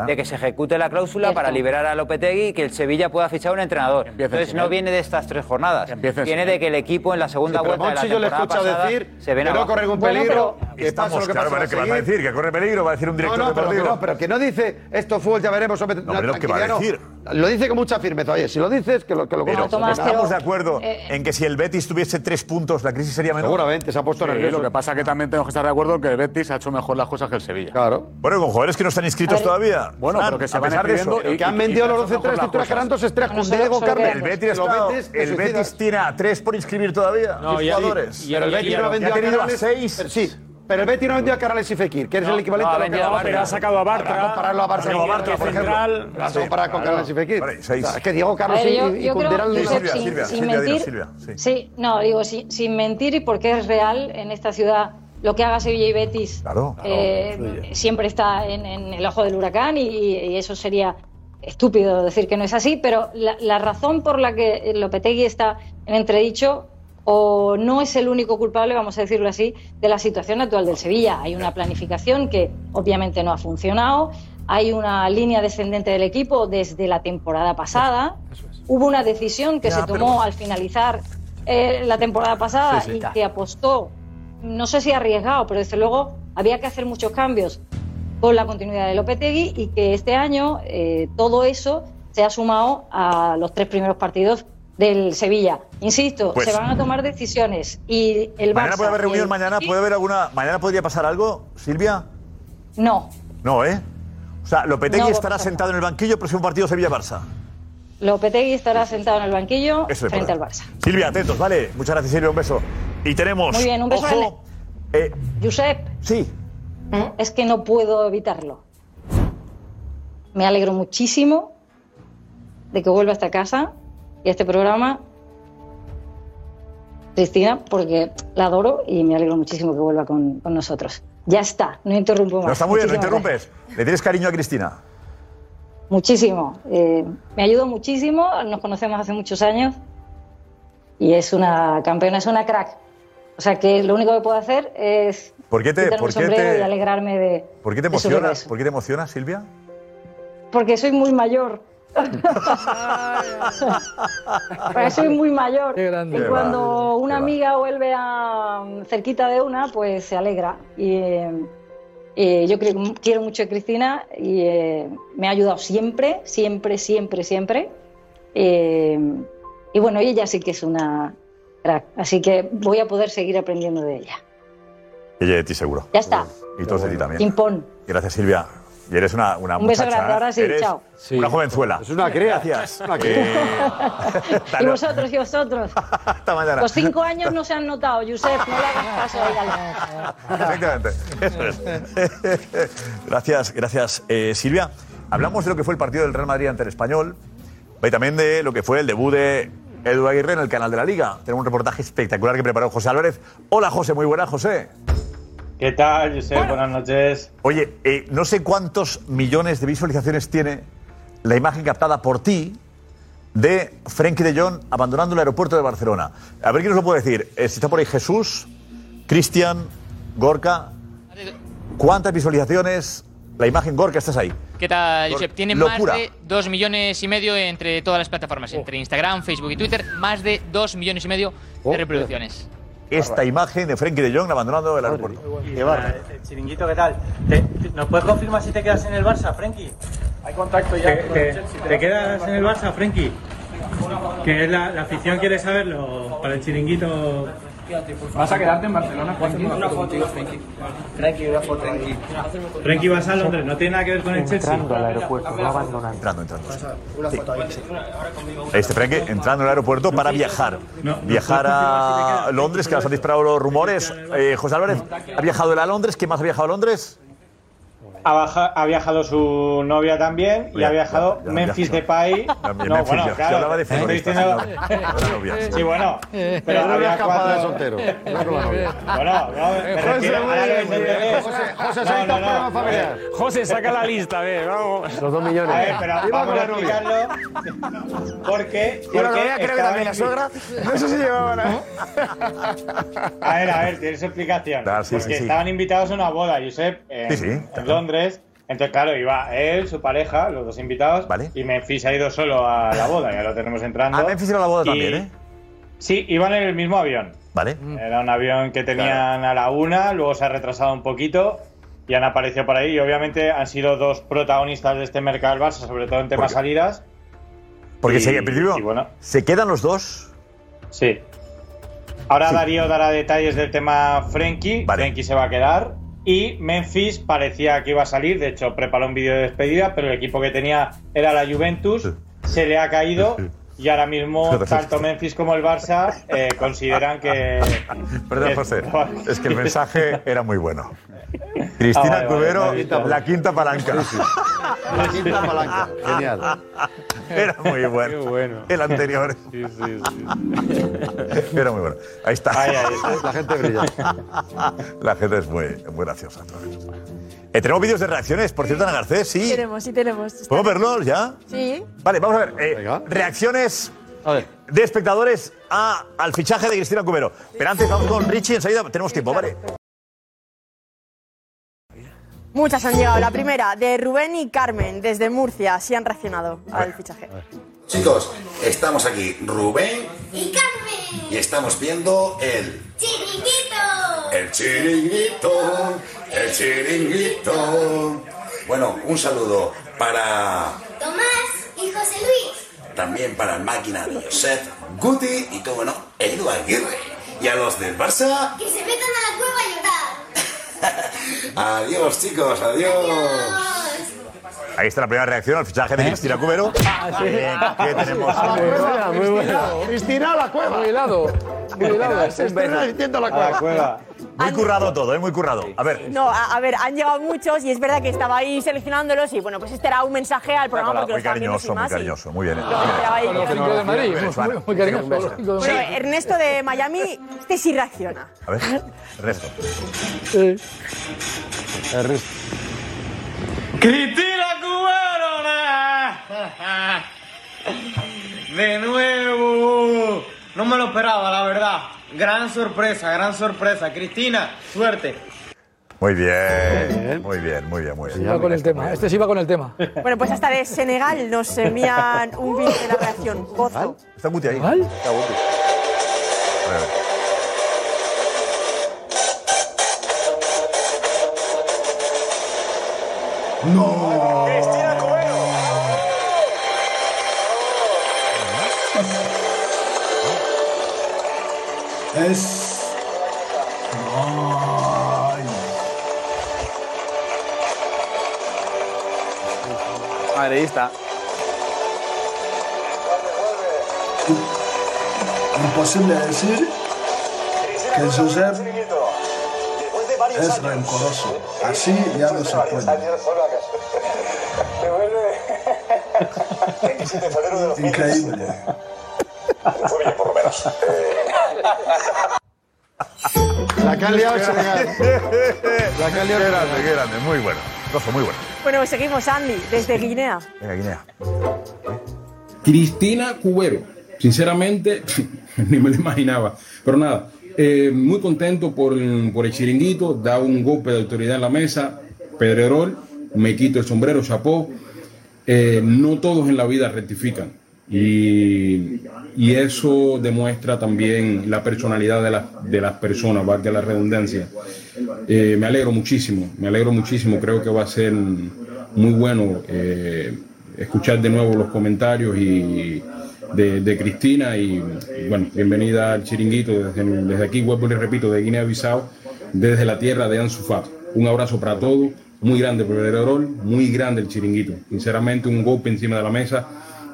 S8: de que se ejecute la cláusula para liberar a Lopetegui y que el Sevilla pueda fichar un entrenador. Entonces
S14: sin
S8: no
S14: él.
S8: viene de estas tres jornadas.
S14: empiece sin
S8: Viene de que el equipo en la segunda
S14: ¿eh? Sí, pero
S8: vuelta de la
S14: Monchi yo le
S8: temporada
S14: escucho
S8: pasada
S14: decir
S8: se ven
S14: que no
S8: abajo.
S14: corren un Bueno, peligro, pero- que pasa
S4: Estamos,
S14: lo que pasa
S4: claro, ¿verdad?
S14: a
S4: ¿Qué vas a
S14: seguir?
S4: decir? Que corre peligro, va a decir un
S3: No,
S4: director
S3: no, pero que,
S4: deportivo.
S3: no, pero que no dice esto es fútbol, ya veremos. hombre,
S4: No, pero ¿qué va a
S3: tranquilidad,
S4: decir?
S3: Lo dice con mucha firmeza. Oye, si lo dices, que lo que lo
S4: Pero
S3: conozco.
S4: estamos de acuerdo en que si el Betis tuviese tres puntos, la crisis sería menor.
S3: Seguramente, se ha puesto
S14: Sí,
S4: nervioso.
S14: Lo que pasa es que también tenemos que estar de acuerdo en que el Betis ha hecho mejor las cosas que el Sevilla.
S3: Claro.
S4: Bueno, con jugadores que no están inscritos todavía.
S14: Bueno,
S4: Fran,
S14: pero que se
S4: a
S14: van
S4: pesar de eso,
S14: escribiendo y-
S3: que han vendido los 11 tres titulares que eran dos estrellas
S4: Bueno,
S3: con
S4: solo-
S3: Diego
S4: solo
S3: Carmen.
S4: El Betis,
S3: Si lo
S4: está-
S3: vendes, te
S4: el
S3: suicidas.
S4: Betis tiene a tres por inscribir todavía.
S3: No,
S4: Diez
S3: ya-
S4: jugadores.
S3: y- Pero el y- Betis y- no ha vendido
S4: ha
S3: a
S4: tenido a
S3: Canales.
S4: seis.
S3: Pero sí. Pero el Betis no ha vendido a Carles y Fekir, que es
S4: No,
S3: el equivalente
S4: no, ha
S3: a lo que
S4: vendido a
S3: ha
S4: Bartra. Pero ha sacado
S21: a Bartra.
S3: Para compararlo a Bartra,
S4: Ha sacado a Bartra,
S3: por
S4: por
S3: ejemplo.
S4: ejemplo.
S3: Lo has comparado con
S4: Claro.
S3: Carles y Fekir.
S4: Vale, seis.
S3: O sea, es que Diego Carlos
S30: A ver, yo-
S3: y, y
S30: yo creo-
S3: Cunderán
S30: yo
S3: no-
S30: creo- sin- sin mentir- Sí, no, digo, sin, sin mentir y porque es real en esta ciudad lo que haga Sevilla y Betis
S4: Claro,
S30: eh, siempre está en, en el ojo del huracán y, y eso sería estúpido decir que no es así, pero la, la razón por la que Lopetegui está en entredicho o no es el único culpable, vamos a decirlo así, de la situación actual del Sevilla. Hay una planificación que obviamente no ha funcionado, hay una línea descendente del equipo desde la temporada pasada, hubo una decisión que
S18: Ya,
S30: se
S18: pero-
S30: tomó al finalizar eh, la temporada pasada
S18: Sí, sí.
S30: y que apostó, no sé si arriesgado, pero desde luego había que hacer muchos cambios con la continuidad de Lopetegui y que este año eh, todo eso se ha sumado a los tres primeros partidos del Sevilla. Insisto,
S4: Pues-
S30: se van a tomar decisiones y el
S4: Mañana
S30: Barça
S4: puede haber
S30: y
S4: reunión,
S30: el-
S4: mañana puede haber alguna. Mañana podría pasar algo, Silvia.
S30: No,
S4: No, ¿eh? O sea, Lopetegui
S30: No,
S4: estará
S30: vamos a-
S4: sentado en el banquillo, próximo partido Sevilla-Barça.
S30: Lopetegui estará sentado en el banquillo
S4: Eso es
S30: frente al
S4: verdad.
S30: Barça.
S4: Silvia, atentos, ¿vale? Muchas gracias, Silvia, un beso. Y tenemos.
S30: Muy bien, un beso.
S4: Ojo, eh,
S30: Josep.
S4: Sí.
S30: ¿Eh? Es que no puedo evitarlo. Me alegro muchísimo de que vuelva a esta casa y a este programa. Cristina, porque la adoro y me alegro muchísimo que vuelva con, con nosotros. Ya está, no interrumpo más.
S4: no está muy bien, no
S30: Muchísimas gracias.
S4: interrumpes. ¿Le tienes cariño a Cristina?
S30: Muchísimo. Eh, me ayudó muchísimo, nos conocemos hace muchos años y es una campeona, es una crack. O sea que lo único que puedo hacer es
S4: ¿Por qué te-
S30: quitarme
S4: por
S30: el
S4: qué
S30: sombrero
S4: te-
S30: y alegrarme de.
S4: ¿Por qué te
S30: de su
S4: emocionas?
S30: regreso.
S4: ¿Por qué te emocionas, Silvia?
S30: Porque soy muy mayor. Porque Ah, soy muy mayor.
S4: Qué
S30: Y cuando una amiga vuelve a cerquita de una, pues se alegra. Y eh, eh, yo creo, quiero mucho a Cristina y eh, me ha ayudado siempre, siempre, siempre, siempre. Eh, y bueno, ella sí que es una crack, así que voy a poder seguir aprendiendo de ella.
S4: Ella de ti seguro.
S30: Ya está.
S4: Y todos de ti Pues, también.
S30: Impon.
S4: Gracias, Silvia. Y eres una, una
S30: Un beso
S4: muchacha.
S30: grande,
S4: ¿eh?
S30: ahora sí,
S4: Eres
S30: chao.
S4: Una jovenzuela. Es
S3: una cría.
S4: Gracias.
S3: Una cría.
S4: Eh,
S30: Y
S4: Dale.
S30: vosotros, y vosotros.
S4: Hasta mañana.
S30: Los cinco años no se han notado, Josep, no le hagas caso,
S4: Exactamente.
S30: dígale.
S4: Eso es. gracias, gracias, eh, Silvia. Hablamos de lo que fue el partido del Real Madrid ante el Español y también de lo que fue el debut de Edu Aguirre en el canal de la Liga. Tenemos un reportaje espectacular que preparó José Álvarez. Hola, José. Muy buenas, José.
S2: ¿Qué tal, José? Buenas noches.
S4: Oye, eh, no sé cuántos millones de visualizaciones tiene la imagen captada por ti de Frenkie de Jong abandonando el aeropuerto de Barcelona. A ver quién nos lo puede decir. Eh, si está por ahí Jesús, Cristian, Gorka. ¿Cuántas visualizaciones? La imagen Gorka, estás ahí.
S16: ¿Qué tal, Josep? Tiene
S4: Locura.
S16: más de 2 millones y medio entre todas las plataformas, entre Instagram, Facebook y Twitter, más de 2 millones y medio de reproducciones.
S4: Esta imagen de Frenkie de Jong abandonando el aeropuerto.
S2: El eh, chiringuito, ¿qué tal? Te- te- ¿Nos puedes confirmar si te quedas en el Barça, Frenkie? Hay contacto
S25: ya
S2: ¿Te,
S25: con
S2: te-
S25: el Chelsea.
S2: te quedas en el Barça, Frenkie? Que es la, la afición quiere saberlo para el chiringuito.
S25: ¿Vas a quedarte en Barcelona, Frenkie?
S2: Una foto, Frenkie.
S25: Tranqui, una foto, tranqui.
S2: Frenkie vas a Londres, no tiene nada que ver con el Chelsea.
S4: Entrando al aeropuerto, no abandonando. Entrando, entrando. Este Frenkie entrando al aeropuerto para viajar. Viajar a Londres, que nos han disparado los rumores. Eh, José Álvarez, ¿ha viajado él a Londres? ¿Quién más ha viajado a Londres?
S2: Ha, baja- ha viajado su novia también y
S4: Ya,
S2: ha viajado
S4: ya, ya,
S2: Memphis
S4: ya.
S2: Depay.
S4: Ya,
S2: no,
S4: Memphis,
S2: bueno,
S4: ya. Yo
S2: claro.
S4: hablaba de
S2: te estoy
S4: futbolistas,
S2: diciendo- Sí, bueno. Pero
S3: Era una
S2: había
S3: escapada
S2: cuatro-
S3: de soltero. Era con la novia.
S2: Bueno, no, me
S3: José,
S2: refiero-
S3: muy
S2: ahora
S3: bien,
S2: que
S3: muy
S2: entendés.
S3: bien. José, José, se ha quitado el programa familiar.
S2: José, saca la lista, a ver, vamos. Los dos millones. A ver, pero
S3: Iba
S2: vamos
S3: con
S2: a
S3: la novia.
S2: explicarlo. Porque.
S3: Iba con la novia, creo que también la suegra. No sé si llevaba
S2: nada. A ver, a ver, tiene su explicación.
S4: Ah, sí, sí,
S2: porque
S4: sí.
S2: estaban invitados a una boda, Josep, en,
S4: Sí, sí,
S2: en Londres. Entonces, claro, iba él, su pareja, los dos invitados. Y Memphis ha ido solo a la boda, ya lo tenemos entrando.
S4: A Ah, Memphis iba a la boda
S2: Y-
S4: también, ¿eh? Mm.
S2: Sí, iban en el mismo avión.
S4: Vale.
S2: Era un avión que tenían a la una, luego se ha retrasado un poquito y han aparecido por ahí. Y obviamente han sido dos protagonistas de este mercado del Barça, sobre todo en temas salidas.
S4: Porque
S2: Y-
S4: si, en principio
S2: y bueno.
S4: se quedan los dos.
S2: Sí. Ahora
S4: Sí.
S2: Darío dará detalles del tema Frenkie. Frenkie se va a quedar. Y Memphis parecía que iba a salir. De hecho, preparó un vídeo de despedida, pero el equipo que tenía era la Juventus. Se le ha caído. Y ahora mismo, tanto Memphis como el Barça eh, consideran que.
S4: Perdón,
S2: que-
S4: José. Es que el mensaje era muy bueno. Cristina
S2: Ah, vale, vale,
S4: Cubero,
S2: vale, vale.
S4: la quinta palanca.
S3: La quinta palanca. Genial.
S4: Ah, Era muy bueno. El anterior. Era muy bueno. Ahí está.
S2: Ahí, ahí está.
S3: La gente brilla.
S4: La gente es muy, muy graciosa. Eh, tenemos vídeos de reacciones, por cierto, Ana Garcés, sí.
S9: Tenemos, sí tenemos. Está-
S4: ¿Podemos verlos ya?
S9: Sí.
S4: Vale, vamos a ver. eh, reacciones de espectadores a- al fichaje de Cristina Cubero. Pero antes vamos con Richie, enseguida tenemos tiempo, ¿vale?
S9: Muchas han llegado. La primera, de Rubén y Carmen, desde Murcia, sí han reaccionado al fichaje.
S18: Chicos, estamos aquí, Rubén y Carmen, y estamos viendo el chiringuito. El chiringuito, el chiringuito. Bueno, un saludo para
S28: Tomás y José Luis.
S18: también para el máquina de Josep Guti y, como no, Edu Aguirre. Y a los del Barça,
S28: Que se metan a la cueva a llorar.
S18: adiós, chicos, adiós.
S4: Ahí está la primera reacción al fichaje de Cristina Cubero. Eh, ¿Qué tenemos?
S3: A la cueva,
S4: Muy buena.
S3: Cristina. Cristina Ah, a la cueva. Muy helado. Muy helado. Cristina diciendo a la cueva.
S4: Muy currado todo, ¿eh? muy currado. A ver,
S9: No, a, a ver, han llegado muchos y es verdad
S4: Oh.
S9: que estaba ahí seleccionándolos y bueno, pues este era un mensaje al programa porque lo
S4: muy
S9: estaban viendo sin
S4: cariñoso, muy
S9: más y-
S4: cariñoso. Muy bien. eh.
S9: esperaba ahí.
S4: Muy bien.
S9: Los de Madrid,
S4: Muy bien, Suana.
S25: Muy cariñoso.
S9: Bueno, Ernesto de Miami, este sí reacciona.
S4: A ver, resto.
S2: ¡Cristina Cuberona! De nuevo. No me lo esperaba, la verdad.
S19: Gran sorpresa, gran sorpresa. Cristina, suerte.
S4: Muy bien, muy bien, muy bien, muy bien.
S12: Iba Pues con el tema. Este sí va con el tema.
S9: Bueno, pues hasta de Senegal nos envían un vídeo de la reacción. Gozo.
S4: Está Guti ahí. Está Guti. A ver, a ver.
S25: ¡No!
S4: Cristina Cubero.
S25: Es. Ay.
S34: Madridista.
S25: Imposible decir que Josep es rencoroso. Así ya no se puede. Increíble. Fue bien, por lo menos.
S3: La que han liado es Senegal.
S4: La que han liado Qué grande, qué grande. Muy bueno. Gozo, muy bueno.
S9: Bueno, pues seguimos, Andy, desde Guinea.
S4: Venga, Guinea.
S35: Cristina Cubero. Sinceramente, ni me lo imaginaba. Pero nada, eh, muy contento por, por el chiringuito. Da un golpe de autoridad en la mesa. Pedrerol, me quito el sombrero, chapó. Eh, no todos en la vida rectifican. Y, y eso demuestra también la personalidad de, las- de las personas, valga la redundancia. Eh, me alegro muchísimo, me alegro muchísimo. Creo que va a ser muy bueno eh, escuchar de nuevo los comentarios y de, de Cristina. Y, y bueno, bienvenida al chiringuito desde, desde aquí, vuelvo y le repito, de Guinea-Bissau, desde la tierra de Ansu Fati. Un abrazo para todos. Muy grande Pedro Rol, muy grande el chiringuito. Sinceramente, un golpe encima de la mesa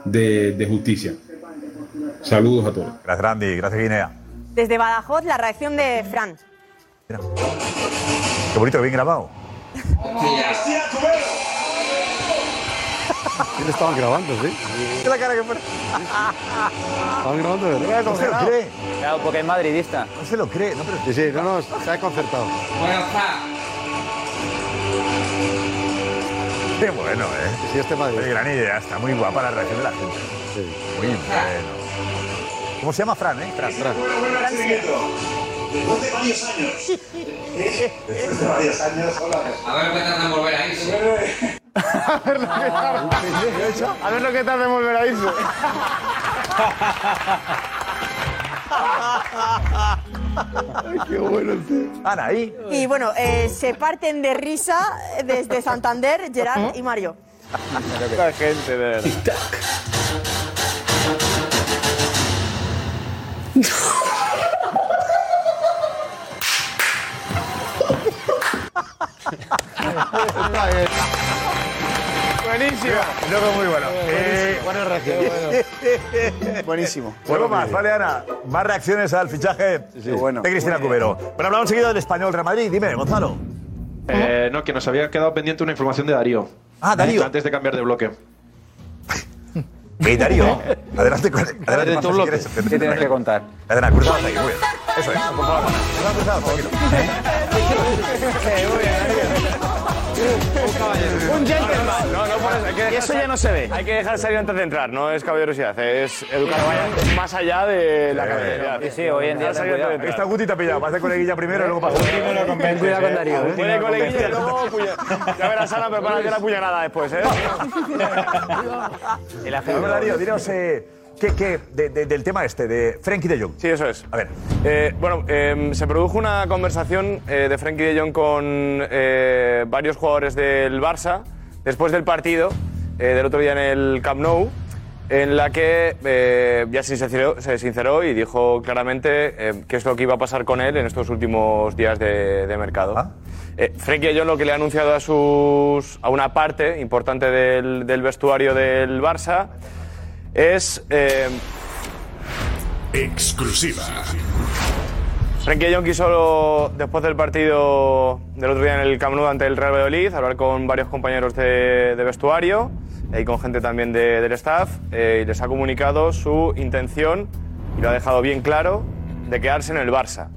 S35: de, de justicia. Saludos a todos.
S4: Gracias, Randy. Gracias, Guinea.
S9: Desde Badajoz, la reacción de Fran.
S4: Qué bonito, bien grabado.
S3: Sí, lo estaban grabando, sí?
S34: la cara que pone.
S3: Estaban grabando, ¿verdad?
S34: No se lo cree. Claro, porque es madridista.
S4: No se lo cree, no, pero...
S3: Sí, sí, no, no, se ha concertado.
S4: Qué bueno, ¿eh?
S3: Sí, este Madrid.
S4: Qué gran idea. Está muy guapa la reacción de la gente. Muy bueno. ¿Cómo se llama Fran, eh? Fran, Fran.
S25: Después de varios años. Después de varios años.
S34: A ver, cuéntanos volver a irse.
S25: A ver lo que tarda. A ver lo que tarda en volver a irse.
S4: Qué bueno el tío. Anaí.
S9: Y bueno, eh, se parten de risa desde Santander, Gerard y Mario.
S34: Esta gente, de verdad.
S25: Buenísimo.
S4: Luego muy bueno. Eh,
S25: Buena
S36: Buenísimo.
S4: Vuelvo más, vale, Ana. Más reacciones al fichaje
S36: bueno.
S4: de Cristina
S36: Muy bien.
S4: Cubero. Pero hablamos seguido del español Real Madrid. Dime, Gonzalo.
S17: Eh, no, que nos había quedado pendiente una información de Darío.
S4: Ah, Darío.
S17: Antes de cambiar de bloque.
S4: Hey, Darío, adelante, con- adelante,
S17: tu
S4: Marta, si
S17: bloque.
S4: quieres.
S17: ¿Qué tienes que
S4: contar? Adela, cruzado hasta aquí, muy bien. Eso es, por favor. Cruzado, cruzado, tranquilo.
S34: Un gentleman.
S1: No, no puedes, hay que
S34: Y eso ya no se ve.
S1: Hay que dejar salir antes de entrar, no es caballerosidad, es educar vaya más allá de la caballerosidad.
S34: Sí, sí, hoy en día
S1: Dejar salir
S34: ten
S1: antes de
S34: cuidado.
S1: entrar.
S4: Esta Guti te ha pillado, vas de coleguilla primero y luego pasas.
S1: Ten cuidado con Darío.
S4: Ten
S1: Puede coleguilla y luego puñal- Ya verás, Ana, prepárate la puñalada después, ¿eh?
S4: El Darío, dinos eh, qué, qué de- de- del tema este, de Frenkie de Jong.
S1: Sí, eso es.
S4: A ver.
S1: Eh, bueno, eh, se produjo una conversación eh, de Frenkie de Jong con eh, varios jugadores del Barça después del partido eh, del otro día en el Camp Nou, en la que eh, ya se sinceró, se sinceró y dijo claramente eh, qué es lo que iba a pasar con él en estos últimos días de, de mercado. Eh, Frenkie de Jong lo que le ha anunciado a, sus, a una parte importante del, del vestuario del Barça es... eh, Exclusiva. Frenkie de Jong quiso, lo- después del partido del otro día en el Camp Nou ante el Real Valladolid, hablar con varios compañeros de, de vestuario eh, y con gente también de- del staff eh, y les ha comunicado su intención y lo ha dejado bien claro de quedarse en el Barça.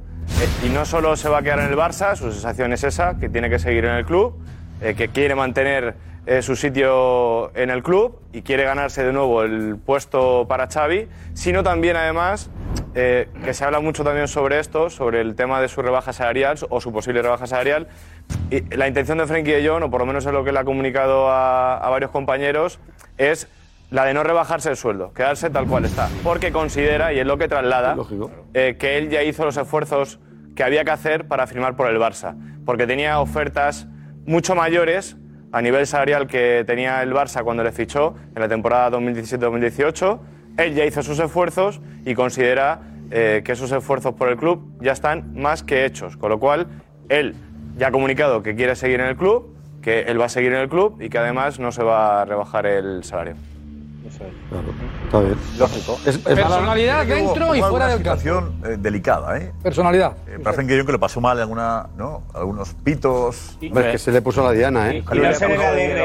S1: Eh, y no solo se va a quedar en el Barça, su sensación es esa, que tiene que seguir en el club, eh, que quiere mantener eh, su sitio en el club y quiere ganarse de nuevo el puesto para Xavi, sino también además eh, que se habla mucho también sobre esto, sobre el tema de su rebaja salarial o su posible rebaja salarial. Y la intención de Frenkie de Jong, o por lo menos es lo que le ha comunicado a, a varios compañeros, es la de no rebajarse el sueldo, quedarse tal cual está, porque considera, y es lo que traslada, eh, que él ya hizo los esfuerzos que había que hacer para firmar por el Barça, porque tenía ofertas mucho mayores a nivel salarial que tenía el Barça cuando le fichó en la temporada 2017-2018. Él ya hizo sus esfuerzos y considera eh, que esos esfuerzos por el club ya están más que hechos, con lo cual él ya ha comunicado que quiere seguir en el club, que él va a seguir en el club y que además no se va a rebajar el salario.
S3: Está bien.
S1: Lógico.
S12: Personalidad
S4: Creo que hubo-
S12: dentro
S4: hubo
S12: y fuera
S4: alguna
S12: del campo.
S4: situación eh, delicada, ¿eh?
S12: Personalidad.
S4: Eh, Para Frenkie de Jong que lo pasó mal alguna, ¿no? Algunos pitos.
S3: Hombre, es que se le puso la diana, ¿eh?
S4: Claro, era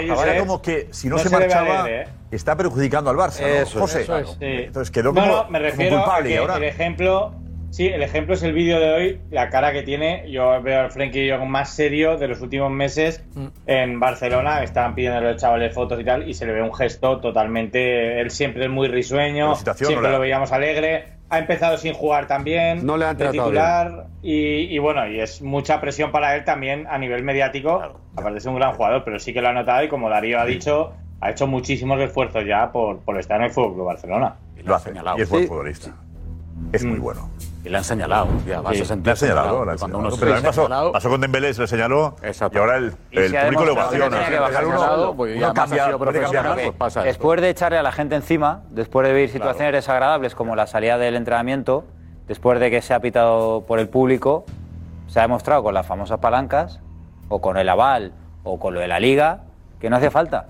S4: como- era como que si no,
S2: No
S4: se,
S2: se le ve
S4: marchaba,
S2: alegre, ¿eh?
S4: está perjudicando al Barça. ¿no,
S2: Eso es,
S4: José?
S2: eso es.
S4: Claro.
S2: Sí.
S4: Entonces quedó
S2: No,
S4: como,
S2: no, me
S4: como
S2: refiero
S4: culpable.
S2: a que
S4: y ahora
S2: el ejemplo, sí, el ejemplo es el vídeo de hoy, la cara que tiene. Yo veo al Frenkie yo más serio de los últimos meses en Barcelona. Estaban pidiendo a los chavales fotos y tal, y se le ve un gesto totalmente. Él siempre es muy risueño,
S4: La situación
S2: siempre
S4: no le-
S2: lo veíamos alegre. Ha empezado sin jugar también,
S3: No le han
S2: de
S3: tratado
S2: titular, y, y bueno, y es mucha presión para él también a nivel mediático. Aparte de ser un gran jugador, pero sí que lo ha notado y como Darío ha dicho, ha hecho muchísimos esfuerzos ya por, por estar en el Fútbol Club Barcelona.
S4: lo hace, y es buen futbolista. Es muy bueno.
S14: Mm. Y le han señalado. Ya, vas a sentir
S4: le han señalado.
S14: señalado.
S4: le han
S14: Cuando
S4: señalado.
S14: uno se
S4: Pero
S14: ve
S4: también pasó, pasó con Dembélé, se lo señaló. Y ahora el,
S14: Y
S4: el
S14: se ha
S4: público lo
S14: demostrado que
S4: ovaciona.
S14: tenía que bajar
S4: Uno-
S14: Ronaldo,
S4: uno
S14: porque
S8: pues
S14: ya más ha
S4: cambia-
S14: sido
S4: puede cambiar
S14: profesional,
S4: algo.
S14: pues pasa esto.
S8: Después de echarle a la gente encima, después de vivir
S14: Claro.
S8: situaciones desagradables como la salida del entrenamiento, después de que se ha pitado por el público, se ha demostrado con las famosas palancas, o con el aval, o con lo de la liga, que no hace falta.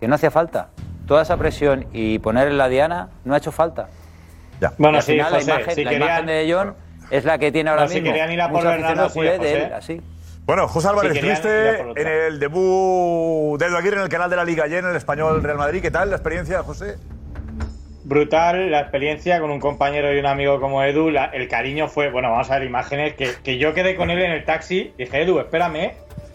S8: Que no hacía falta. Toda esa presión y poner en la diana no ha hecho falta.
S2: Bueno,
S8: Y al
S2: sí,
S8: final,
S2: José,
S8: la imagen,
S2: si
S8: la
S2: querían-
S8: imagen de John es la que tiene ahora
S2: No, si
S8: mismo.
S2: querían ir a por
S8: Muchos
S2: Bernardo,
S8: aficionados
S2: sí,
S8: ve de
S2: José.
S8: él así.
S4: Bueno, José Álvarez,
S8: Si querían, ya por
S4: estuviste
S8: otra.
S4: en el debut de Edu Aguirre en el canal de la Liga ayer en el Español Real Madrid. ¿Qué tal la experiencia, José?
S2: brutal la experiencia con un compañero y un amigo como Edu. La- el cariño fue, bueno, vamos a ver imágenes, que, que yo quedé con él en el taxi, dije, Edu, espérame.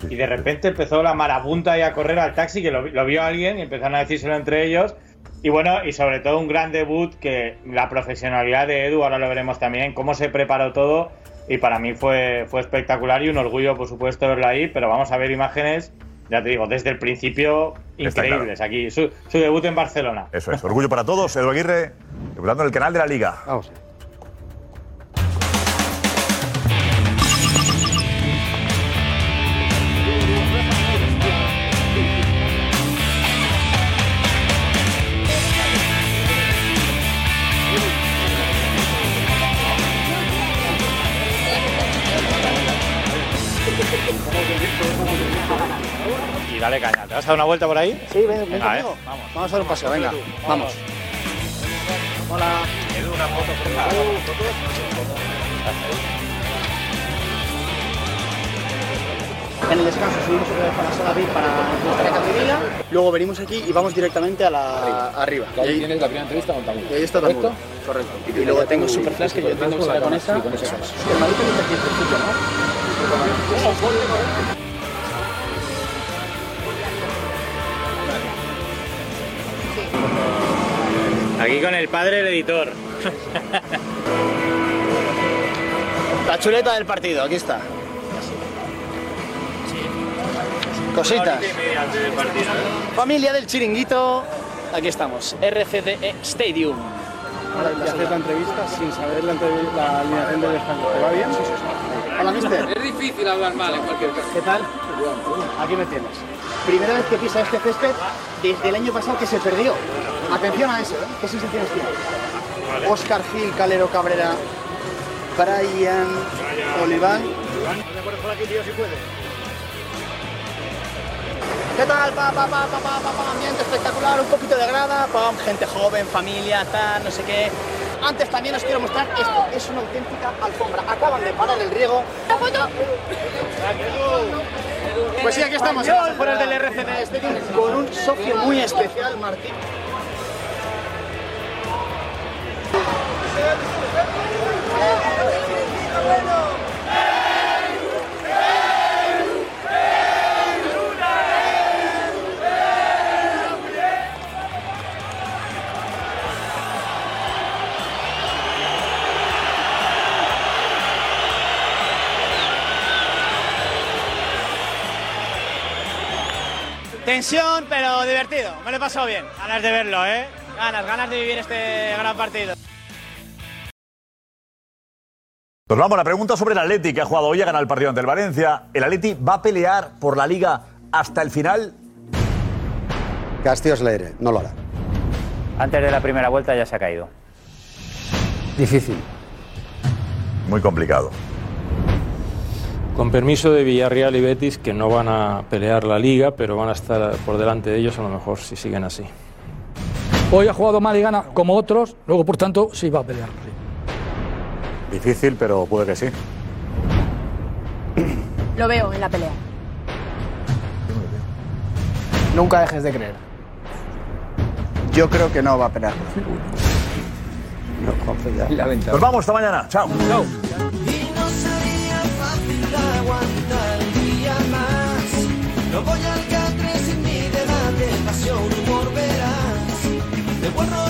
S2: Y de repente empezó la marabunta ahí a correr al taxi, que lo, vi- lo vio alguien y empezaron a decírselo entre ellos. Y bueno, y sobre todo un gran debut, que la profesionalidad de Edu, ahora lo veremos también, cómo se preparó todo. Y para mí fue, fue espectacular y un orgullo, por supuesto, verlo ahí. Pero vamos a ver imágenes, ya te digo, desde el principio,
S4: Está claro.
S2: increíbles. Aquí, su, su debut en Barcelona.
S4: Eso es, orgullo para todos. Edu Aguirre, debutando en el canal de la Liga.
S3: Vamos.
S2: Y dale caña. ¿Te vas a dar una vuelta por ahí?
S19: Sí, ven, ven
S2: Venga, ¿eh?
S19: conmigo. Vamos. a dar un paseo, venga. Vamos.
S2: Hola. Edu, una foto por
S19: En el descanso subimos otra vez para la sala VIP para nuestra categoría. Luego venimos aquí y vamos directamente a la arriba.
S22: Y ahí tienes la primera entrevista con Tamu.
S19: Y ahí está
S22: ¿Correcto?
S19: Tamudo. Correcto. Y luego tengo Superflash que yo entiendo que será con esa.
S22: Sí, con esa.
S19: El Madrid tiene que principio, ¿no?
S2: Aquí con el padre del editor.
S19: La chuleta del partido, aquí está. Cositas. Familia del chiringuito, aquí estamos, RCDE E Stadium.
S22: Y haces la entrevista sin saber la, alineación del español.
S19: ¿Te va bien? Hola, mister.
S22: Es difícil hablar mal en cualquier caso.
S19: ¿Qué tal? Aquí me tienes. Primera vez que pisa este césped desde el año pasado que se perdió. Atención a eso, ¿eh? ¿Qué sensaciones tienes? Oscar Gil, Calero Cabrera, Brian, Oliván.
S22: por aquí, tío, si puedes.
S19: ¿Qué tal? Pa, pa, pa, pa, pa, pa, pa, ambiente espectacular, un poquito de grada, pam, gente joven, familia, tal, no sé qué. Antes también os quiero mostrar esto, es una auténtica alfombra. Acaban de parar el riego. ¡La foto! Pues sí, aquí estamos, en las afueras del RCD Stadium, este, con un socio muy especial, Martín. Tensión, pero divertido. Me lo he pasado bien. Ganas de verlo, ¿eh? Ganas, ganas de vivir este gran partido.
S4: Nos vamos, la pregunta sobre el Atleti, que ha jugado hoy, ha ganado el partido ante el Valencia. ¿El Atleti va a pelear por la Liga hasta el final?
S3: Castillos Leire, no lo hará.
S8: Antes de la primera vuelta ya se ha caído.
S3: Difícil.
S4: Muy complicado.
S5: Con permiso de Villarreal y Betis, que no van a pelear la liga, pero van a estar por delante de ellos a lo mejor si siguen así.
S12: Hoy ha jugado mal y gana como otros, luego por tanto sí va a pelear.
S14: Difícil, pero puede que sí.
S37: Lo veo en la pelea.
S22: Nunca dejes de creer. Yo creo que no va a pelear. Pues
S4: Nos vamos, hasta mañana. Chao. Chao.
S25: Y no sería fácil aguantar un día más. No voy al catre sin mi debate, pasión, humor verás. De buen rollo